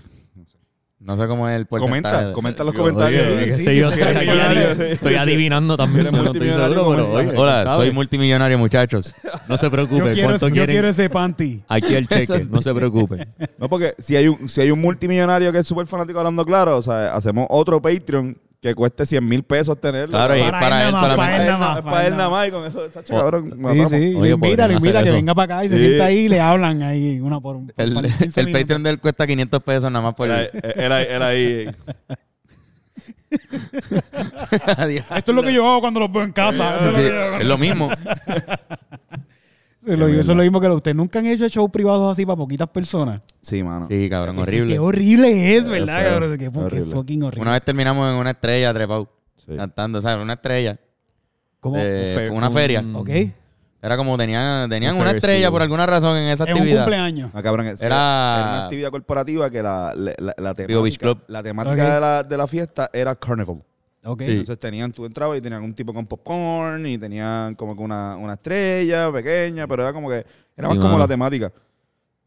Speaker 2: No sé cómo es el porcentaje.
Speaker 3: Comenta,
Speaker 2: de-
Speaker 3: comenta en los
Speaker 2: Yo-
Speaker 3: comentarios.
Speaker 1: Oye, qué
Speaker 3: Sí,
Speaker 1: sé yo,
Speaker 3: si eres
Speaker 1: estoy-
Speaker 3: millonario,
Speaker 1: Estoy adivinando también.
Speaker 3: Eres
Speaker 1: no estoy
Speaker 3: multimillonario
Speaker 1: seguro, pero,
Speaker 3: como
Speaker 1: oye,
Speaker 3: él.
Speaker 1: Hola,
Speaker 2: Hola, soy multimillonario,
Speaker 4: *laughs*
Speaker 2: muchachos.
Speaker 1: no se preocupe. ¿Cuánto
Speaker 4: yo
Speaker 1: quieren?
Speaker 4: quiero ese panty.
Speaker 1: Aquí el cheque, no se preocupe.
Speaker 3: No, porque si hay un, si hay un multimillonario que es súper fanático hablando claro, o sea, hacemos otro Patreon que cueste 100 mil pesos tenerlo.
Speaker 2: Claro, y
Speaker 4: Para
Speaker 2: es Oh, para
Speaker 4: él
Speaker 2: él solamente.
Speaker 4: nada más, para él. nada más,
Speaker 3: Es para él nada más y con eso, está cabrón. nos
Speaker 4: Sí,
Speaker 3: vamos.
Speaker 4: sí.
Speaker 1: Oye,
Speaker 4: le invita,
Speaker 1: podrían
Speaker 4: le
Speaker 1: hacer
Speaker 4: invita que
Speaker 1: eso.
Speaker 4: venga para acá y se
Speaker 3: Sí.
Speaker 4: sienta ahí y le hablan ahí una por un
Speaker 2: El,
Speaker 4: por 15
Speaker 2: el
Speaker 4: minutos.
Speaker 2: Patreon de él cuesta 500 pesos nada más por
Speaker 3: Él ahí- él ahí- él ahí.
Speaker 2: *laughs* Adiós.
Speaker 4: Esto es lo que yo hago cuando los veo en casa. Esto es lo
Speaker 2: Sí,
Speaker 4: que yo hago.
Speaker 2: es lo mismo.
Speaker 4: Lo- eso es lo mismo que lo- ustedes nunca han hecho shows privados así para poquitas personas.
Speaker 3: Sí, mano.
Speaker 2: Sí, cabrón,
Speaker 4: Sí,
Speaker 2: horrible.
Speaker 4: Qué horrible es, ¿verdad,
Speaker 3: feo,
Speaker 4: cabrón? Qué, qué
Speaker 3: horrible.
Speaker 4: fucking horrible.
Speaker 2: Una vez terminamos en una estrella, Trepau,
Speaker 3: Sí.
Speaker 2: cantando, ¿sabes? Una estrella.
Speaker 4: ¿Cómo?
Speaker 2: Eh,
Speaker 3: fe-
Speaker 2: fue una feria.
Speaker 1: un-
Speaker 4: ¿Ok? En
Speaker 2: Era como tenían, tenían
Speaker 1: Un
Speaker 2: una
Speaker 1: fair
Speaker 2: estrella
Speaker 1: school.
Speaker 2: por alguna razón en esa
Speaker 4: un
Speaker 2: actividad.
Speaker 4: cumpleaños.
Speaker 3: No, Ah, cabrón, es que
Speaker 2: Era-
Speaker 3: era, una actividad corporativa que la, la, la- la temática,
Speaker 2: Vivo Beach Club.
Speaker 3: La temática
Speaker 4: Ok.
Speaker 3: de, la, de la fiesta era carnival.
Speaker 4: Ok.
Speaker 3: Entonces tenían, tú entrabas y tenían un tipo con popcorn y tenían como que una, una estrella pequeña, pero era como que, era más
Speaker 1: Sí,
Speaker 3: como
Speaker 1: mano.
Speaker 3: la temática.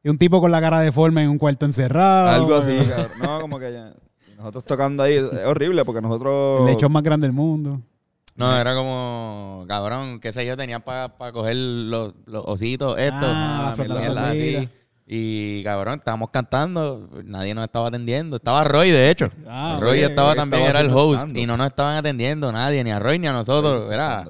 Speaker 4: Y un tipo con la cara deforme en un cuarto encerrado.
Speaker 3: Algo así, cabrón. No, como que ya- nosotros tocando ahí, es horrible porque nosotros...
Speaker 4: El lechón más grande del mundo.
Speaker 2: No, era como, cabrón, qué sé yo, tenían para coger los, los ositos estos.
Speaker 4: Ah,
Speaker 2: mierda,
Speaker 4: las
Speaker 2: mierda,
Speaker 4: cositas.
Speaker 2: así. Y cabrón, estábamos cantando, nadie nos estaba atendiendo. Estaba Roy, de hecho.
Speaker 4: Ah,
Speaker 2: Roy
Speaker 3: ok.
Speaker 2: estaba
Speaker 3: Roy
Speaker 2: también,
Speaker 3: estaba
Speaker 2: era el
Speaker 3: haciendo
Speaker 2: host.
Speaker 3: stand-up.
Speaker 2: Y no nos estaban atendiendo nadie, ni a Roy ni a nosotros. Era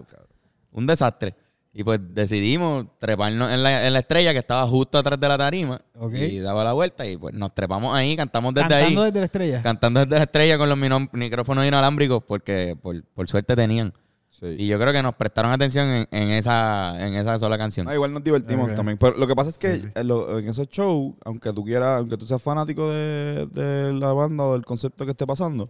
Speaker 2: un desastre. Y pues decidimos treparnos en la, en la estrella que estaba justo atrás de la tarima.
Speaker 4: Ok.
Speaker 2: Y daba la vuelta y pues nos trepamos ahí, cantamos desde
Speaker 4: Cantando
Speaker 2: ahí.
Speaker 4: desde la *laughs* estrella.
Speaker 2: Cantando desde la estrella con los mino- micrófonos inalámbricos porque por, por suerte tenían.
Speaker 3: Sí.
Speaker 2: Y yo creo que nos prestaron atención en, en esa, en esa sola canción.
Speaker 3: Ah, igual nos divertimos
Speaker 4: Ok.
Speaker 3: también. Pero lo que pasa es que en, lo- en esos shows, aunque tú quieras, aunque tú seas fanático de, de la banda o del concepto que esté pasando,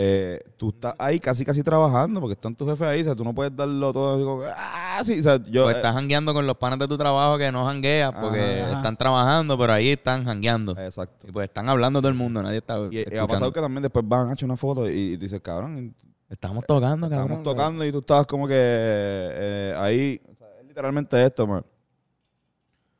Speaker 3: eh, tú estás ahí casi casi trabajando porque están tus jefes ahí, o sea, tú no puedes darlo todo así como, ah, sí, o sea, yo...
Speaker 2: pues
Speaker 3: eh,
Speaker 2: estás jangueando con los panas de tu trabajo que no jangueas porque
Speaker 4: Ajá.
Speaker 2: están trabajando, pero ahí están jangueando.
Speaker 3: exacto.
Speaker 2: Y pues están hablando todo el mundo, nadie está
Speaker 3: Eh, Y, y ha
Speaker 2: escuchando.
Speaker 3: pasado que también después van a echar una foto y, y tú dices, cabrón,
Speaker 2: Estamos tocando, cabrón.
Speaker 3: estábamos tocando y tú estabas como que eh, ahí, o sea, es literalmente esto, man.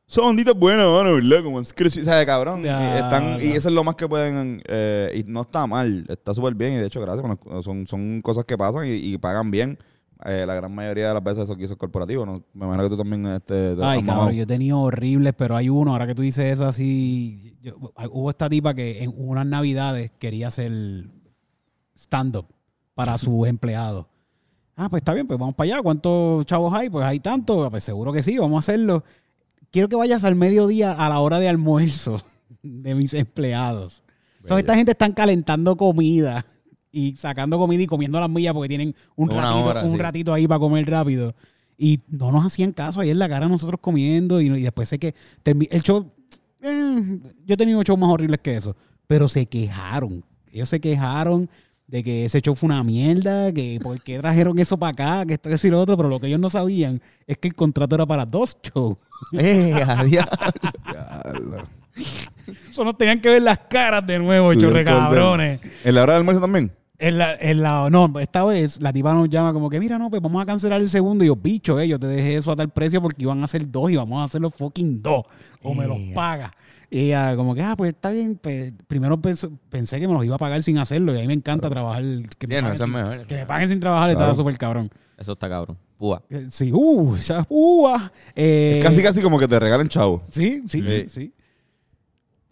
Speaker 3: Son onditas buenas, mano, ¿verdad? Como es que sí, ¿sabes, cabrón?
Speaker 4: Ya,
Speaker 3: y, están, y
Speaker 4: ya.
Speaker 3: eso es lo más que pueden. eh, y no está mal, está súper bien. Y de hecho, gracias, bueno, son, son cosas que pasan y, y pagan bien. Eh, la gran mayoría de las veces eso que hizo el corporativo. ¿no? Me imagino que tú también. Este, te
Speaker 4: Ay,
Speaker 3: has mamado.
Speaker 4: cabrón, yo he tenido horribles, pero hay uno, ahora que tú dices eso así, yo- hubo esta tipa que en unas navidades quería hacer stand-up para sus empleados. Ah, pues está bien, pues vamos para allá, ¿cuántos chavos hay? Pues hay tantos, Ah, pues seguro que sí, vamos a hacerlo. Quiero que vayas al mediodía a la hora de almuerzo *laughs* de mis empleados. Entonces, esta gente están calentando comida y sacando comida y comiendo las millas porque tienen un,
Speaker 2: Una
Speaker 4: ratito,
Speaker 2: hora,
Speaker 4: un
Speaker 2: sí.
Speaker 4: ratito ahí para comer rápido. Y no nos hacían caso ahí en la cara nosotros comiendo. Y, no- y después sé que termi- el show. eh, yo he tenido shows más horribles que eso. Pero se quejaron. Ellos se quejaron de que ese show fue una mierda, que por qué trajeron eso para acá, que esto, que si lo otro. Pero lo que ellos no sabían es que el contrato era para dos shows.
Speaker 2: ¡Eh, adiós!
Speaker 4: Eso nos tenían que ver las caras de nuevo,
Speaker 3: Tuvieron
Speaker 4: chorre
Speaker 3: que volver.
Speaker 4: cabrones.
Speaker 3: ¿En la hora del almuerzo también?
Speaker 4: En la, en la- no, esta vez la tipa nos llama como que, mira, no, pues vamos a cancelar el segundo. Y yo, bicho, eh, yo te dejé eso a tal precio porque iban a ser dos y vamos a hacer los fucking dos. O me los
Speaker 2: Ea.
Speaker 4: paga. Y ella como que, ah, pues está bien. pues, primero pens- pensé que me los iba a pagar sin hacerlo. Y a mí me encanta trabajar. Que,
Speaker 2: Sí, no,
Speaker 4: me, paguen
Speaker 2: eso es
Speaker 4: sin,
Speaker 2: mejor.
Speaker 4: que me paguen sin trabajar, estaba
Speaker 3: Claro.
Speaker 4: súper cabrón.
Speaker 1: Eso está cabrón.
Speaker 2: Púa.
Speaker 4: Eh, Sí, uh, esa uva. eh,
Speaker 3: casi casi como que te regalen chavo.
Speaker 4: Sí, sí, sí.
Speaker 3: Sí.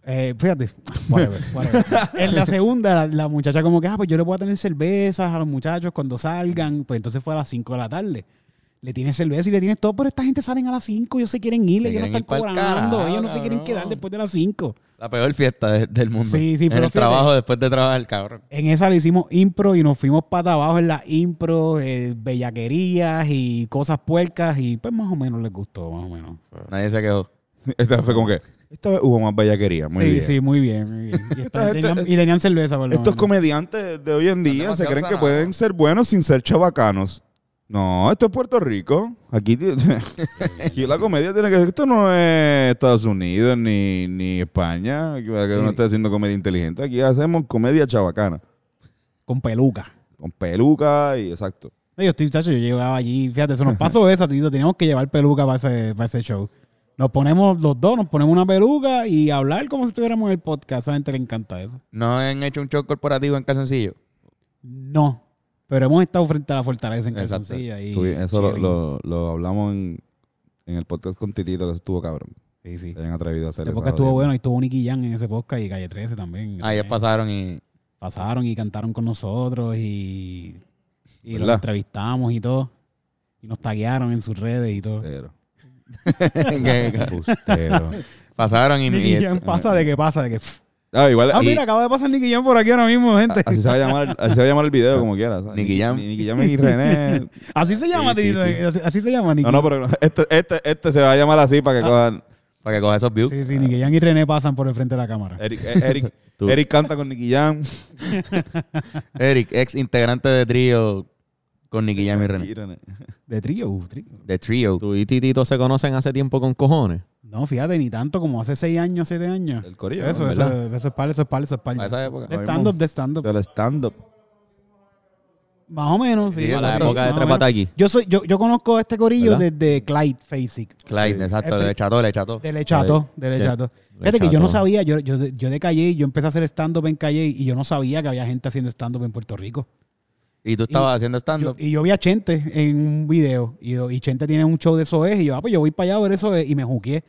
Speaker 4: Eh, fíjate, whatever,
Speaker 2: *laughs*
Speaker 4: whatever. en la segunda, la, la muchacha como que, ah, pues yo le voy a tener cervezas a los muchachos cuando salgan. Pues entonces fue a las 5 de la tarde. le tienes cerveza y le tienes todo, pero esta gente salen a las 5, ellos se quieren ir,
Speaker 2: Se
Speaker 4: ellos
Speaker 2: quieren
Speaker 4: no están
Speaker 2: ir pa'l
Speaker 4: cobrando,
Speaker 2: carajo,
Speaker 4: ellos no se quieren
Speaker 2: cabrón.
Speaker 4: quedar después de las 5.
Speaker 2: La peor fiesta de- del mundo.
Speaker 4: Sí, sí,
Speaker 2: En
Speaker 4: pero
Speaker 2: el
Speaker 4: fíjate.
Speaker 2: trabajo después de trabajar, cabrón.
Speaker 4: En esa le hicimos impro y nos fuimos para abajo en la impro, eh, bellaquerías y cosas puercas y pues más o menos les gustó, más o menos.
Speaker 2: Nadie se quejó.
Speaker 3: Esta fue como que. Esta vez hubo más bellaquería. Muy
Speaker 4: sí,
Speaker 3: bien.
Speaker 4: sí, muy bien, muy
Speaker 2: *laughs*
Speaker 4: bien. Y,
Speaker 3: Esta gente-
Speaker 4: tenían, y tenían cerveza, por lo
Speaker 3: Estos
Speaker 4: menos.
Speaker 3: comediantes de hoy en día se
Speaker 2: demasiado
Speaker 3: creen que
Speaker 2: zanados.
Speaker 3: pueden ser buenos sin ser chabacanos. No, esto es Puerto Rico. Aquí, ti- *laughs* aquí la comedia tiene que ser. Esto no es Estados Unidos ni, ni España. Que para que uno esté haciendo comedia inteligente. Aquí hacemos comedia chabacana.
Speaker 4: Con peluca.
Speaker 3: Con peluca y exacto.
Speaker 4: No, Yo estoy, chacho, yo llegaba allí, fíjate, se nos
Speaker 3: *laughs*
Speaker 4: pasó esa, Tito, teníamos que llevar peluca para ese, para ese show. Nos ponemos los dos, nos ponemos una peluca y hablar como si estuviéramos en el podcast. A esa gente le encanta eso.
Speaker 2: ¿No han hecho un show corporativo en calzoncillo?
Speaker 4: No, pero hemos estado frente a la fortaleza en
Speaker 2: Exacto.
Speaker 4: calzoncilla y
Speaker 3: Tú- eso lo,
Speaker 4: chévere.
Speaker 3: lo- lo hablamos en, en el podcast con Titito, que eso estuvo cabrón.
Speaker 4: Sí, sí.
Speaker 3: Se hayan atrevido a hacer
Speaker 4: Ese
Speaker 3: esa Ah,
Speaker 4: podcast estuvo
Speaker 3: jodienda.
Speaker 4: bueno y estuvo Nicky Jam en ese podcast y Calle 13 también.
Speaker 2: Ahí
Speaker 4: También.
Speaker 2: pasaron y... *laughs*
Speaker 4: Pasaron y cantaron con nosotros y, y los
Speaker 3: ¿Verdad?
Speaker 4: entrevistamos y todo. Y nos taguearon en sus redes y todo.
Speaker 3: *laughs* Ustero.
Speaker 2: que-
Speaker 3: Ustero.
Speaker 2: pasaron y...
Speaker 4: Nicky
Speaker 2: y-
Speaker 4: Jam pasa de que pasa, de que...
Speaker 3: Ah, igual. y-
Speaker 4: Ah,
Speaker 3: Ah,
Speaker 4: mira, acaba de pasar Nicky Jam por aquí ahora mismo, gente.
Speaker 3: Así se va a llamar, así se va a llamar el video como quieras.
Speaker 2: Nicky
Speaker 3: Ni-
Speaker 2: Jam.
Speaker 3: ni Nicky Jam y
Speaker 4: *laughs*
Speaker 3: René.
Speaker 4: Así se llama,
Speaker 2: Sí, sí,
Speaker 4: Tito,
Speaker 2: sí.
Speaker 4: eh, así- Así se llama, Nicky.
Speaker 3: No, no, pero no, este, este, este se va a llamar así para que
Speaker 4: Ah.
Speaker 3: cojan.
Speaker 2: para que coja esos views.
Speaker 4: Sí, sí, Nicky Jam y René pasan por el frente de la cámara.
Speaker 3: Eric, eh, Eric,
Speaker 2: *laughs* Tú.
Speaker 3: Eric canta con Nicky Jam.
Speaker 2: Eric, ex integrante de trío con Nicky Jam y René.
Speaker 3: Y René.
Speaker 4: De trío, uh, trío.
Speaker 2: De trío.
Speaker 1: Tú y Titito se conocen hace tiempo con cojones.
Speaker 4: No, fíjate, ni tanto como hace seis años, siete años.
Speaker 3: El corillo. ¿no?
Speaker 4: Eso, eso,
Speaker 2: ¿verdad?
Speaker 4: eso es palo, eso es palo, eso es palo.
Speaker 2: A esa época.
Speaker 4: De stand-up, de stand-up.
Speaker 3: Del stand-up.
Speaker 4: Más o menos, sí.
Speaker 2: Sí,
Speaker 4: más
Speaker 2: a la
Speaker 4: o menos,
Speaker 1: época de
Speaker 4: más o
Speaker 1: Tres
Speaker 4: menos.
Speaker 1: Pataki.
Speaker 4: Yo, soy, yo, yo conozco a este corillo
Speaker 1: ¿Verdad?
Speaker 4: desde Clyde Facing.
Speaker 2: Clyde, exacto,
Speaker 4: Eh,
Speaker 2: le echató, le echató.
Speaker 4: Del Echato, del
Speaker 1: Sí.
Speaker 4: Echato.
Speaker 1: Del
Speaker 4: Fíjate que yo
Speaker 1: Echato.
Speaker 4: no sabía, yo, yo, de- yo de Calle, yo empecé a hacer stand-up en Calle y yo no sabía que había gente haciendo stand-up en Puerto Rico.
Speaker 2: Y tú estabas haciendo
Speaker 4: Yo-
Speaker 2: stand-up.
Speaker 4: y yo vi a Chente en un video. Y, yo- y Chente tiene un show de SOES. Y yo, ah, pues yo voy para allá a ver eso Y me juqué.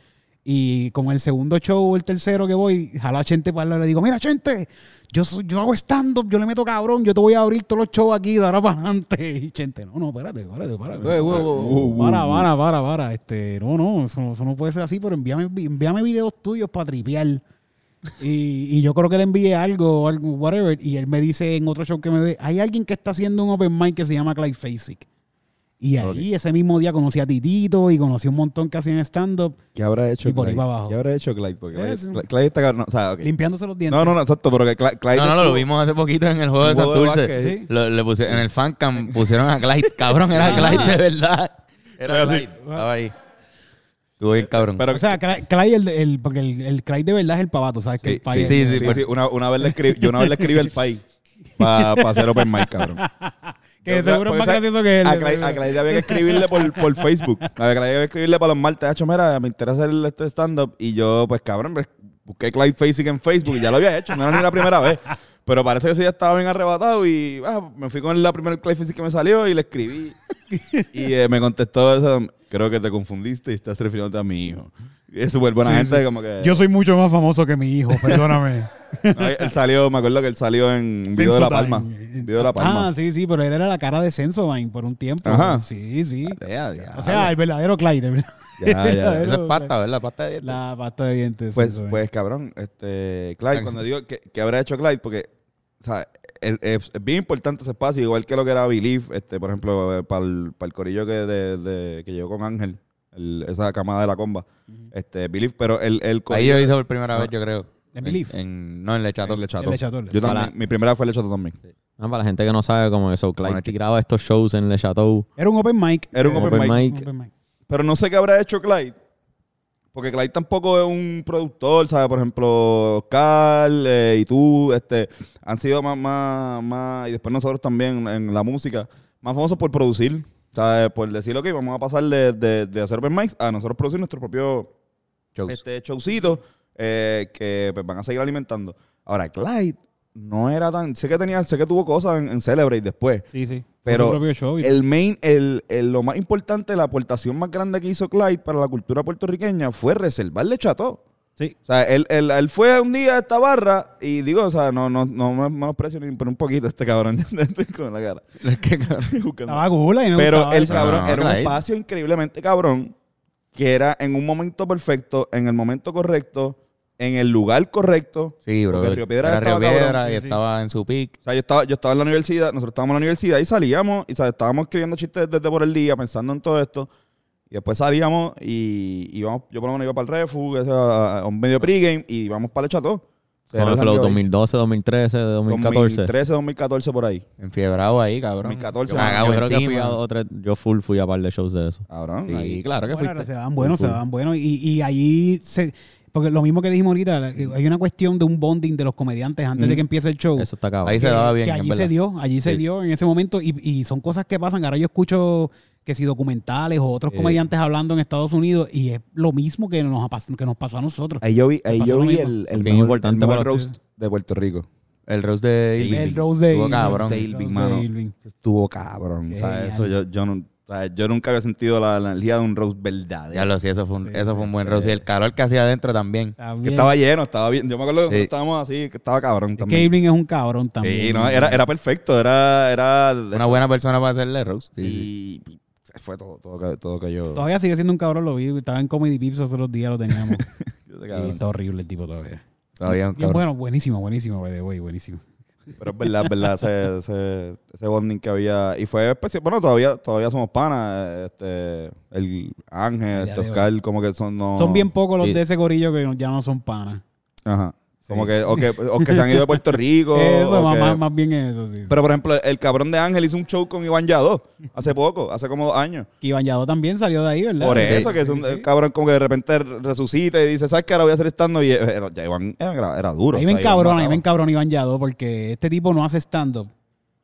Speaker 4: Y como el segundo show o el tercero que voy, jalo a Chente para hablar. Le digo, mira, Chente, yo, soy- yo hago stand-up, yo le meto cabrón, yo te voy a abrir todos los shows aquí de ahora para adelante. *laughs* Y Chente, no, no, espérate, espérate, espérate.
Speaker 3: Uh,
Speaker 4: Para, para, para, para. Este, no, no, eso, no- eso no puede ser así, pero envíame, vi- envíame videos tuyos para tripear. Y, y yo creo que le envié algo, algo, whatever. Y él me dice en otro show que me ve, hay alguien que está haciendo un open mic que se llama Clyde Fasic. Y ahí ese mismo día conocí a Titito y conocí un montón que hacían stand-up
Speaker 3: ¿Qué habrá hecho
Speaker 4: Y por ahí
Speaker 3: Clyde?
Speaker 4: para abajo.
Speaker 3: ¿Qué habrá hecho Clyde? Porque
Speaker 4: Eh,
Speaker 3: Clyde,
Speaker 4: sí.
Speaker 3: Clyde- Clyde está cabrón. O sea, ok.
Speaker 4: limpiándose los dientes.
Speaker 3: No, no, no, exacto, pero que Clyde. Clyde
Speaker 2: No, no, lo vimos hace poquito en el juego de
Speaker 3: Un juego de
Speaker 2: Santurce.
Speaker 3: básquet.
Speaker 4: Sí.
Speaker 2: Lo- le pusieron, en el fancam pusieron a Clyde. Cabrón, era Clyde de verdad. Era
Speaker 3: Así.
Speaker 2: Clyde. Estaba ahí. Estuvo bien cabrón.
Speaker 3: Pero,
Speaker 4: O sea, Clyde, Clyde, el, el- porque el, el Clyde de verdad es el pavato, ¿sabes? Que
Speaker 3: sí,
Speaker 4: el pay
Speaker 3: sí,
Speaker 4: es-
Speaker 3: sí,
Speaker 2: sí,
Speaker 3: sí,
Speaker 2: por-
Speaker 3: sí, Una, una vez le escribí, yo una vez le escribí el país para hacer open mic, cabrón.
Speaker 4: Que
Speaker 3: Yo,
Speaker 4: seguro es
Speaker 3: pues,
Speaker 4: más
Speaker 3: esa-
Speaker 4: gracioso que él.
Speaker 3: A Clyde, a Clyde había que escribirle por, por
Speaker 4: *laughs*
Speaker 3: Facebook. A Clyde había que escribirle para los martes. Hacho, mira, me interesa el este stand-up. Y yo, pues cabrón, pues, busqué Clyde Facing en Facebook y ya lo había hecho. No era ni la primera vez. Pero parece que sí ya estaba bien arrebatado y ah, me fui con la primera Clyde Facing que me salió y le
Speaker 4: *laughs*
Speaker 3: escribí. Y eh, me contestó eso. Creo que te confundiste y estás refiriéndote a mi hijo. Y es súper buena
Speaker 4: Sí,
Speaker 3: gente,
Speaker 4: sí.
Speaker 3: como que... *laughs*
Speaker 4: Yo soy mucho más famoso que mi hijo, perdóname.
Speaker 3: No, él salió, me acuerdo que él salió
Speaker 4: *laughs*
Speaker 3: en un video de La Palma. Un video de La Palma.
Speaker 4: Ah, sí, sí, pero él era la cara de Sensodyne por un tiempo.
Speaker 3: Ajá.
Speaker 4: Sí, sí.
Speaker 2: Eh, Ya, ya.
Speaker 4: O sea, el verdadero Clyde. el verdad-
Speaker 3: Ya, ya.
Speaker 2: Eso es pasta, ¿verdad? Pasta de dientes.
Speaker 4: La pasta de dientes.
Speaker 3: Pues,
Speaker 4: Sensodyne.
Speaker 3: pues cabrón, este, Clyde, cuando digo que, que habrá hecho Clyde, porque o sea, el- es, es bien importante ese espacio, igual que lo que era Believe, este, por ejemplo, para el, corillo que, de, de- que llegó con Ángel, el- esa camada de la comba, este, Believe, pero el, el
Speaker 2: Ahí
Speaker 3: corillo
Speaker 2: yo hice por primera vez, yo creo.
Speaker 4: ¿En Belief?
Speaker 2: en- no, en Lechato.
Speaker 3: el
Speaker 4: El
Speaker 2: *laughs*
Speaker 3: Lechato.
Speaker 4: Lechato, el
Speaker 3: Yo
Speaker 4: Lechato.
Speaker 3: también, mi primera fue el Lechato también.
Speaker 1: Ah, para la gente que no sabe cómo eso, Clyde
Speaker 2: Bueno,
Speaker 1: que graba estos shows en Le Chateau.
Speaker 4: Era un open mic.
Speaker 3: Era un
Speaker 4: Eh,
Speaker 3: open mic.
Speaker 1: Open mic.
Speaker 4: un open mic.
Speaker 3: Pero no sé qué habrá hecho Clyde. Porque Clyde tampoco es un productor, ¿sabes? Por ejemplo, Carl eh, y tú este, han sido más, más, más, y después nosotros también en la música, más famosos por producir, ¿sabes? Por decir, ok, vamos a pasar de, de, de hacer open mics a nosotros producir nuestro propio
Speaker 2: Shows.
Speaker 3: este showcito eh, que pues, van a seguir alimentando. Ahora, Clyde no era tan... Sé que tenía sé que tuvo cosas en, en Celebrate después,
Speaker 4: Sí, sí.
Speaker 3: Pero
Speaker 4: Fue su propio show y-
Speaker 3: el main, el, el- lo más importante, la aportación más grande que hizo Clyde para la cultura puertorriqueña fue reservarle Chateau.
Speaker 4: Sí.
Speaker 3: O sea, él, él, él fue un día a esta barra y digo, o sea, no, no, no me menosprecio ni por un poquito este cabrón *laughs* con la cara. *laughs*
Speaker 2: Es que, cabrón.
Speaker 3: Buscando.
Speaker 4: Estaba cool y me
Speaker 3: Pero
Speaker 4: gustaba
Speaker 3: el
Speaker 4: eso.
Speaker 3: cabrón
Speaker 2: No,
Speaker 3: era un
Speaker 2: claro.
Speaker 3: espacio increíblemente cabrón que era en un momento perfecto, en el momento correcto, en el lugar correcto.
Speaker 2: Sí, bro.
Speaker 3: Porque Río Piedra
Speaker 2: era
Speaker 3: estaba
Speaker 2: Río Piedra
Speaker 3: cabrón.
Speaker 2: y
Speaker 4: sí.
Speaker 2: estaba en su pick.
Speaker 3: O sea, yo estaba, yo estaba en la universidad, nosotros estábamos en la universidad y salíamos, y ¿sabes? estábamos escribiendo chistes desde por el día, pensando en todo esto. Y después salíamos y íbamos, yo por lo menos iba para el refu, que sea, a un medio pregame, y íbamos para el cható. O sea,
Speaker 1: Con
Speaker 3: era
Speaker 1: el
Speaker 3: el
Speaker 1: flow
Speaker 3: jangueo ahí.
Speaker 1: 2012, 2013, 2014.
Speaker 3: 2013, 2014 por ahí.
Speaker 2: Enfiebrado ahí, cabrón.
Speaker 3: 2014.
Speaker 2: Yo
Speaker 3: Ah,
Speaker 2: cagado
Speaker 1: yo creo que fui
Speaker 2: encima.
Speaker 1: a otra, yo full fui a par de shows de eso.
Speaker 3: Cabrón.
Speaker 2: Sí,
Speaker 3: ahí.
Speaker 2: claro que
Speaker 4: Bueno,
Speaker 2: fuiste.
Speaker 4: se dan buenos, se dan buenos. Y, y ahí se. Porque lo mismo que dijimos ahorita, la- hay una cuestión de un bonding de los comediantes antes de que empiece el show.
Speaker 1: Eso está cabrón.
Speaker 2: Uh. Ahí se
Speaker 4: que-
Speaker 2: daba bien.
Speaker 4: Que
Speaker 2: en
Speaker 4: allí
Speaker 2: verdad.
Speaker 4: se dio, allí se
Speaker 2: Sí.
Speaker 4: dio en ese momento. Y, y son cosas que pasan. Ahora yo escucho que si documentales o otros
Speaker 2: Eh.
Speaker 4: comediantes hablando en Estados Unidos y es lo mismo que nos, ha pas- que nos pasó a nosotros.
Speaker 3: Ahí yo vi, ahí
Speaker 4: pasó
Speaker 3: yo
Speaker 4: lo
Speaker 3: vi
Speaker 4: mismo.
Speaker 3: el, el
Speaker 1: Bien
Speaker 3: mejor-
Speaker 1: importante
Speaker 3: el mejor
Speaker 1: para los-
Speaker 3: roast de Puerto Rico.
Speaker 2: El Rose de Irving.
Speaker 4: el Rose de
Speaker 2: Estuvo
Speaker 4: Irving.
Speaker 2: cabrón.
Speaker 4: El
Speaker 3: Irving,
Speaker 4: Rose de
Speaker 3: mano.
Speaker 4: Irving.
Speaker 3: Estuvo cabrón.
Speaker 4: Qué
Speaker 3: O sea,
Speaker 4: genial.
Speaker 3: eso yo, yo, no, o sea, yo nunca había sentido la, la energía de un roast verdadero.
Speaker 2: Ya lo sí, eso fue un, eso fue un buen Rose. Y el calor que hacía adentro también.
Speaker 4: Está
Speaker 3: Que
Speaker 4: bien.
Speaker 3: estaba lleno, estaba bien. Yo me acuerdo que nosotros
Speaker 2: Sí.
Speaker 3: estábamos así, que estaba cabrón
Speaker 4: Es que
Speaker 3: también.
Speaker 4: Irving es un cabrón también.
Speaker 3: Sí, no, era, era perfecto, era... era
Speaker 2: Una buena persona para hacerle Rose. Sí, sí.
Speaker 3: y, y fue todo, todo, que- todo que yo...
Speaker 4: Todavía sigue siendo un cabrón, lo vi. Estaba en Comedy Pips hace los días, lo teníamos.
Speaker 3: yo sé,
Speaker 4: y
Speaker 3: cabrón.
Speaker 4: está horrible el tipo todavía.
Speaker 2: Todavía un
Speaker 4: Bien
Speaker 2: cabrón.
Speaker 4: bueno, buenísimo, buenísimo, by the way, buenísimo.
Speaker 3: Pero es verdad, es verdad, ese, ese, ese bonding que había... Y fue especial. Bueno, todavía, todavía somos panas. Este, el Ángel,
Speaker 4: Ya
Speaker 3: este
Speaker 4: veo.
Speaker 3: Oscar, como que son... No,
Speaker 4: Son bien pocos los
Speaker 1: Sí.
Speaker 4: de ese gorillo que no- ya no son panas.
Speaker 3: Ajá. Como que o, que... o que se han ido de Puerto Rico.
Speaker 4: *laughs* Eso,
Speaker 3: o
Speaker 4: más,
Speaker 3: que-
Speaker 4: más- más bien eso, sí.
Speaker 3: Pero, por ejemplo, el cabrón de Ángel hizo un show con Iván Yadó hace poco, hace como dos años.
Speaker 4: Que Iván Yadó también salió de ahí, ¿verdad?
Speaker 3: Por
Speaker 4: Sí.
Speaker 3: eso, que es un eh, cabrón como que de repente resucita y dice, ¿sabes qué? Ahora voy a hacer estando y eh, era- ya Iván era, era duro.
Speaker 4: A mí me
Speaker 3: o sea, Iván
Speaker 4: encabrona, a mí me
Speaker 3: mataba.
Speaker 4: encabrona Iván Yadó porque este tipo no hace stand-up.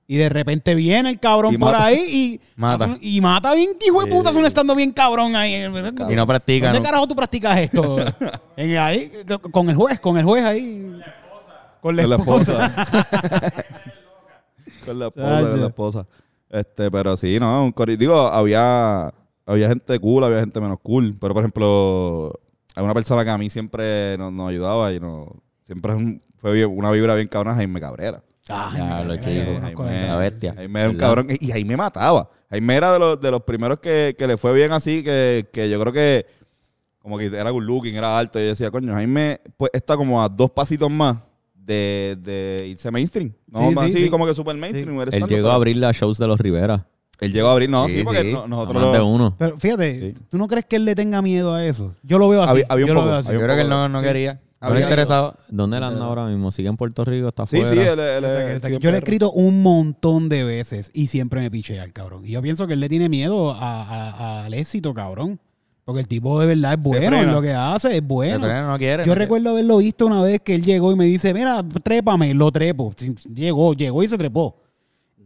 Speaker 4: Y de repente viene el cabrón
Speaker 3: Y
Speaker 4: por
Speaker 3: mata.
Speaker 4: ahí y
Speaker 2: *laughs* Mata.
Speaker 4: hace un- y mata bien, hijo de
Speaker 3: Sí.
Speaker 4: puta, hace un stand-up bien cabrón ahí.
Speaker 2: Y no practican.
Speaker 4: ¿Dónde carajo tú practicas
Speaker 3: *laughs*
Speaker 4: esto? en ahí, con el juez, con el juez ahí. Con la
Speaker 3: Con la
Speaker 4: esposa.
Speaker 3: esposa.
Speaker 4: *laughs*
Speaker 3: con la esposa, con la
Speaker 4: Chacho.
Speaker 3: esposa. Este, pero sí, no, un cori- Digo, había, había gente cool, había gente menos cool. Pero, por ejemplo, hay una persona que a mí siempre nos, nos ayudaba y no siempre es un- fue bien- una vibra bien cabrona, Jaime Cabrera.
Speaker 4: Ah,
Speaker 2: Ya,
Speaker 4: me
Speaker 2: lo
Speaker 4: cabré,
Speaker 2: chico.
Speaker 4: yo conozco a
Speaker 3: Ay,
Speaker 4: Jaime.
Speaker 2: La bestia.
Speaker 3: Jaime era un
Speaker 2: ¿Verdad?
Speaker 3: cabrón. Y Jaime mataba. Jaime era de los, de los primeros que, que le fue bien así, que, que yo creo que como que era good looking, era alto. Y yo decía, coño, Jaime pues, está como a dos pasitos más de, de irse mainstream. No,
Speaker 4: Sí,
Speaker 3: no
Speaker 4: sí,
Speaker 3: así
Speaker 4: sí.
Speaker 3: como que super mainstream. eres
Speaker 1: Él
Speaker 3: tanto,
Speaker 1: llegó a
Speaker 3: pero-
Speaker 1: abrir las shows de los Rivera.
Speaker 3: Él llegó a abrir, no, sí,
Speaker 2: Sí,
Speaker 3: porque
Speaker 2: sí.
Speaker 3: no-
Speaker 1: a
Speaker 3: nosotros
Speaker 1: más de
Speaker 3: lo...
Speaker 1: uno.
Speaker 4: Pero fíjate,
Speaker 3: Sí.
Speaker 4: ¿tú no crees que él le tenga miedo a eso? Yo lo veo así.
Speaker 3: Había- había un
Speaker 4: yo lo
Speaker 3: poco,
Speaker 4: veo así.
Speaker 2: Yo creo que él no, no quería. No
Speaker 3: Había
Speaker 2: le
Speaker 3: algo.
Speaker 2: interesaba.
Speaker 1: ¿Dónde él anda ahora mismo? ¿Sigue en Puerto Rico? ¿Está
Speaker 3: Sí,
Speaker 1: afuera?
Speaker 3: sí, él, él-
Speaker 4: Hasta que-
Speaker 3: él-
Speaker 4: hasta
Speaker 3: sí,
Speaker 4: que yo le he
Speaker 3: perro.
Speaker 4: escrito un montón de veces y siempre me piché al cabrón. Y yo pienso que él le tiene miedo a- a- al éxito, cabrón. Porque el tipo de verdad es bueno en
Speaker 3: frena.
Speaker 4: lo que hace, es
Speaker 2: El
Speaker 4: bueno.
Speaker 2: freno no quiere.
Speaker 4: Yo
Speaker 2: no quiere.
Speaker 4: recuerdo haberlo visto una vez que él llegó y me dice, mira, trépame, lo trepo. Llegó, llegó y se trepó.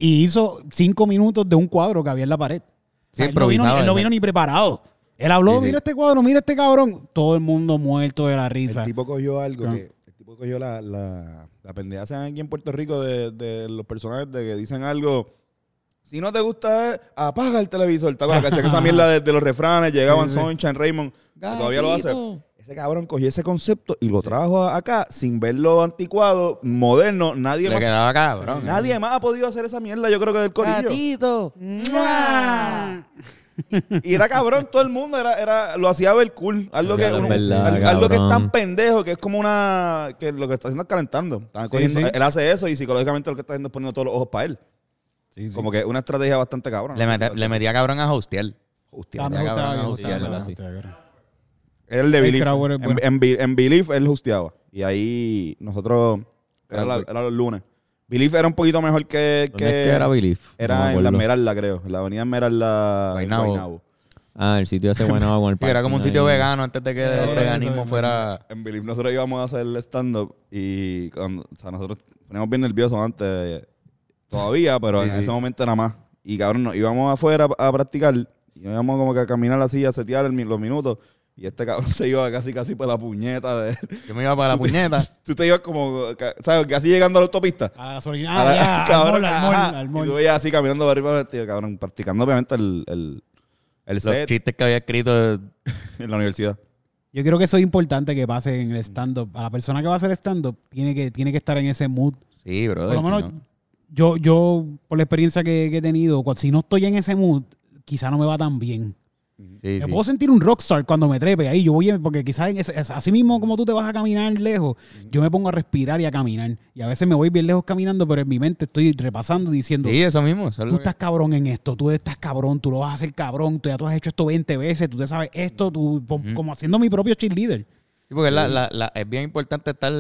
Speaker 4: Y hizo cinco minutos de un cuadro que había en la pared. O sea,
Speaker 2: Sí,
Speaker 4: él, no vino, ni-
Speaker 2: improvisado,
Speaker 4: él no
Speaker 2: ¿verdad?
Speaker 4: vino ni preparado. Él habló,
Speaker 2: Sí, sí.
Speaker 4: mira este cuadro, mira este cabrón. Todo el mundo muerto de la
Speaker 3: El
Speaker 4: risa.
Speaker 3: tipo cogió algo
Speaker 4: Claro.
Speaker 3: que. El tipo cogió la, la, la pendeja hacen aquí en Puerto Rico de, de los personajes de que dicen algo. Si no te gusta, eh, apaga el televisor. ¿Te acuerdas que hacía esa mierda de, de los refranes? Llegaban Sunshine, Raymond. que Todavía lo hace. Ese cabrón cogió ese concepto y lo trajo a- acá sin verlo anticuado, moderno. Nadie
Speaker 2: Le
Speaker 3: más,
Speaker 2: quedaba cabrón.
Speaker 3: nadie más ha podido hacer esa mierda, yo creo que del corillo.
Speaker 4: ¡Mua!
Speaker 3: Y era cabrón, todo el mundo era, era lo hacía ver cool. Algo que,
Speaker 1: Es
Speaker 3: uno-
Speaker 1: verdad,
Speaker 3: al- algo que es tan
Speaker 1: cabrón.
Speaker 3: pendejo, que es como una. que lo que está haciendo es calentando. Están cogiendo-
Speaker 4: sí.
Speaker 3: Él hace eso y psicológicamente lo que está haciendo es poniendo todos los ojos para él. Como que es una estrategia bastante cabrón.
Speaker 2: Le, mete- le metía cabrón a hostial.
Speaker 3: Hostia,
Speaker 4: Ah, me
Speaker 2: cabrón,
Speaker 4: gustaba, me gustaba,
Speaker 2: hostiarlo
Speaker 4: me
Speaker 2: así.
Speaker 4: gustaba, cabrón.
Speaker 3: Era el de
Speaker 4: El
Speaker 3: Belief.
Speaker 4: Crowder es
Speaker 3: en,
Speaker 4: bueno.
Speaker 3: en Be- en Belief él hosteaba. Y ahí nosotros. Era, la- era los lunes. Belief era un poquito mejor que.
Speaker 1: ¿Dónde
Speaker 3: que
Speaker 1: es que era Belief?
Speaker 3: era
Speaker 1: No me
Speaker 3: en la
Speaker 1: acuerdo.
Speaker 3: Esmeralda, creo. En la avenida Esmeralda.
Speaker 2: Guaynabo.
Speaker 3: Guaynabo.
Speaker 1: Ah, el sitio ese bueno
Speaker 2: *laughs*
Speaker 1: con el
Speaker 2: Sí, era como un
Speaker 1: parking
Speaker 2: sitio
Speaker 1: ahí.
Speaker 2: vegano antes de que el
Speaker 4: eso
Speaker 2: veganismo
Speaker 4: es,
Speaker 2: fuera.
Speaker 3: En Belief nosotros íbamos a hacer el stand-up y cuando- o sea, nosotros poníamos bien nerviosos antes eh, todavía, pero en ese momento nada más. Y cabrón, nos íbamos afuera a practicar y íbamos como que a caminar así, a setear el mi- los minutos. Y este cabrón *laughs* se iba casi casi para la puñeta. De, *laughs*
Speaker 2: Yo me iba para la puñeta.
Speaker 3: tú te ibas como, ca- ¿sabes? Casi llegando a la autopista.
Speaker 4: A la gasolina.
Speaker 3: A
Speaker 4: Ah,
Speaker 3: la- *laughs*
Speaker 4: ya, al
Speaker 3: cabrón,
Speaker 4: mall, al mall,
Speaker 3: ajá.
Speaker 4: al
Speaker 3: Y
Speaker 4: mall.
Speaker 3: tú veías así caminando para arriba, para abajo, tío, cabrón, practicando obviamente el, el, el
Speaker 2: Los
Speaker 3: set
Speaker 2: chistes que había escrito.
Speaker 3: en la universidad.
Speaker 4: Yo creo que eso es importante que pase en el stand-up. A la persona que va a hacer stand-up tiene que, tiene que estar en ese mood.
Speaker 2: Sí, bro.
Speaker 4: Por lo menos yo, yo, por la experiencia que, que he tenido, cu- si no estoy en ese mood, quizá no me va tan bien.
Speaker 2: Sí,
Speaker 4: me
Speaker 2: sí.
Speaker 4: puedo sentir un rockstar cuando me trepe ahí. Yo voy, en- porque quizás en ese- es- así mismo como tú te vas a caminar lejos, yo me pongo a respirar y a caminar. Y a veces me voy bien lejos caminando, pero en mi mente estoy repasando y diciendo,
Speaker 2: Sí, eso mismo. eso es
Speaker 4: tú
Speaker 2: lo que-
Speaker 4: estás cabrón en esto, tú estás cabrón, tú lo vas a hacer cabrón, tú ya tú has hecho esto 20 veces, tú te sabes esto, tú, pom-
Speaker 2: Ujú.
Speaker 4: como haciendo mi propio cheerleader.
Speaker 2: Sí, porque la- la- la- es bien importante estar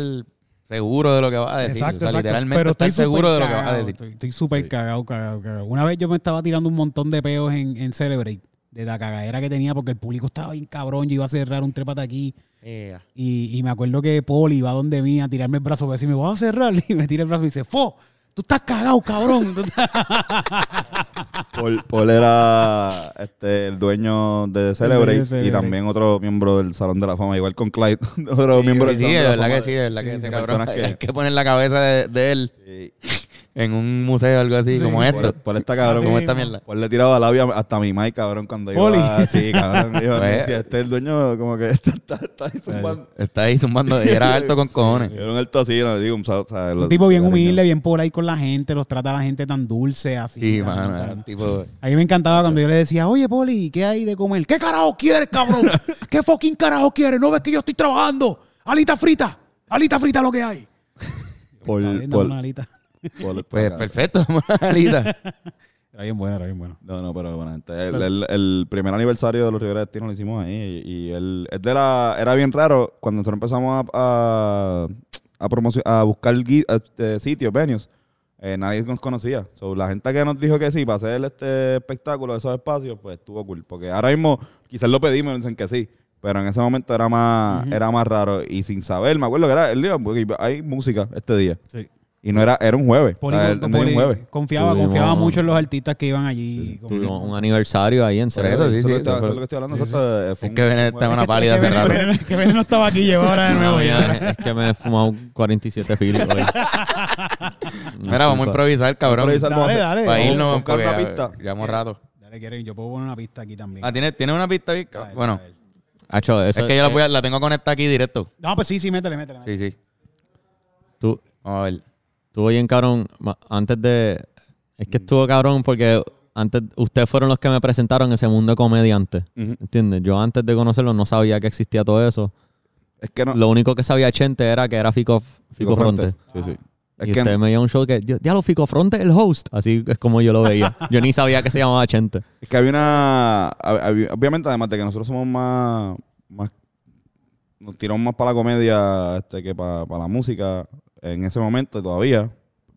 Speaker 2: seguro de lo que vas a decir. o sea, literalmente estar
Speaker 4: estoy
Speaker 2: seguro de lo
Speaker 4: súper
Speaker 2: que vas a
Speaker 4: cagado,
Speaker 2: decir.
Speaker 4: Estoy estoy súper cagado, cagado, cagado. Una vez yo me estaba tirando un montón de peos en, en Celebrate, de la cagadera que tenía, porque el público estaba bien cabrón, yo iba a cerrar un trépate aquí. Y, y me acuerdo que Poli iba donde mí a tirarme el brazo para decirme, voy a cerrar. *laughs* Y me tira el brazo y me dice, ¡Fo! Tú estás cagado, cabrón.
Speaker 2: *laughs*
Speaker 4: Tú estás-
Speaker 3: Paul, Paul era este, el dueño de Celebrate,
Speaker 4: de Celebrate.
Speaker 3: y también otro miembro del Salón de la Fama, igual con Clyde, *laughs* otro
Speaker 2: Sí,
Speaker 3: miembro del
Speaker 2: sí,
Speaker 3: Salón
Speaker 2: de
Speaker 3: la
Speaker 2: verdad
Speaker 3: Fama
Speaker 2: que sí, de verdad que
Speaker 3: sí,
Speaker 2: ese
Speaker 3: de
Speaker 2: cabrón.
Speaker 3: personas
Speaker 2: *laughs*
Speaker 3: que-
Speaker 2: Hay que poner la cabeza de, de él
Speaker 3: Sí.
Speaker 2: en un museo o algo así,
Speaker 4: Sí.
Speaker 2: como esto.
Speaker 3: Paul, Paul está cabrón.
Speaker 2: Como
Speaker 4: Sí,
Speaker 2: esta
Speaker 4: no.
Speaker 2: mierda.
Speaker 3: Paul le tiraba labia hasta a mi Mike, cabrón, cuando iba.
Speaker 4: Poli.
Speaker 3: Sí, cabrón.
Speaker 2: *laughs*
Speaker 3: Iba,
Speaker 2: Pues-
Speaker 3: decía, este es el dueño, como que *laughs* está, está, está ahí zumbando.
Speaker 2: Está ahí zumbando. Y era alto con cojones.
Speaker 3: Era un alto así, no digo, un, sa- o sea,
Speaker 4: un
Speaker 3: lo-
Speaker 4: tipo bien
Speaker 3: cariño.
Speaker 4: humilde, bien por ahí con la gente, los trata a la gente tan dulce, así.
Speaker 2: Sí,
Speaker 4: tan-
Speaker 2: mano.
Speaker 4: tan-
Speaker 2: era un tipo.
Speaker 4: A mí me encantaba cuando yo le decía, oye, Poli, ¿qué hay de comer? ¿Qué carajo quieres, *laughs* cabrón? ¿Qué fucking carajo quieres? ¿No ves que yo estoy trabajando? Alita frita, alita frita lo que hay.
Speaker 3: Paul-
Speaker 4: Estaba bien, dame
Speaker 3: Paul-
Speaker 4: una alita.
Speaker 3: Paul está
Speaker 2: Pues
Speaker 3: cabrón.
Speaker 2: perfecto, *laughs* Marita.
Speaker 4: Era bien buena, era bien buena.
Speaker 3: No, no, pero bueno, entonces, el, el- el primer aniversario de los Rivera Destino lo hicimos ahí. Y, y el, es de la- era bien raro cuando nosotros empezamos a, a, a promocio- a buscar gui- este, sitios, venues. eh, nadie nos conocía. So, la gente que nos dijo que sí para hacer este espectáculo, esos espacios, pues estuvo cool. Porque ahora mismo quizás lo pedimos y nos dicen que sí. Pero en ese momento era más, era más raro. Y sin saber, me acuerdo que era el día, porque hay música este día.
Speaker 4: Sí.
Speaker 3: Y no era, era un jueves.
Speaker 4: Poli,
Speaker 3: O sea, el- el día era
Speaker 4: Poli
Speaker 3: un jueves.
Speaker 4: confiaba,
Speaker 1: Tuvimos-
Speaker 4: confiaba mucho en los artistas que iban allí. como-
Speaker 1: Tuvimos un aniversario ahí en
Speaker 2: Por eso,
Speaker 1: Cerebro.
Speaker 2: sí,
Speaker 3: Eso
Speaker 2: sí,
Speaker 3: es lo
Speaker 2: eso
Speaker 3: que estoy- eso
Speaker 2: fue-
Speaker 3: es lo que estoy hablando. eso, eh, fue
Speaker 2: Es
Speaker 3: un-
Speaker 2: que Benet está en una pálida
Speaker 4: que
Speaker 2: hace
Speaker 4: Bene-
Speaker 2: rato.
Speaker 4: Bene- que Bene no estaba aquí, lleva ahora de nuevo. ya.
Speaker 1: es que me he fumado 47 filos. hoy.
Speaker 4: este
Speaker 1: No,
Speaker 2: Mira, vamos a
Speaker 1: disculpa.
Speaker 2: improvisar, cabrón.
Speaker 3: improvisar.
Speaker 4: Dale, dale.
Speaker 2: Para
Speaker 3: Vamos a
Speaker 2: irnos,
Speaker 3: buscar
Speaker 2: porque
Speaker 3: una
Speaker 2: ya-
Speaker 3: pista. Eh,
Speaker 2: llevamos rato.
Speaker 4: Dale, quieren, yo puedo poner una pista aquí también.
Speaker 2: Ah, ¿tienes, tienes una pista, ahí?
Speaker 4: Dale,
Speaker 2: Bueno,
Speaker 4: dale.
Speaker 1: Hacho,
Speaker 2: es
Speaker 1: eso
Speaker 2: que yo la, voy a- la tengo conectada aquí directo.
Speaker 4: No, pues sí, sí, métele, métele. métele.
Speaker 2: Sí, sí.
Speaker 1: tú,
Speaker 2: Vamos a ver.
Speaker 1: Estuvo bien cabrón. ma- Antes de. Es que estuvo cabrón porque antes ustedes fueron los que me presentaron ese mundo de comediantes.
Speaker 3: Ujú.
Speaker 1: ¿Entiendes? Yo antes de conocerlo no sabía que existía todo eso.
Speaker 3: Es que no.
Speaker 1: Lo único que sabía Chente era que era Fico, Fico Fronte.
Speaker 3: Sí, sí.
Speaker 1: y
Speaker 3: Es que
Speaker 1: usted me dio un show que. yo, Diablo, Fico Fronte, el host. Así es como yo lo veía. Yo ni sabía que se llamaba Chente.
Speaker 3: Es que había una. hab- había- obviamente, además de que nosotros somos más. más nos tiramos más para la comedia este, que para, para la música en ese momento todavía.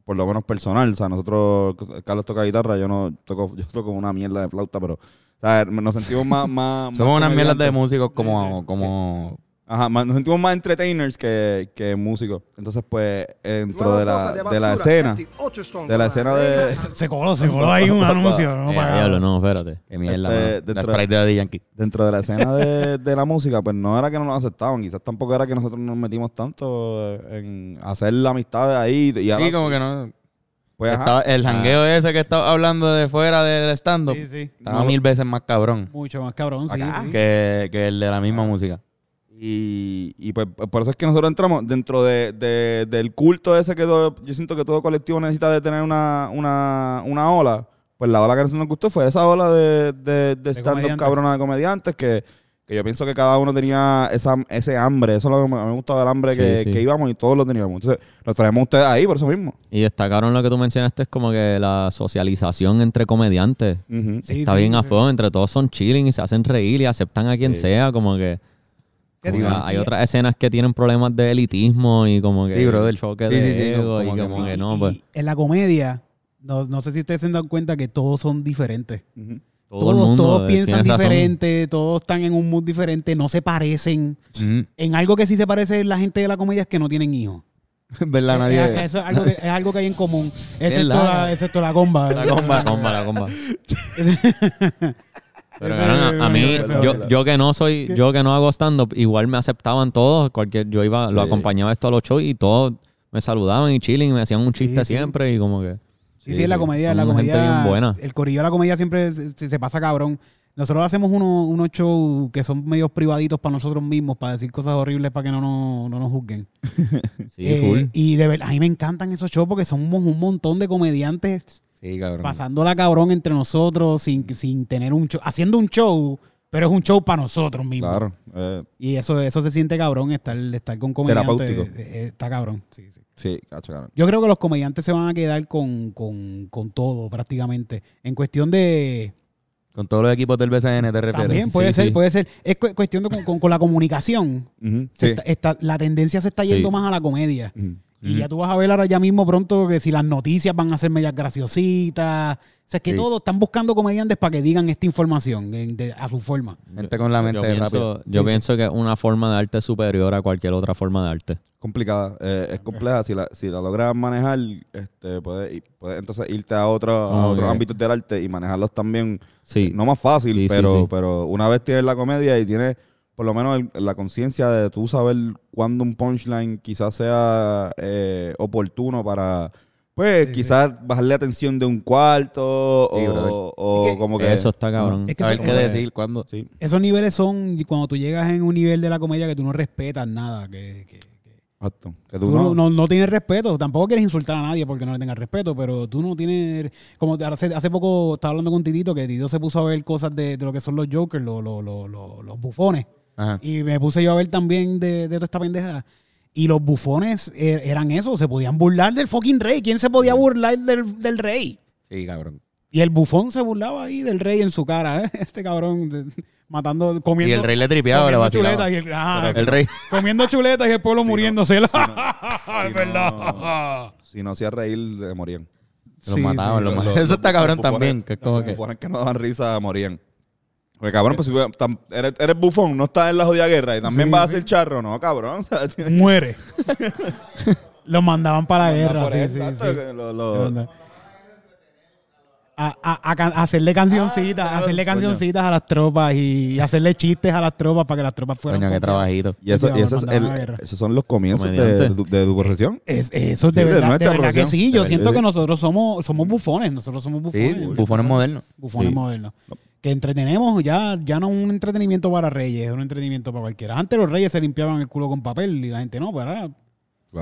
Speaker 3: Por lo menos personal. O sea, nosotros. Carlos toca guitarra, yo no toco. Yo toco una mierda de flauta, pero. O sea, nos sentimos más. más
Speaker 2: Somos
Speaker 3: más
Speaker 2: unas mierdas de
Speaker 3: comediantes.
Speaker 2: músicos como, como
Speaker 3: Ajá, más- nos sentimos más entertainers que, que músicos. Entonces, pues, dentro de la, de la escena. De la escena de. *laughs*
Speaker 4: Se, se coló, se coló ahí un anuncio. No
Speaker 2: Eh,
Speaker 1: Ah,
Speaker 4: pagaba.
Speaker 1: Diablo, no, espérate.
Speaker 2: Qué mierda,
Speaker 3: Este,
Speaker 2: mano.
Speaker 3: dentro
Speaker 2: La
Speaker 3: de-
Speaker 2: Sprite de Daddy Yankee.
Speaker 3: dentro de la escena de, de la música, pues no era que no nos aceptaban, quizás tampoco era que nosotros nos metimos tanto en hacer la amistad de ahí. Y ahora,
Speaker 2: Sí, como que no.
Speaker 3: pues, ajá.
Speaker 2: Estaba- el jangueo ese que estaba hablando de fuera del stand-up
Speaker 4: Ah. Sí, sí.
Speaker 2: estaba mil veces más cabrón
Speaker 4: Mucho más cabrón, sí.
Speaker 3: Acá.
Speaker 4: sí.
Speaker 2: que, que el de la misma música.
Speaker 3: Y, y pues por eso es que nosotros entramos dentro de, de- del culto ese que todo- yo siento que todo colectivo necesita de tener una, una, una ola. Pues la ola que a nosotros nos gustó fue esa ola de, de, de stand-up
Speaker 4: comediantes.
Speaker 3: cabrona de comediantes que, que yo pienso que cada uno tenía esa, ese hambre. Eso es lo que me, me gustaba del hambre
Speaker 1: Sí,
Speaker 3: que,
Speaker 1: sí.
Speaker 3: que íbamos y todos lo teníamos. Entonces, nos traemos ustedes ahí por eso mismo.
Speaker 1: Y destacaron lo que tú mencionaste, es como que la socialización entre comediantes.
Speaker 3: Ujú.
Speaker 4: Sí,
Speaker 1: Está
Speaker 4: sí,
Speaker 1: bien a
Speaker 4: sí.
Speaker 1: fuego, entre todos son chilling y se hacen reír y aceptan a quien sea, como que...
Speaker 4: ¿Qué
Speaker 1: como
Speaker 4: digo?
Speaker 1: que hay otras escenas que tienen problemas de elitismo y como que
Speaker 2: Sí, brother.
Speaker 1: el choque
Speaker 2: Sí,
Speaker 1: de
Speaker 2: sí, sí,
Speaker 1: ego
Speaker 2: como
Speaker 1: y
Speaker 2: que
Speaker 1: como
Speaker 2: no.
Speaker 1: que
Speaker 4: Y-
Speaker 1: no, pues
Speaker 4: y En la comedia, no, no sé si ustedes se han dado cuenta que todos son diferentes.
Speaker 3: Ujú.
Speaker 1: todo el
Speaker 4: todos
Speaker 1: mundo
Speaker 4: todos
Speaker 1: eh,
Speaker 4: piensan
Speaker 1: tienes razón.
Speaker 4: diferente, todos están en un mood diferente, no se parecen.
Speaker 2: Mm.
Speaker 4: En algo que sí se parece la gente de la comedia es que no tienen hijos.
Speaker 2: ¿Verdad?
Speaker 4: Es-
Speaker 2: Nadie.
Speaker 4: Eso es algo, que, es algo que hay en común, excepto
Speaker 2: Verdad.
Speaker 4: la, excepto la comba.
Speaker 2: La comba.
Speaker 1: La comba, la comba. *laughs* Pero
Speaker 4: Ese-
Speaker 1: cabrón, a, a mí,
Speaker 4: ese-
Speaker 1: yo, yo que no soy, yo que no hago stand-up, igual me aceptaban todos, cualquier, yo iba, lo acompañaba esto a los shows y todos me saludaban y chilling, me hacían un chiste siempre y como que...
Speaker 4: Sí, sí, la comedia, la
Speaker 1: Son gente
Speaker 4: comedia.
Speaker 1: bien buena.
Speaker 4: El corillo de la comedia siempre se, se- se pasa cabrón. Nosotros hacemos uno- unos shows que son medios privaditos para nosotros mismos, para decir cosas horribles para que no, nos- no nos juzguen.
Speaker 1: *laughs* Sí,
Speaker 4: Eh,
Speaker 1: full.
Speaker 4: Y de verdad, a mí me encantan esos shows porque somos un montón de comediantes
Speaker 2: Sí, cabrón.
Speaker 4: pasándola cabrón entre nosotros sin, sin tener un show, haciendo un show, pero es un show para nosotros mismos.
Speaker 3: Claro. eh,
Speaker 4: Y eso, eso se siente cabrón, estar, estar con comediantes.
Speaker 3: Terapéutico.
Speaker 4: eh, eh, Está cabrón, sí, sí.
Speaker 3: sí, cacho, cabrón.
Speaker 4: Yo creo que los comediantes se van a quedar con, con, con todo prácticamente. En cuestión de...
Speaker 2: Con todos los equipos del BCN te refieres.
Speaker 4: También puede
Speaker 2: Sí,
Speaker 4: ser,
Speaker 2: sí.
Speaker 4: puede ser. Es cu- cuestión de con, con- con la comunicación.
Speaker 3: Ujú, sí.
Speaker 4: Se está- está- la tendencia se está yendo
Speaker 1: Sí.
Speaker 4: más a la comedia.
Speaker 3: Ujú.
Speaker 4: Y ya tú vas a ver ahora ya mismo pronto que si las noticias van a ser medias graciositas. O sea, es que
Speaker 2: Sí.
Speaker 4: todos están buscando comediantes para que digan esta información en- de- a su forma.
Speaker 2: Gente con la mente
Speaker 1: yo
Speaker 2: rápida.
Speaker 1: pienso, yo
Speaker 4: Sí.
Speaker 1: pienso que es una forma de arte superior a cualquier otra forma de arte.
Speaker 3: Complicada. eh, es compleja. Si la, si la logras manejar, este, puedes, ir- puedes entonces irte a, otro, a
Speaker 1: Ah, Ok.
Speaker 3: otros ámbitos del arte y manejarlos también. eh,
Speaker 1: Sí.
Speaker 3: No más fácil,
Speaker 1: Sí, sí,
Speaker 3: pero,
Speaker 1: sí.
Speaker 3: pero una vez tienes la comedia y tienes por lo menos el- la conciencia de tú saber cuándo un punchline quizás sea eh, oportuno para, pues,
Speaker 4: Sí,
Speaker 3: quizás bajarle atención de un cuarto
Speaker 2: Sí, brother.
Speaker 3: o, o
Speaker 4: Es que-
Speaker 3: como que...
Speaker 1: Eso está cabrón.
Speaker 4: Es que
Speaker 2: Saber
Speaker 4: eso-
Speaker 2: qué
Speaker 4: eso-
Speaker 2: decir, cuándo.
Speaker 3: Sí.
Speaker 4: Esos niveles son y cuando tú llegas en un nivel de la comedia que tú no respetas nada, que, que- que
Speaker 3: Exacto. Que tú,
Speaker 4: tú
Speaker 3: no...
Speaker 4: no, no- no tienes respeto. Tampoco quieres insultar a nadie porque no le tengas respeto, pero tú no tienes... Como te- hace, hace poco estaba hablando con Titito que Titito se puso a ver cosas de, de lo que son los jokers, los, los, los, los- los bufones.
Speaker 2: Ajá.
Speaker 4: Y me puse yo a ver también de, de toda esta pendejada. Y los bufones eh, eran eso, se podían burlar del fucking rey. ¿Quién se podía burlar del, del rey?
Speaker 2: Sí, cabrón.
Speaker 4: Y el bufón se burlaba ahí del rey en su cara, ¿eh? *laughs* Este cabrón de- matando,
Speaker 2: Y
Speaker 4: comiendo.
Speaker 2: el rey le tripeaba, le
Speaker 4: comiendo chuletas
Speaker 2: vacilaba.
Speaker 4: y el, Ah. ajá,
Speaker 2: El rey.
Speaker 4: comiendo chuletas y el pueblo muriéndose.
Speaker 3: si
Speaker 4: *laughs* es verdad.
Speaker 3: no- si no hacía reír, eh, morían.
Speaker 2: Los
Speaker 4: Sí,
Speaker 2: mataban, los
Speaker 4: sí.
Speaker 3: Los-
Speaker 2: mataban. *laughs*
Speaker 3: los-
Speaker 2: Eso está cabrón
Speaker 3: los bufones-
Speaker 2: también. Que es como
Speaker 3: Los
Speaker 2: que.
Speaker 3: bufones que no daban risa morían. Porque cabrón, pues si tú- tam- eres, eres bufón, no estás en la jodida guerra y también
Speaker 4: Sí,
Speaker 3: vas a
Speaker 4: sí.
Speaker 3: ser charro, no, cabrón. *laughs* O sea, tienes
Speaker 4: *laughs* Muere. Los mandaban para la
Speaker 3: que
Speaker 4: guerra,
Speaker 3: andar por
Speaker 4: sí,
Speaker 3: ahí,
Speaker 4: sí,
Speaker 3: exacto,
Speaker 4: sí.
Speaker 3: que lo- lo-
Speaker 4: Es verdad. A, a- a can- a hacerle cancioncitas,
Speaker 3: Ah, claro,
Speaker 4: hacerle
Speaker 3: coño.
Speaker 4: cancioncitas a las tropas y hacerle chistes a las tropas para que las tropas fueran.
Speaker 2: Coño, qué
Speaker 4: contra-
Speaker 2: trabajito.
Speaker 3: Y, eso,
Speaker 4: Sí,
Speaker 3: y eso es
Speaker 4: mandaban
Speaker 3: el-
Speaker 4: a la guerra. Eh,
Speaker 3: esos son los comienzos de,
Speaker 1: Comediante.
Speaker 3: de, de tu
Speaker 4: *laughs*
Speaker 3: profesión.
Speaker 4: Es, eso es de
Speaker 3: Sí, de
Speaker 4: verdad, de
Speaker 3: nuestra
Speaker 4: verdad que
Speaker 3: profesión.
Speaker 4: sí. Yo
Speaker 3: Sí,
Speaker 4: siento
Speaker 3: sí.
Speaker 4: que nosotros somos, somos bufones, nosotros somos
Speaker 2: Sí,
Speaker 4: bufones.
Speaker 2: bufones modernos.
Speaker 4: bufones
Speaker 1: Sí.
Speaker 4: modernos. Que entretenemos, ya, ya no un entretenimiento para reyes, es un entretenimiento para cualquiera. Antes los reyes se limpiaban el culo con papel y la gente no, pero ahora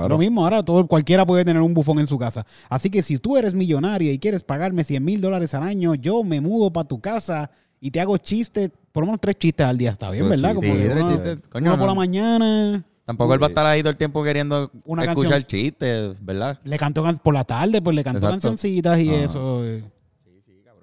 Speaker 4: lo mismo, ahora todo, cualquiera puede tener un bufón en su casa. Así que si tú eres millonario y quieres pagarme 100 mil dólares al año, yo me mudo para tu casa y te hago chistes, por lo menos tres chistes al día, está bien,
Speaker 3: Tres
Speaker 4: ¿verdad?
Speaker 3: chistes,
Speaker 4: Como que
Speaker 2: tres
Speaker 4: uno-
Speaker 2: chistes. Coño,
Speaker 4: uno por
Speaker 2: no.
Speaker 4: la mañana,
Speaker 2: Tampoco él va a estar ahí todo el tiempo queriendo
Speaker 4: Una
Speaker 2: escuchar
Speaker 4: canción.
Speaker 2: chistes, ¿verdad?
Speaker 4: Le cantó can- por la tarde, pues le cantó
Speaker 2: Exacto.
Speaker 4: cancioncitas y
Speaker 3: Ajá.
Speaker 4: eso. eh.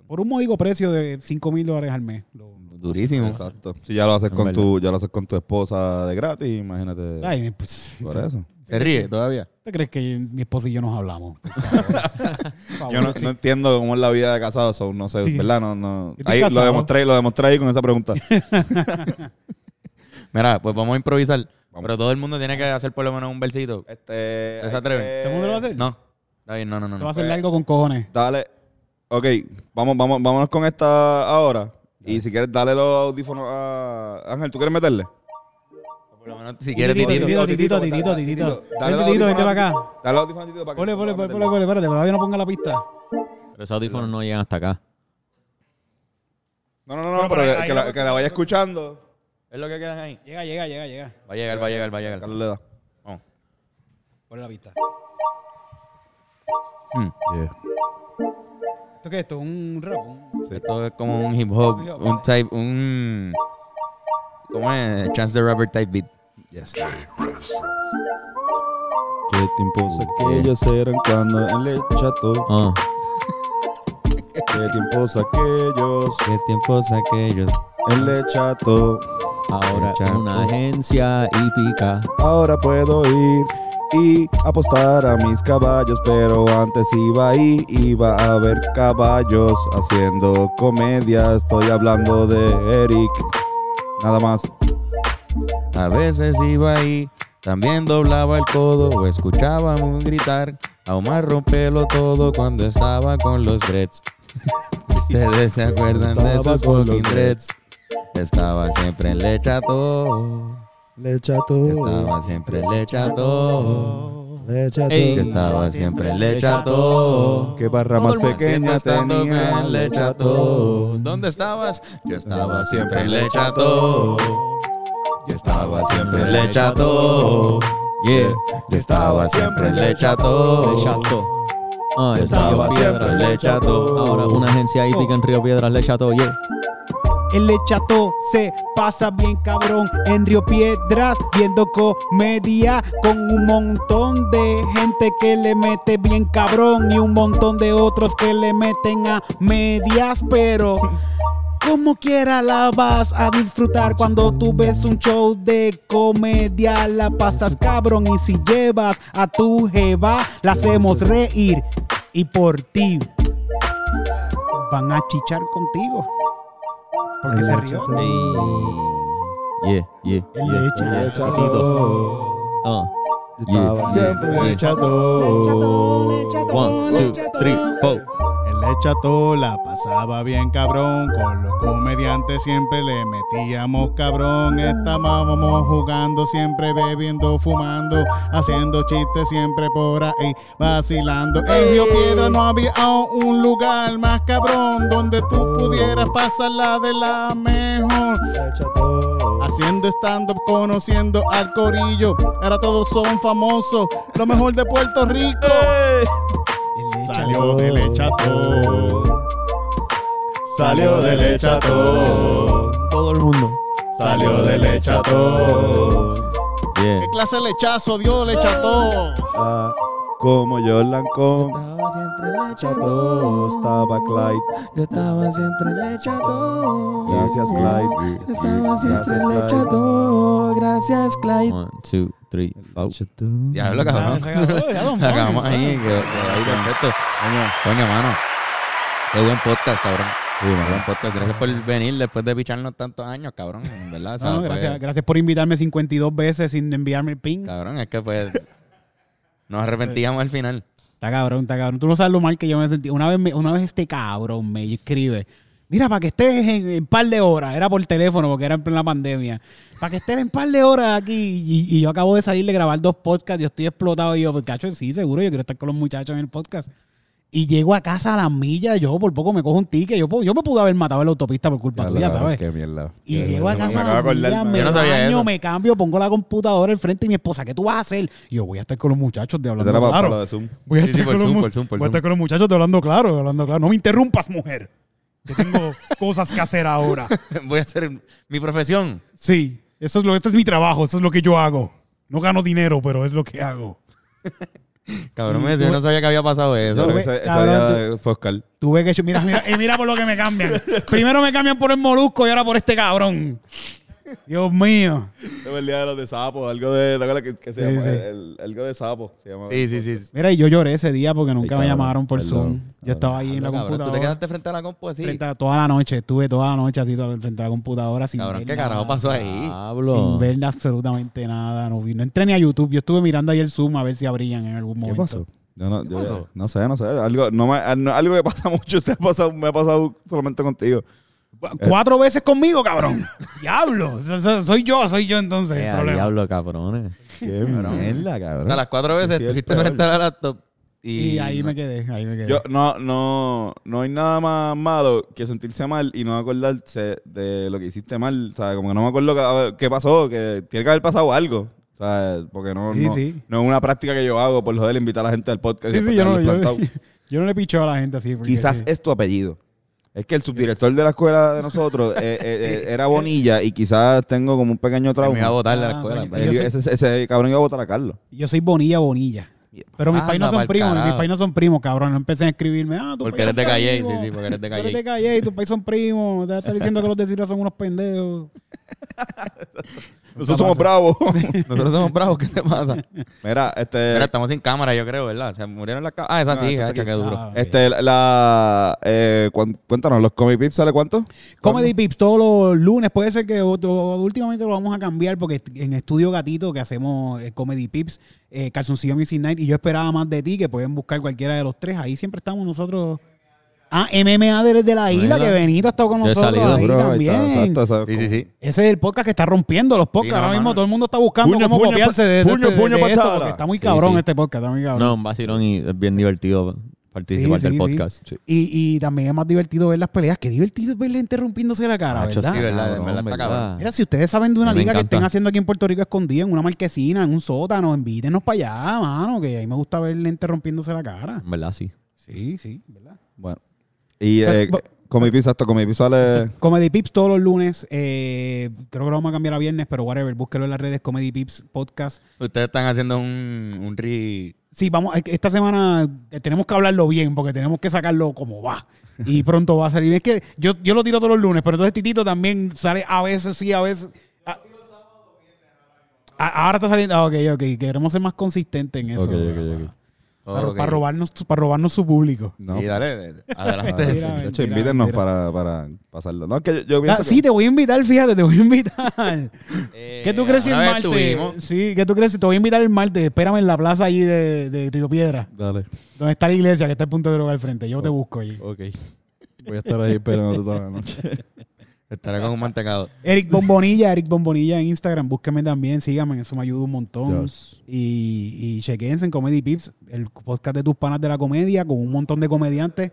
Speaker 4: Por un módico precio de 5 mil dólares al mes. Lo-
Speaker 2: Durísimo.
Speaker 3: Exacto. Si ya lo haces
Speaker 1: Es
Speaker 3: con
Speaker 1: verdad.
Speaker 3: tu, ya lo haces con tu esposa de gratis, imagínate.
Speaker 4: Ay, pues,
Speaker 3: por eso.
Speaker 2: Se ríe todavía.
Speaker 4: ¿te crees que mi esposa y yo nos hablamos? Por favor.
Speaker 3: Yo no, no entiendo cómo es la vida de casado, so, no sé,
Speaker 4: Ah, Sí.
Speaker 3: ¿verdad? No, no.
Speaker 4: Yo estoy
Speaker 3: Ahí lo
Speaker 4: casado.
Speaker 3: demostré, lo demostré ahí con esa
Speaker 4: *laughs*
Speaker 3: pregunta. Este,
Speaker 2: Mira, pues vamos a improvisar. Pero todo el mundo tiene que hacer por lo menos un versito.
Speaker 3: Este.
Speaker 4: Eh,
Speaker 2: ¿No se
Speaker 3: hay
Speaker 2: atreven?
Speaker 3: que-
Speaker 4: ¿Todo el mundo lo va a hacer?
Speaker 2: No. Está bien, no, no, no.
Speaker 4: Se va a
Speaker 2: no.
Speaker 4: hacer largo con cojones.
Speaker 3: Dale. Ok, vamos, vamos, vámonos con esta ahora. Y si quieres, dale los audífonos a Ángel. ¿Tú quieres meterle?
Speaker 2: Por lo menos si quieres,
Speaker 4: Titito,
Speaker 2: titito.
Speaker 4: titito, titito,
Speaker 3: dale,
Speaker 4: titito,
Speaker 3: dale,
Speaker 4: titito.
Speaker 3: Dale los
Speaker 4: Ven, titito, vente
Speaker 3: audífonos
Speaker 4: para
Speaker 3: a
Speaker 4: acá.
Speaker 3: Titito. Dale los audífonos a Titito para que
Speaker 4: Ole,
Speaker 3: pueda
Speaker 4: ole, ole,
Speaker 3: meterle.
Speaker 4: ole, ole, espérate, todavía no ponga la pista.
Speaker 1: Pero esos audífonos no llegan hasta acá.
Speaker 3: No, no, no, no, pero, que, que la, que la vaya escuchando.
Speaker 2: Es lo que quedan ahí.
Speaker 4: Llega, llega, llega, llega.
Speaker 2: Va a llegar, va a llegar, va a llegar.
Speaker 3: Carlos le da.
Speaker 2: Vamos.
Speaker 4: Ponle la pista.
Speaker 2: Hmm.
Speaker 4: ¿Esto qué es esto? ¿Un rap? Un-
Speaker 2: Esto es como un hip hop,
Speaker 4: Hip hop.
Speaker 2: un type, un. ¿Cómo es? Chance the Rapper type beat.
Speaker 3: Yes. ¿Qué tiempos aquellos eran cuando en el chato?
Speaker 1: Ah,
Speaker 3: ¿Qué tiempos aquellos
Speaker 2: ¿Qué tiempos aquellos?
Speaker 3: en el chato?
Speaker 1: ahora es
Speaker 2: Chato.
Speaker 1: una agencia hípica.
Speaker 3: Ahora puedo ir y apostar a mis caballos, pero antes iba ahí, iba a ver caballos haciendo comedia. Estoy hablando de Eric. Nada más.
Speaker 2: A veces iba ahí, también doblaba el codo o escuchaba un gritar. A Omar rompelo todo cuando estaba con los
Speaker 3: *laughs*
Speaker 2: dreads. Ustedes se acuerdan de
Speaker 3: Estaba
Speaker 2: esos
Speaker 3: con los
Speaker 2: fucking dreads.
Speaker 3: dreads.
Speaker 2: Estaba siempre en lechato.
Speaker 3: Le chato.
Speaker 2: Estaba siempre en lechato.
Speaker 3: Leche
Speaker 1: Ey.
Speaker 2: Que
Speaker 3: tú.
Speaker 2: estaba siempre en lecha
Speaker 1: todo.
Speaker 3: Que barra más pequeña tenía el lechato.
Speaker 2: ¿Dónde estabas? Yo estaba siempre en lechato. Yo estaba siempre en lechato.
Speaker 1: Yeah.
Speaker 2: Yo estaba siempre en lechato.
Speaker 1: Le Chateau. Ah, en
Speaker 2: Oh. Estaba
Speaker 1: Río
Speaker 2: siempre en
Speaker 1: Piedras.
Speaker 2: lechato.
Speaker 1: Ahora una agencia hípica en Río Piedras, Le Chateau, yeah.
Speaker 4: El lechato se pasa bien cabrón en Río Piedras viendo comedia con un montón de gente que le mete bien cabrón y un montón de otros que le meten a medias, pero como quiera la vas a disfrutar cuando tú ves un show de comedia la pasas cabrón y si llevas a tu jeva la hacemos reír y por ti van a chichar contigo. Porque se rió.
Speaker 1: Ey. Yeah, yeah.
Speaker 4: El
Speaker 1: yeah,
Speaker 4: lechato.
Speaker 1: yeah.
Speaker 3: Lechato.
Speaker 1: Ah.
Speaker 3: Yo estaba
Speaker 1: Yeah.
Speaker 3: siempre en
Speaker 1: Yeah.
Speaker 3: lechato.
Speaker 1: One, two, three, four.
Speaker 5: El lechato la pasaba bien cabrón, con los comediantes siempre le metíamos cabrón. Estábamos jugando siempre, bebiendo, fumando, haciendo chistes siempre por ahí, vacilando. En Río Piedra no había un lugar más cabrón donde tú pudieras pasarla de la mejor. Haciendo stand-up, conociendo al corillo. Ahora todos son famosos, lo mejor de Puerto Rico. Salió del lechato. Salió del lechato.
Speaker 1: Todo el mundo.
Speaker 5: Salió del lechato.
Speaker 1: Yeah.
Speaker 5: ¿Qué clase de lechazo dio lechato?
Speaker 3: Ah, Como Jordan con
Speaker 2: Estaba siempre en
Speaker 3: lechato. Estaba Clyde.
Speaker 2: Yo estaba siempre en lechato.
Speaker 3: Gracias, Clyde. Gracias, Clyde.
Speaker 2: Gracias, Clyde.
Speaker 1: One, two, three, four.
Speaker 2: Diablo,
Speaker 4: Ah,
Speaker 2: cabrón. Acabamos ahí, que ahí perfecto. Coño, mano. Qué buen podcast, cabrón. Qué buen podcast. Gracias por venir después de picharnos tantos años, cabrón. En verdad, o sea,
Speaker 4: No, no,
Speaker 5: Ah,
Speaker 2: fue-
Speaker 5: pues.
Speaker 4: gracias, gracias por invitarme 52 veces sin enviarme el ping.
Speaker 2: Cabrón, es que pues nos arrepentíamos al final. *laughs*
Speaker 4: Está cabrón, está cabrón. Tú no sabes lo mal que yo me sentí. Una vez, me- una vez este cabrón me escribe. Mira, para que estés en un par de horas. Era por teléfono porque era en plena pandemia. Para que estés en par de horas aquí. Y, y yo acabo de salir de grabar dos podcasts. Yo estoy explotado. Y yo, pues, cacho, sí, seguro. Yo quiero estar con los muchachos en el podcast. Y llego a casa a las millas. Yo por poco me cojo un ticket. Yo, po- yo me pude haber matado en la autopista por culpa tuya, ¿sabes?
Speaker 3: Qué mierda.
Speaker 4: Y
Speaker 3: Qué
Speaker 4: llego a
Speaker 3: mierda.
Speaker 4: casa,
Speaker 3: Me acabo de acordar.
Speaker 4: me
Speaker 2: Yo no sabía
Speaker 4: baño,
Speaker 2: eso.
Speaker 4: me cambio, pongo la computadora al frente y mi esposa, ¿qué tú vas a hacer? Y yo voy a estar con los muchachos de hablando
Speaker 3: Era para- para
Speaker 4: claro.
Speaker 3: lo de Zoom.
Speaker 4: Voy a
Speaker 2: Sí, sí, por
Speaker 4: estar, con, los
Speaker 2: Zoom,
Speaker 4: mu-
Speaker 2: por Zoom, por
Speaker 4: voy a estar
Speaker 2: Zoy.
Speaker 4: con los muchachos de hablando claro, hablando claro. No me interrumpas, mujer. Que
Speaker 2: *laughs*
Speaker 4: tengo cosas que hacer ahora.
Speaker 2: Voy a hacer mi profesión.
Speaker 5: Sí.
Speaker 4: Eso es lo, esto es mi trabajo, eso es lo que yo hago. No gano dinero, pero es lo que hago.
Speaker 2: Cabrón, me- yo no sabía que había pasado
Speaker 3: Yo
Speaker 2: eso.
Speaker 3: creo que
Speaker 4: ve,
Speaker 3: ese, ese
Speaker 4: cabrón,
Speaker 3: día fue Oscar.
Speaker 4: Tuve que... Mira, mira, y mira por lo que me cambian. Primero me cambian por el molusco y ahora por este cabrón. Dios mío.
Speaker 3: Fue el día de los de sapo, algo de. ¿Te acuerdas que, que se
Speaker 4: Sí,
Speaker 3: llama?
Speaker 4: sí.
Speaker 3: El- el- algo de sapo se llama.
Speaker 2: Sí, sí, sí.
Speaker 4: Mira, y yo lloré ese día porque nunca
Speaker 3: cabrón,
Speaker 4: me llamaron por
Speaker 3: perdón,
Speaker 4: Zoom. Yo
Speaker 3: cabrón.
Speaker 4: estaba ahí en
Speaker 2: Cabrón,
Speaker 4: la
Speaker 2: tú te
Speaker 4: computadora.
Speaker 2: quedaste frente a la compu así.
Speaker 4: frente a- toda la noche, estuve toda la noche así todo- frente a la computadora sin
Speaker 2: Cabrón,
Speaker 4: ver
Speaker 2: ¿qué
Speaker 4: nada,
Speaker 2: carajo pasó ahí?
Speaker 1: Pablo.
Speaker 4: Sin ver absolutamente nada, no vi, no entré ni a YouTube, yo estuve mirando ahí el Zoom a ver si abrían en algún momento.
Speaker 3: Yo no, yo-
Speaker 2: pasó?
Speaker 3: no sé, no sé. Algo, no me- no- algo que pasa *laughs* mucho. Usted ha pasado, me ha pasado solamente
Speaker 4: *laughs*
Speaker 3: contigo.
Speaker 4: Cu- Cuatro veces conmigo, cabrón. Diablo, so- so- soy yo, soy yo entonces
Speaker 1: Eh,
Speaker 4: el
Speaker 1: a
Speaker 4: problema.
Speaker 1: diablo, cabrones.
Speaker 3: Qué mierda, cabrón.
Speaker 2: A las cuatro veces
Speaker 3: Sí, es
Speaker 2: estuviste
Speaker 3: peor.
Speaker 2: frente a la laptop. Y,
Speaker 4: Y ahí me quedé, ahí me quedé.
Speaker 3: Yo, no, no, no hay nada más malo que sentirse mal y no acordarse de lo que hiciste mal. O sea, como que no me acuerdo que- a ver, qué pasó, que tiene que haber pasado algo. O sea, porque no,
Speaker 4: Sí,
Speaker 3: no,
Speaker 4: sí.
Speaker 3: no es una práctica que yo hago por lo de invitar a la gente al podcast. y
Speaker 4: sí, sí,
Speaker 3: después
Speaker 4: yo no,
Speaker 3: dejarlos
Speaker 4: yo, *laughs*
Speaker 3: plantados.
Speaker 4: yo no le picho a la gente así. porque
Speaker 3: Quizás
Speaker 4: sí.
Speaker 3: es tu apellido. Es que el subdirector de la escuela de nosotros eh,
Speaker 4: *laughs*
Speaker 3: eh, eh, era Bonilla y quizás tengo como un
Speaker 2: Me iba
Speaker 3: pequeño
Speaker 2: a
Speaker 3: trauma.
Speaker 2: botar de la
Speaker 4: Ah,
Speaker 2: escuela. pues.
Speaker 4: coño.
Speaker 2: pa-
Speaker 3: Él-
Speaker 4: Yo sé-
Speaker 3: ese, ese cabrón iba a votar a Carlos.
Speaker 4: Yo soy bonilla, bonilla. Pero mis
Speaker 2: Anda
Speaker 4: pais no son
Speaker 2: Ah, pa'l
Speaker 4: primos, mis
Speaker 2: carajo.
Speaker 4: pais no son primos, cabrón. No empecé a escribirme, ah, tu
Speaker 2: Porque
Speaker 4: país
Speaker 2: eres de
Speaker 4: son
Speaker 2: Calle, sí,
Speaker 4: primos.
Speaker 2: sí, porque eres de
Speaker 4: Tú eres
Speaker 2: Calle.
Speaker 4: de Calle y tus país son primos. Te estás diciendo que los de Sidra son unos
Speaker 2: *laughs*
Speaker 4: pendejos.
Speaker 3: Nosotros somos bravos.
Speaker 2: *laughs*
Speaker 3: *laughs*
Speaker 2: Nosotros somos bravos, ¿qué te pasa?
Speaker 3: Mira, este.
Speaker 2: Pero estamos sin cámara, yo creo, ¿verdad? Se murieron las cámaras. Ah, esa
Speaker 3: No,
Speaker 2: sí,
Speaker 3: esto
Speaker 2: gacha,
Speaker 3: está
Speaker 2: qué
Speaker 3: aquí.
Speaker 2: duro.
Speaker 4: Ah, ok.
Speaker 3: Este, la- la, eh, cuan- cuéntanos, ¿los Comic Pips sale cuánto?
Speaker 4: Comedy Pips todos los lunes. Puede ser que otro- últimamente lo vamos a cambiar porque est- en Estudio Gatito que hacemos eh, Comedy Pips, eh, Calzoncillo Music Night y yo esperaba más de ti que pueden buscar cualquiera de los tres. Ahí siempre estamos nosotros. Ah, MMA desde la isla,
Speaker 1: Isla.
Speaker 4: que Benito ha estado con
Speaker 1: Yo he
Speaker 4: nosotros
Speaker 1: salido,
Speaker 4: ahí
Speaker 3: Bro, ahí
Speaker 4: también.
Speaker 3: está, exacto, exacto.
Speaker 2: Sí, sí, sí.
Speaker 4: Ese es el podcast que está rompiendo los podcasts.
Speaker 2: Sí, no,
Speaker 4: Ahora mismo
Speaker 2: mano.
Speaker 4: todo el mundo está buscando
Speaker 3: Puño,
Speaker 4: cómo
Speaker 3: puño,
Speaker 4: copiarse de, este, de-
Speaker 3: puño,
Speaker 4: de-
Speaker 3: puño,
Speaker 4: de esto,
Speaker 3: pachara.
Speaker 4: porque está muy
Speaker 1: Sí,
Speaker 4: cabrón
Speaker 1: sí.
Speaker 4: este podcast, está muy cabrón.
Speaker 1: No, un vacilón y es bien divertido participar
Speaker 4: Sí, sí,
Speaker 1: del
Speaker 4: sí.
Speaker 1: podcast.
Speaker 4: Y, y también es más divertido ver las peleas. Qué divertido es verle interrumpiéndose la cara,
Speaker 2: Macho,
Speaker 4: ¿verdad?
Speaker 2: sí, verdad,
Speaker 1: Cabrón,
Speaker 2: verdad, está cabrón.
Speaker 1: verdad.
Speaker 4: Mira, si ustedes saben de una
Speaker 1: A mí me
Speaker 4: liga que
Speaker 1: encanta.
Speaker 4: estén haciendo aquí en Puerto Rico escondida, en una marquesina, en un sótano, invítenos para allá, mano, que a mí me gusta ver gente rompiéndose la cara.
Speaker 1: En verdad, sí.
Speaker 4: Sí, sí, ¿verdad?
Speaker 3: Bueno. Y
Speaker 4: Pero,
Speaker 3: eh,
Speaker 4: Pues, bo-
Speaker 3: Comedy Pizza, esto, Comedy Pizza sale...
Speaker 4: Comedy Pips todos los lunes. eh, creo que lo vamos a cambiar a viernes, pero whatever, búsquelo en las redes Comedy Pips Podcast.
Speaker 2: Ustedes están haciendo un, un re...
Speaker 4: Sí, vamos, esta semana eh, tenemos que hablarlo bien porque tenemos que sacarlo como va.
Speaker 3: *laughs*
Speaker 4: Y pronto va a salir. Es que yo, yo lo tiro todos los lunes, pero entonces Titito también sale a veces sí, a veces. a- a- ahora está saliendo. ah, ok, ok. Queremos ser más consistentes en eso.
Speaker 3: Ok, ok,
Speaker 4: ¿verdad?
Speaker 3: ok.
Speaker 4: Para,
Speaker 2: Ok.
Speaker 4: para robarnos, para robarnos su público.
Speaker 3: No,
Speaker 2: Sí, dale,
Speaker 3: *laughs*
Speaker 2: adelante.
Speaker 4: Mentira,
Speaker 3: Ah, De hecho,
Speaker 4: mentira,
Speaker 3: invítenos
Speaker 4: mentira.
Speaker 3: para, para pasarlo. No, es que yo, yo
Speaker 4: Ah,
Speaker 3: pienso que-
Speaker 4: sí, te voy a invitar, fíjate, te voy
Speaker 2: *laughs*
Speaker 4: a invitar.
Speaker 2: Eh,
Speaker 4: ¿Qué tú crees si el
Speaker 2: una vez
Speaker 4: martes?
Speaker 2: tuvimos-
Speaker 4: Sí, ¿qué tú crees si te voy a invitar el martes? Espérame en la plaza allí de, de Río Piedra,
Speaker 3: Dale,
Speaker 4: donde está la iglesia, que está el punto de droga al frente. Yo te busco allí.
Speaker 3: ok. Voy a estar ahí esperando toda la noche.
Speaker 2: Estará con un mantecado.
Speaker 4: Eric Bombonilla, Eric Bombonilla en Instagram, búsquenme también, síganme, eso me ayuda un montón.
Speaker 3: Dios.
Speaker 4: Y, y chequense en Comedy Pips, el podcast de tus panas de la comedia, con un montón de comediantes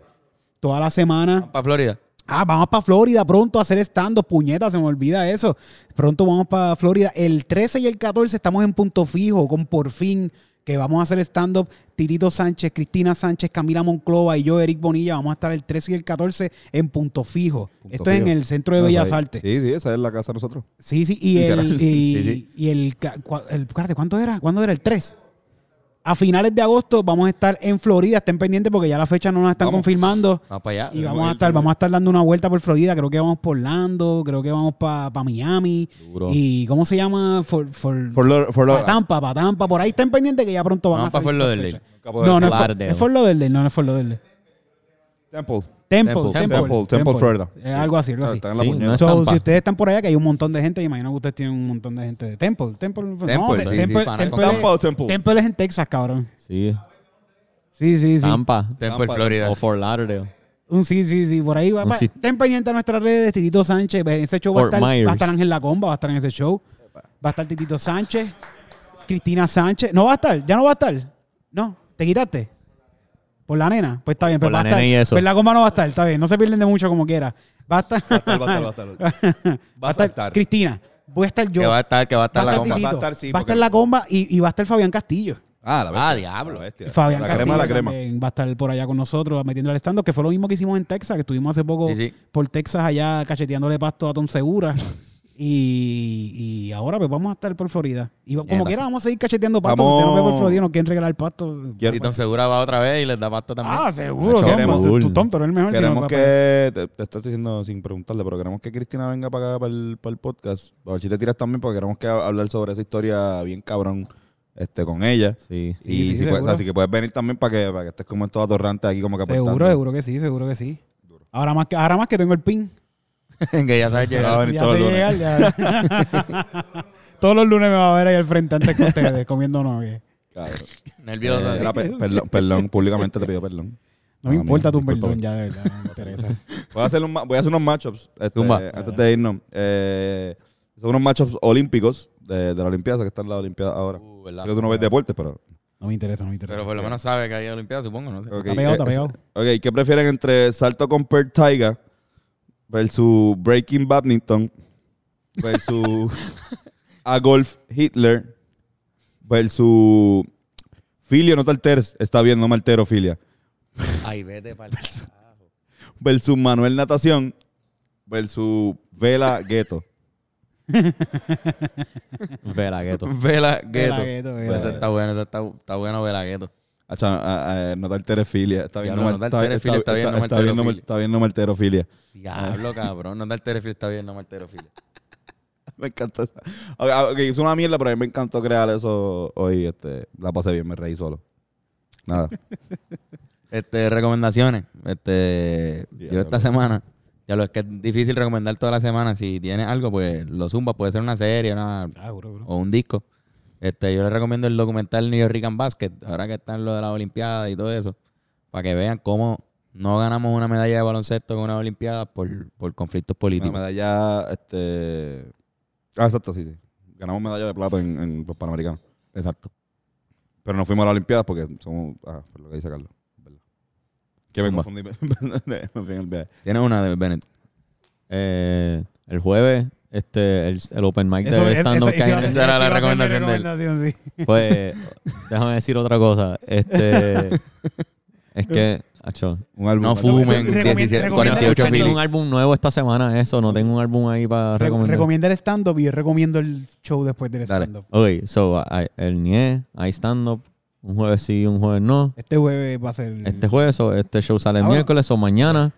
Speaker 4: toda la semana.
Speaker 2: Para Florida.
Speaker 4: Ah, vamos para Florida pronto a hacer estando, puñetas, se me olvida eso. Pronto vamos para Florida. El 13 y el 14 estamos en punto fijo con por fin que vamos a hacer stand-up. Tirito Sánchez, Cristina Sánchez, Camila Monclova y yo, Eric Bonilla, vamos a estar el 13 y el 14 en punto fijo.
Speaker 3: Punto
Speaker 4: *laughs* Esto es en
Speaker 3: Fijo.
Speaker 4: el Centro de Bellas
Speaker 3: Ahí.
Speaker 4: Artes.
Speaker 3: Sí, sí, esa es la casa de nosotros.
Speaker 4: Sí, sí, y el,
Speaker 3: Literal.
Speaker 4: y,
Speaker 2: Sí, sí.
Speaker 4: y el, ca- cua- el- espérate, ¿cuánto era? ¿Cuándo era? El 3. A finales de agosto vamos a estar en Florida, estén pendientes porque ya la fecha no nos están
Speaker 3: Vamos.
Speaker 4: confirmando.
Speaker 2: Vamos para allá.
Speaker 4: Y
Speaker 3: que
Speaker 4: vamos
Speaker 3: ir
Speaker 4: a estar,
Speaker 3: también.
Speaker 4: vamos a estar dando una vuelta por Florida, creo que vamos por Orlando, creo que vamos para Miami.
Speaker 1: Duro.
Speaker 4: Y ¿cómo se llama? For, for-
Speaker 3: For Lord, for
Speaker 4: pa' Tampa, pa' Tampa, por ahí estén pendientes que ya pronto van
Speaker 2: Vamos
Speaker 4: a
Speaker 2: pa'
Speaker 4: salir
Speaker 2: Fort
Speaker 4: estas
Speaker 2: Lauderdale.
Speaker 4: fechas.
Speaker 3: Ah, Pues
Speaker 4: No, no es Fort-
Speaker 1: Lauderdale.
Speaker 4: es Fort Lauderdale, no no es Fort Lauderdale.
Speaker 3: Temple.
Speaker 4: Temple, Temple,
Speaker 2: Temple,
Speaker 4: Temple,
Speaker 3: Temple, Temple, Florida.
Speaker 4: Eh, algo así, algo
Speaker 3: Está,
Speaker 4: así.
Speaker 3: está en la
Speaker 1: Sí,
Speaker 3: puñeta. *laughs*
Speaker 1: no es
Speaker 4: So,
Speaker 1: Tampa.
Speaker 4: si ustedes están por allá, que hay un montón de gente, yo imagino que ustedes tienen un montón de gente de Temple. Temple, no,
Speaker 2: Temple,
Speaker 4: te-
Speaker 2: sí, sí,
Speaker 4: Temple,
Speaker 2: pana,
Speaker 4: Temple,
Speaker 2: con
Speaker 4: es-
Speaker 3: Tampa o Temple.
Speaker 4: Temple es en Texas, cabrón.
Speaker 1: Sí.
Speaker 4: Sí, sí, sí.
Speaker 1: Tampa.
Speaker 2: Temple, Florida.
Speaker 1: O Fort Lauderdale.
Speaker 4: Un sí, sí, sí. Por ahí va.
Speaker 1: Un
Speaker 4: va.
Speaker 1: sí.
Speaker 4: Ten pendiente a nuestras redes, Titito Sánchez. En ese show va a,
Speaker 1: Fort
Speaker 4: estar, va a
Speaker 1: Myers.
Speaker 4: estar Ángel La Comba, va a estar en ese show. Va a estar Titito Sánchez, Cristina Sánchez. No va a estar, ya no va a estar. No, te quitaste. Por la nena, pues está bien. Pero
Speaker 1: Por
Speaker 4: va a
Speaker 1: la
Speaker 4: estar.
Speaker 1: nena y eso.
Speaker 4: Pues la comba no va a estar, está bien. No se pierden de mucho como quiera. Va a estar. *laughs* Va
Speaker 3: estar, va a estar, va a
Speaker 4: Va a estar. Cristina, voy a estar yo.
Speaker 2: Que va a estar, que va a
Speaker 4: Va a
Speaker 2: estar la
Speaker 4: estar
Speaker 2: bomba.
Speaker 4: Titito,
Speaker 3: Va a estar, sí,
Speaker 4: va a
Speaker 3: porque-
Speaker 4: estar la comba y, y va a estar Fabián Castillo.
Speaker 3: Ah, la bestia.
Speaker 2: Ah, diablo.
Speaker 3: La bestia.
Speaker 4: Fabián
Speaker 3: La
Speaker 4: Castillo
Speaker 3: crema, la crema.
Speaker 4: también va a estar por allá con nosotros metiendo el stand que fue lo mismo que hicimos en Texas, que estuvimos hace poco
Speaker 2: Sí, sí.
Speaker 4: por Texas allá cacheteándole pasto a Tom Segura. *laughs* y, y ahora pues vamos a estar por Florida. Y va- como
Speaker 2: Mierda.
Speaker 4: quiera vamos a seguir cacheteando pasto.
Speaker 3: Vamos.
Speaker 4: Si usted no ve por Florida y nos quieren regalar pasto.
Speaker 3: Quiero-
Speaker 2: Y Tom Segura va otra vez y les da pasta también.
Speaker 4: Ah, seguro, Tom.
Speaker 3: Queremos-
Speaker 4: tú- tú, Tom, tú eres el mejor. si
Speaker 3: Queremos
Speaker 4: no,
Speaker 3: que, te, te estoy diciendo sin preguntarle, pero queremos que Cristina venga para acá, para el, para el podcast. A ver si te tiras también, porque queremos que ha- hablar sobre esa historia bien cabrón este, con ella.
Speaker 1: Sí.
Speaker 4: Sí,
Speaker 3: y
Speaker 4: sí,
Speaker 3: si puedes-
Speaker 4: seguro.
Speaker 3: así que puedes venir también para que, para que estés como en todo atorrante aquí, como que
Speaker 4: Seguro,
Speaker 3: aportando.
Speaker 4: seguro que sí, seguro que sí. Ahora más que, ahora más que tengo el pin.
Speaker 2: *laughs* que ya sabes
Speaker 3: Ah,
Speaker 2: llegar.
Speaker 3: venir
Speaker 4: Ya
Speaker 3: todos
Speaker 4: sé
Speaker 3: los lunes.
Speaker 4: llegar, ya. *laughs* todos los lunes me va a ver ahí al frente antes que ustedes comiendo nuggets.
Speaker 2: *laughs*
Speaker 3: Cabrón.
Speaker 2: Nervioso.
Speaker 3: Eh,
Speaker 2: así.
Speaker 3: era pe- perdón, perdón, públicamente te pido perdón.
Speaker 4: No me
Speaker 3: Ah,
Speaker 4: importa tu
Speaker 3: mira,
Speaker 4: perdón,
Speaker 3: discúlpame.
Speaker 4: ya de verdad, no me interesa.
Speaker 3: Voy a hacer, un ma- voy a hacer unos matchups este,
Speaker 2: Zumba.
Speaker 3: antes de irnos. Eh, son unos matchups olímpicos de, de la Olimpiada, que están en la Olimpiada ahora.
Speaker 2: Uh, ¿verdad?
Speaker 3: Creo que tú no ves deportes, pero.
Speaker 4: No me interesa, no me interesa.
Speaker 2: Pero por lo menos sabe que hay Olimpiada, supongo, ¿no? sé.
Speaker 3: Ok,
Speaker 4: pegado, está
Speaker 3: eh,
Speaker 4: pegado.
Speaker 3: Ok, ¿qué prefieren entre salto con Per Taiga versus Breaking Badminton
Speaker 2: *laughs*
Speaker 3: versus Agolf Hitler versus Filio, no te alteres. Está bien, no me altero, Filia.
Speaker 2: Ay, vete para
Speaker 3: Versus Manuel Natación versus Vela Gueto.
Speaker 1: Vela, gueto.
Speaker 2: Vela
Speaker 4: Vela
Speaker 2: Gueto.
Speaker 4: Gueto, Vela
Speaker 2: Pues ese
Speaker 4: Gueto.
Speaker 2: está bueno, ese está, está bueno Vela Gueto.
Speaker 3: Acha, a- a- no te alteres, Filia. Está bien,
Speaker 2: Diablo,
Speaker 3: no me
Speaker 2: no te
Speaker 3: está-
Speaker 2: alteres, Filia,
Speaker 3: está-
Speaker 2: está bien, no me
Speaker 3: está bien,
Speaker 2: altero,
Speaker 3: no me-
Speaker 2: Filia.
Speaker 3: Está bien, no me altero, Filia.
Speaker 2: *laughs* Diablo, cabrón. No te alteres, Phil, está bien, no me alteres, Phil.
Speaker 3: *laughs* Me encanta esa. Ok, ah, ok, es una mierda, pero a mí me encantó crear eso hoy. Este, la pasé bien, me reí solo. Nada.
Speaker 2: Este, recomendaciones. Este,
Speaker 3: Diablo.
Speaker 2: yo esta semana, ya lo es que es difícil recomendar toda la semana. Si tienes algo, pues lo zumba, puede ser una serie, una,
Speaker 4: Ah, bro, bro.
Speaker 2: o un disco. Este, yo les recomiendo el documental New York Basket, ahora que están lo de las Olimpiadas y todo eso, para que vean cómo No ganamos una medalla de baloncesto con una Olimpiada por, por conflictos
Speaker 3: Una
Speaker 2: políticos.
Speaker 3: medalla, este... Ah, exacto, sí, sí. Ganamos medalla de plata en, en los Panamericanos.
Speaker 2: Exacto.
Speaker 3: Pero no fuimos a las Olimpiadas porque somos... Ah, por lo que dice Carlos. ¿verdad? Que me
Speaker 2: Zumba.
Speaker 3: confundí. *laughs* Me fui en el viaje.
Speaker 2: Tienes una de Bennett.
Speaker 1: Eh, el jueves, este, el, el open mic
Speaker 4: Eso-
Speaker 1: de
Speaker 4: es-
Speaker 1: stand-up que
Speaker 4: eso-
Speaker 1: hay
Speaker 4: eso
Speaker 1: en-
Speaker 4: iba a
Speaker 2: Esa era
Speaker 4: ser-
Speaker 2: la
Speaker 4: iba a ser mi
Speaker 2: recomendación de él.
Speaker 4: recomendación, sí.
Speaker 1: Pues, déjame decir otra cosa.
Speaker 4: *laughs*
Speaker 1: Este, es que, acho,
Speaker 3: Un álbum.
Speaker 2: No
Speaker 4: Recomienda-
Speaker 2: fumen. 17,
Speaker 4: recomienda-
Speaker 2: 48
Speaker 1: escuchando
Speaker 2: Philly.
Speaker 1: un álbum nuevo esta semana, eso. No tengo un álbum ahí para
Speaker 4: Re-
Speaker 1: recomendar.
Speaker 4: Recomienda el stand-up y yo recomiendo el show después del
Speaker 2: Dale.
Speaker 4: stand-up.
Speaker 1: Ok, so, hay- el NIE, hay stand-up, un jueves sí, un jueves no.
Speaker 4: Este jueves va a ser.
Speaker 1: Este jueves, o este show sale el
Speaker 4: Ah, bueno.
Speaker 1: miércoles o mañana.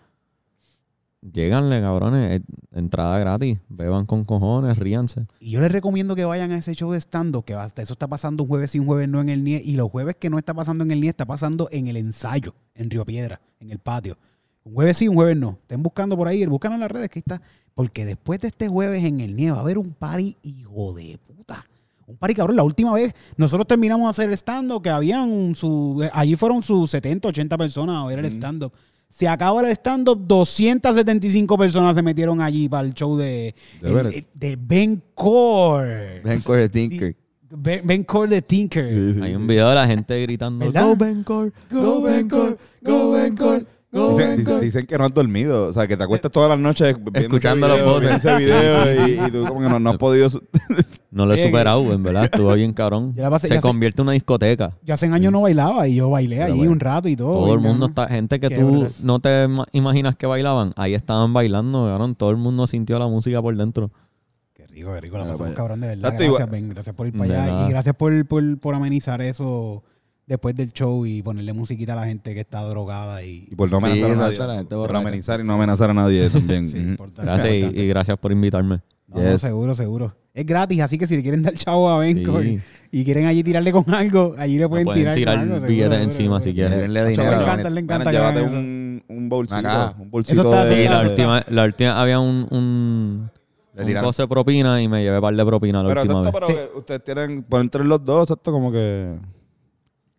Speaker 1: Lleganle, cabrones. eh, Entrada gratis. Beban con cojones, ríanse.
Speaker 4: Y yo les recomiendo que vayan a ese show de stand-up, que hasta eso está pasando un jueves y un jueves no en el NIE. Y los jueves que no está pasando en el NIE, está pasando en el ensayo, en Río Piedra, en el patio. Un jueves sí, un jueves no. Estén buscando por ahí, buscan en las redes que ahí está. Porque después de este jueves en el NIE va a haber un party, hijo de puta. Un party cabrón. La última vez nosotros terminamos de hacer el stand-up, que habían su. Allí fueron sus 70, 80 personas a ver el stand-up. Se acaba el stand-up, 275 personas se metieron allí para el show de,
Speaker 3: De
Speaker 4: el-
Speaker 3: Bennett.
Speaker 4: el- de Ben Core.
Speaker 2: Ben Core Tinker.
Speaker 4: Ben, Ben Core de Tinker.
Speaker 1: Hay un video de la gente gritando:
Speaker 4: ¿Verdad?
Speaker 1: Go Bencor, Go Bencor, Go Bencor, Go
Speaker 3: Dicen, dicen-
Speaker 1: Bencor.
Speaker 3: dicen que no has dormido, o sea, que te acuestas todas las noches viendo
Speaker 2: Escuchando
Speaker 3: ese
Speaker 2: los
Speaker 3: video,
Speaker 2: voces.
Speaker 3: viendo ese video y, y tú como que no, no has podido... su-
Speaker 1: No lo he superado, en verdad. Estuvo bien cabrón.
Speaker 4: *laughs* Ya la pasé- ya
Speaker 1: Se
Speaker 4: sé.
Speaker 1: convierte en una discoteca.
Speaker 4: Yo hace años no bailaba y yo bailé allí un rato y todo. y
Speaker 1: Todo el
Speaker 4: Oh, ya.
Speaker 1: mundo está, gente que
Speaker 4: Qué
Speaker 1: tú
Speaker 4: brutal.
Speaker 1: no te ma- imaginas que bailaban, ahí estaban bailando, cabrón. Todo el mundo sintió la música por dentro.
Speaker 4: Qué rico, qué rico. La
Speaker 3: Mira,
Speaker 4: pasamos
Speaker 3: vaya.
Speaker 4: cabrón, de verdad.
Speaker 3: Exacto,
Speaker 4: Gracias,
Speaker 3: igual-
Speaker 4: Ben. Gracias por ir para
Speaker 1: De
Speaker 4: allá.
Speaker 1: nada.
Speaker 4: Y gracias por, por, por amenizar eso después del show y ponerle musiquita a la gente que está drogada y.
Speaker 3: Y por no amenazar
Speaker 2: Sí,
Speaker 3: a
Speaker 2: esa
Speaker 3: nadie.
Speaker 2: chala, gente
Speaker 3: Por
Speaker 2: borracha.
Speaker 3: amenazar y no amenazar a nadie también.
Speaker 4: Sí,
Speaker 3: Ujú.
Speaker 4: importante,
Speaker 1: Mm-hmm. Gracias y-
Speaker 4: importante.
Speaker 1: y gracias por invitarme.
Speaker 4: No, no,
Speaker 3: Yes.
Speaker 4: seguro, seguro. Es gratis, así que si le quieren dar chavo a Ben
Speaker 1: Sí.
Speaker 4: Core y quieren allí tirarle con algo, allí le
Speaker 1: Me
Speaker 4: pueden,
Speaker 1: pueden tirar
Speaker 4: con algo, seguro,
Speaker 1: billetes
Speaker 4: seguro,
Speaker 1: encima si
Speaker 4: seguro.
Speaker 1: quieren.
Speaker 2: Denle
Speaker 4: Chacho,
Speaker 2: dinero.
Speaker 4: le
Speaker 2: a
Speaker 4: encanta,
Speaker 2: Bennett.
Speaker 4: le encanta.
Speaker 3: Bueno,
Speaker 4: que hagan
Speaker 3: llévate
Speaker 4: eso.
Speaker 3: un, un bolsito,
Speaker 2: Acá.
Speaker 3: un bolsito
Speaker 4: Eso está
Speaker 3: de...
Speaker 1: Sí, la
Speaker 4: Exacto.
Speaker 1: última, la última había un, un,
Speaker 2: Le
Speaker 1: un
Speaker 2: tiraron.
Speaker 1: coso de propina y me llevé par de propina la
Speaker 3: Pero
Speaker 1: última
Speaker 3: exacto,
Speaker 1: vez.
Speaker 3: pero que ustedes tienen, por entre los dos, exacto, como que...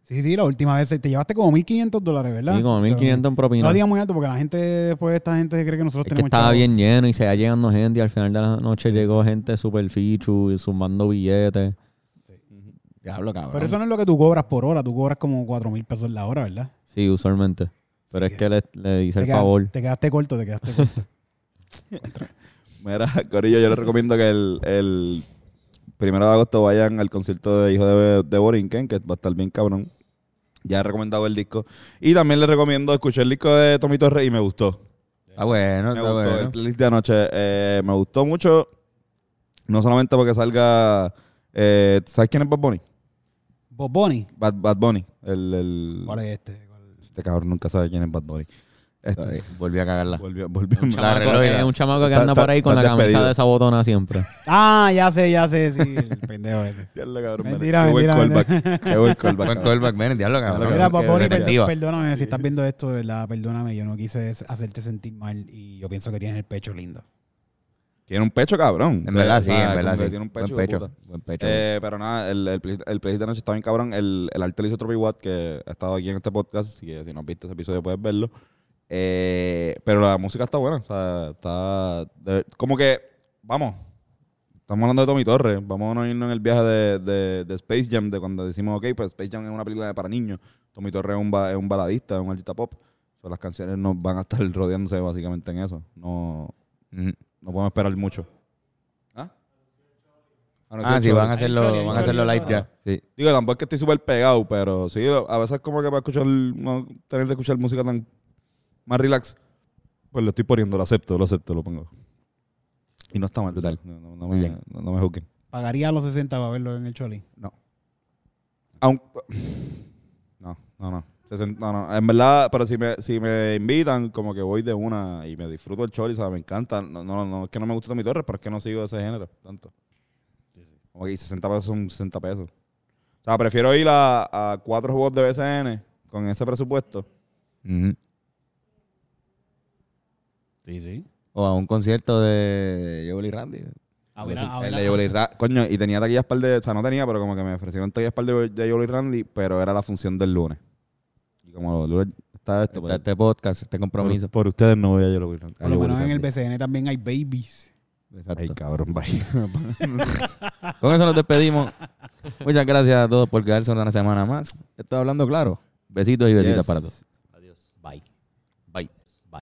Speaker 4: Sí, sí, la última vez te llevaste como 1.500 dólares, ¿verdad?
Speaker 1: Sí, como 1500 en
Speaker 4: No lo
Speaker 1: propina.
Speaker 4: digas muy alto porque la gente, después esta gente cree que nosotros
Speaker 1: es que
Speaker 4: tenemos
Speaker 1: estaba
Speaker 4: chavos.
Speaker 1: bien lleno y se iba llegando gente y al final de la noche llegó gente super fichu y sumando billetes.
Speaker 2: Diablo, cabrón.
Speaker 4: Pero eso no es lo que tú cobras por hora, tú cobras como 4.000 pesos la hora, ¿verdad?
Speaker 1: Sí, usualmente. Pero es que le, le hice
Speaker 4: Te
Speaker 1: el
Speaker 4: quedas-
Speaker 1: favor.
Speaker 4: Te quedaste corto, te quedaste corto.
Speaker 3: Mira, *laughs* Corillo, yo les recomiendo que el, el primero de agosto vayan al concierto de Hijo de, de Borinquen, que va a estar bien cabrón. Ya he recomendado el disco. Y también les recomiendo, escuché el disco de Tommy Torres y me gustó.
Speaker 2: Está Ah,
Speaker 4: Ah,
Speaker 2: bueno,
Speaker 3: Me
Speaker 2: está
Speaker 3: gustó
Speaker 2: bueno.
Speaker 3: el playlist de anoche. eh, me gustó mucho, no solamente porque salga... eh, ¿Sabes quién es Bad Bunny?
Speaker 4: *laughs* Bob Bunny.
Speaker 3: Bad, Bad Bunny. El, el-
Speaker 4: ¿Cuál es este? ¿Cuál es?
Speaker 3: este cabrón nunca sabe quién es Bad Bunny. Este,
Speaker 2: Ay, Volví a cagarla.
Speaker 3: volvió, volvió.
Speaker 1: Un chamaco,
Speaker 2: reloj,
Speaker 1: que-
Speaker 2: la-
Speaker 1: un chamaco que
Speaker 3: Está-
Speaker 1: anda
Speaker 3: está-
Speaker 1: por ahí con
Speaker 3: está
Speaker 1: la camisa
Speaker 3: despedido.
Speaker 1: de esa botona siempre.
Speaker 4: Ah, ya sé, ya sé, sí, *laughs* el pendejo ese.
Speaker 3: Diablo, cabrón,
Speaker 4: Mentira,
Speaker 3: qué buen
Speaker 4: mentira,
Speaker 3: callback. Qué buen callback.
Speaker 2: *laughs* Buen
Speaker 3: cabrón.
Speaker 2: callback, Bennett. Diablo,
Speaker 3: Claro,
Speaker 4: Mira,
Speaker 2: cabrón.
Speaker 3: claro.
Speaker 4: Bob Bunny,
Speaker 2: Qué efectiva.
Speaker 3: pues,
Speaker 4: perdón- perdóname si estás viendo esto, de ¿verdad? Perdóname, yo no quise hacerte sentir mal y yo pienso que tienes el pecho lindo.
Speaker 3: Tiene un pecho cabrón.
Speaker 2: En verdad,
Speaker 3: O
Speaker 2: sí,
Speaker 3: sea,
Speaker 2: en
Speaker 3: como
Speaker 2: verdad,
Speaker 3: que
Speaker 2: sí.
Speaker 3: pues, Tiene un
Speaker 2: Buen
Speaker 3: pecho. de
Speaker 2: pecho.
Speaker 3: puta.
Speaker 2: Buen pecho.
Speaker 3: Eh, pero nada, el, el, play- el playlist de noche está bien cabrón. El, el arte lo hizo Tropi Watt, que ha estado aquí en este podcast. Así que si no has visto ese episodio, puedes verlo. Eh, pero la música está buena. O sea, está. de- como que. Vamos. Estamos hablando de Tommy Torres. Vamos a irnos en el viaje de, de- de Space Jam, de cuando decimos, ok, pues Space Jam es una película de para niños. Tommy Torres es un, ba- es un baladista, es un artista pop. O sea, las canciones nos van a estar rodeándose básicamente en eso. No,
Speaker 2: Ujú.
Speaker 3: no podemos esperar mucho. ¿Ah? no,
Speaker 2: Ah,
Speaker 3: sí,
Speaker 2: sí,
Speaker 3: ocho.
Speaker 2: van a hacerlo, van a hacerlo live
Speaker 3: historia.
Speaker 2: ya. Sí.
Speaker 3: Digo, tampoco es que estoy súper pegado, pero sí, a veces como que para escuchar, no tener que escuchar música tan más relax, pues lo estoy poniendo, lo acepto, lo acepto, lo pongo. Y no está mal,
Speaker 2: Brutal.
Speaker 3: No, no- no
Speaker 2: Muy
Speaker 3: me,
Speaker 2: bien.
Speaker 3: no, no me juzguen.
Speaker 4: Pagaría los 60 para verlo en el Choli.
Speaker 3: Aun- no, no, no. Sesen- no, no. En verdad, pero si me, si me invitan, como que voy de una y me disfruto el choli, ¿sabes? Me encanta. No, no, no, es que no me gusta mi torre, pero es que no sigo ese género tanto. Como que 60 pesos son 60 pesos. O sea, prefiero ir a, a cuatro juegos de BCN con ese presupuesto.
Speaker 2: Ujú.
Speaker 4: Sí, sí.
Speaker 2: O a un concierto de Joel y Randy.
Speaker 4: A ver, a ver.
Speaker 3: El de Yoli Ra- Coño, y tenía taquillas par de... O sea, no tenía, pero como que me ofrecieron taquillas par de, de Yoli Randy, pero era la función del lunes. Y como los lunes... está esto. pues,
Speaker 2: Está
Speaker 3: pero-
Speaker 2: este podcast, este compromiso.
Speaker 3: por, por ustedes no voy a yo lo voy a
Speaker 4: Por lo menos en el BCN también hay babies.
Speaker 3: Ay,
Speaker 2: Exacto.
Speaker 3: cabrón, *laughs* vaya.
Speaker 2: Con eso nos
Speaker 3: *laughs*
Speaker 2: despedimos. Muchas gracias a todos por quedarse una semana más. Estoy hablando claro. Besitos y besitas
Speaker 3: Yes.
Speaker 2: para todos.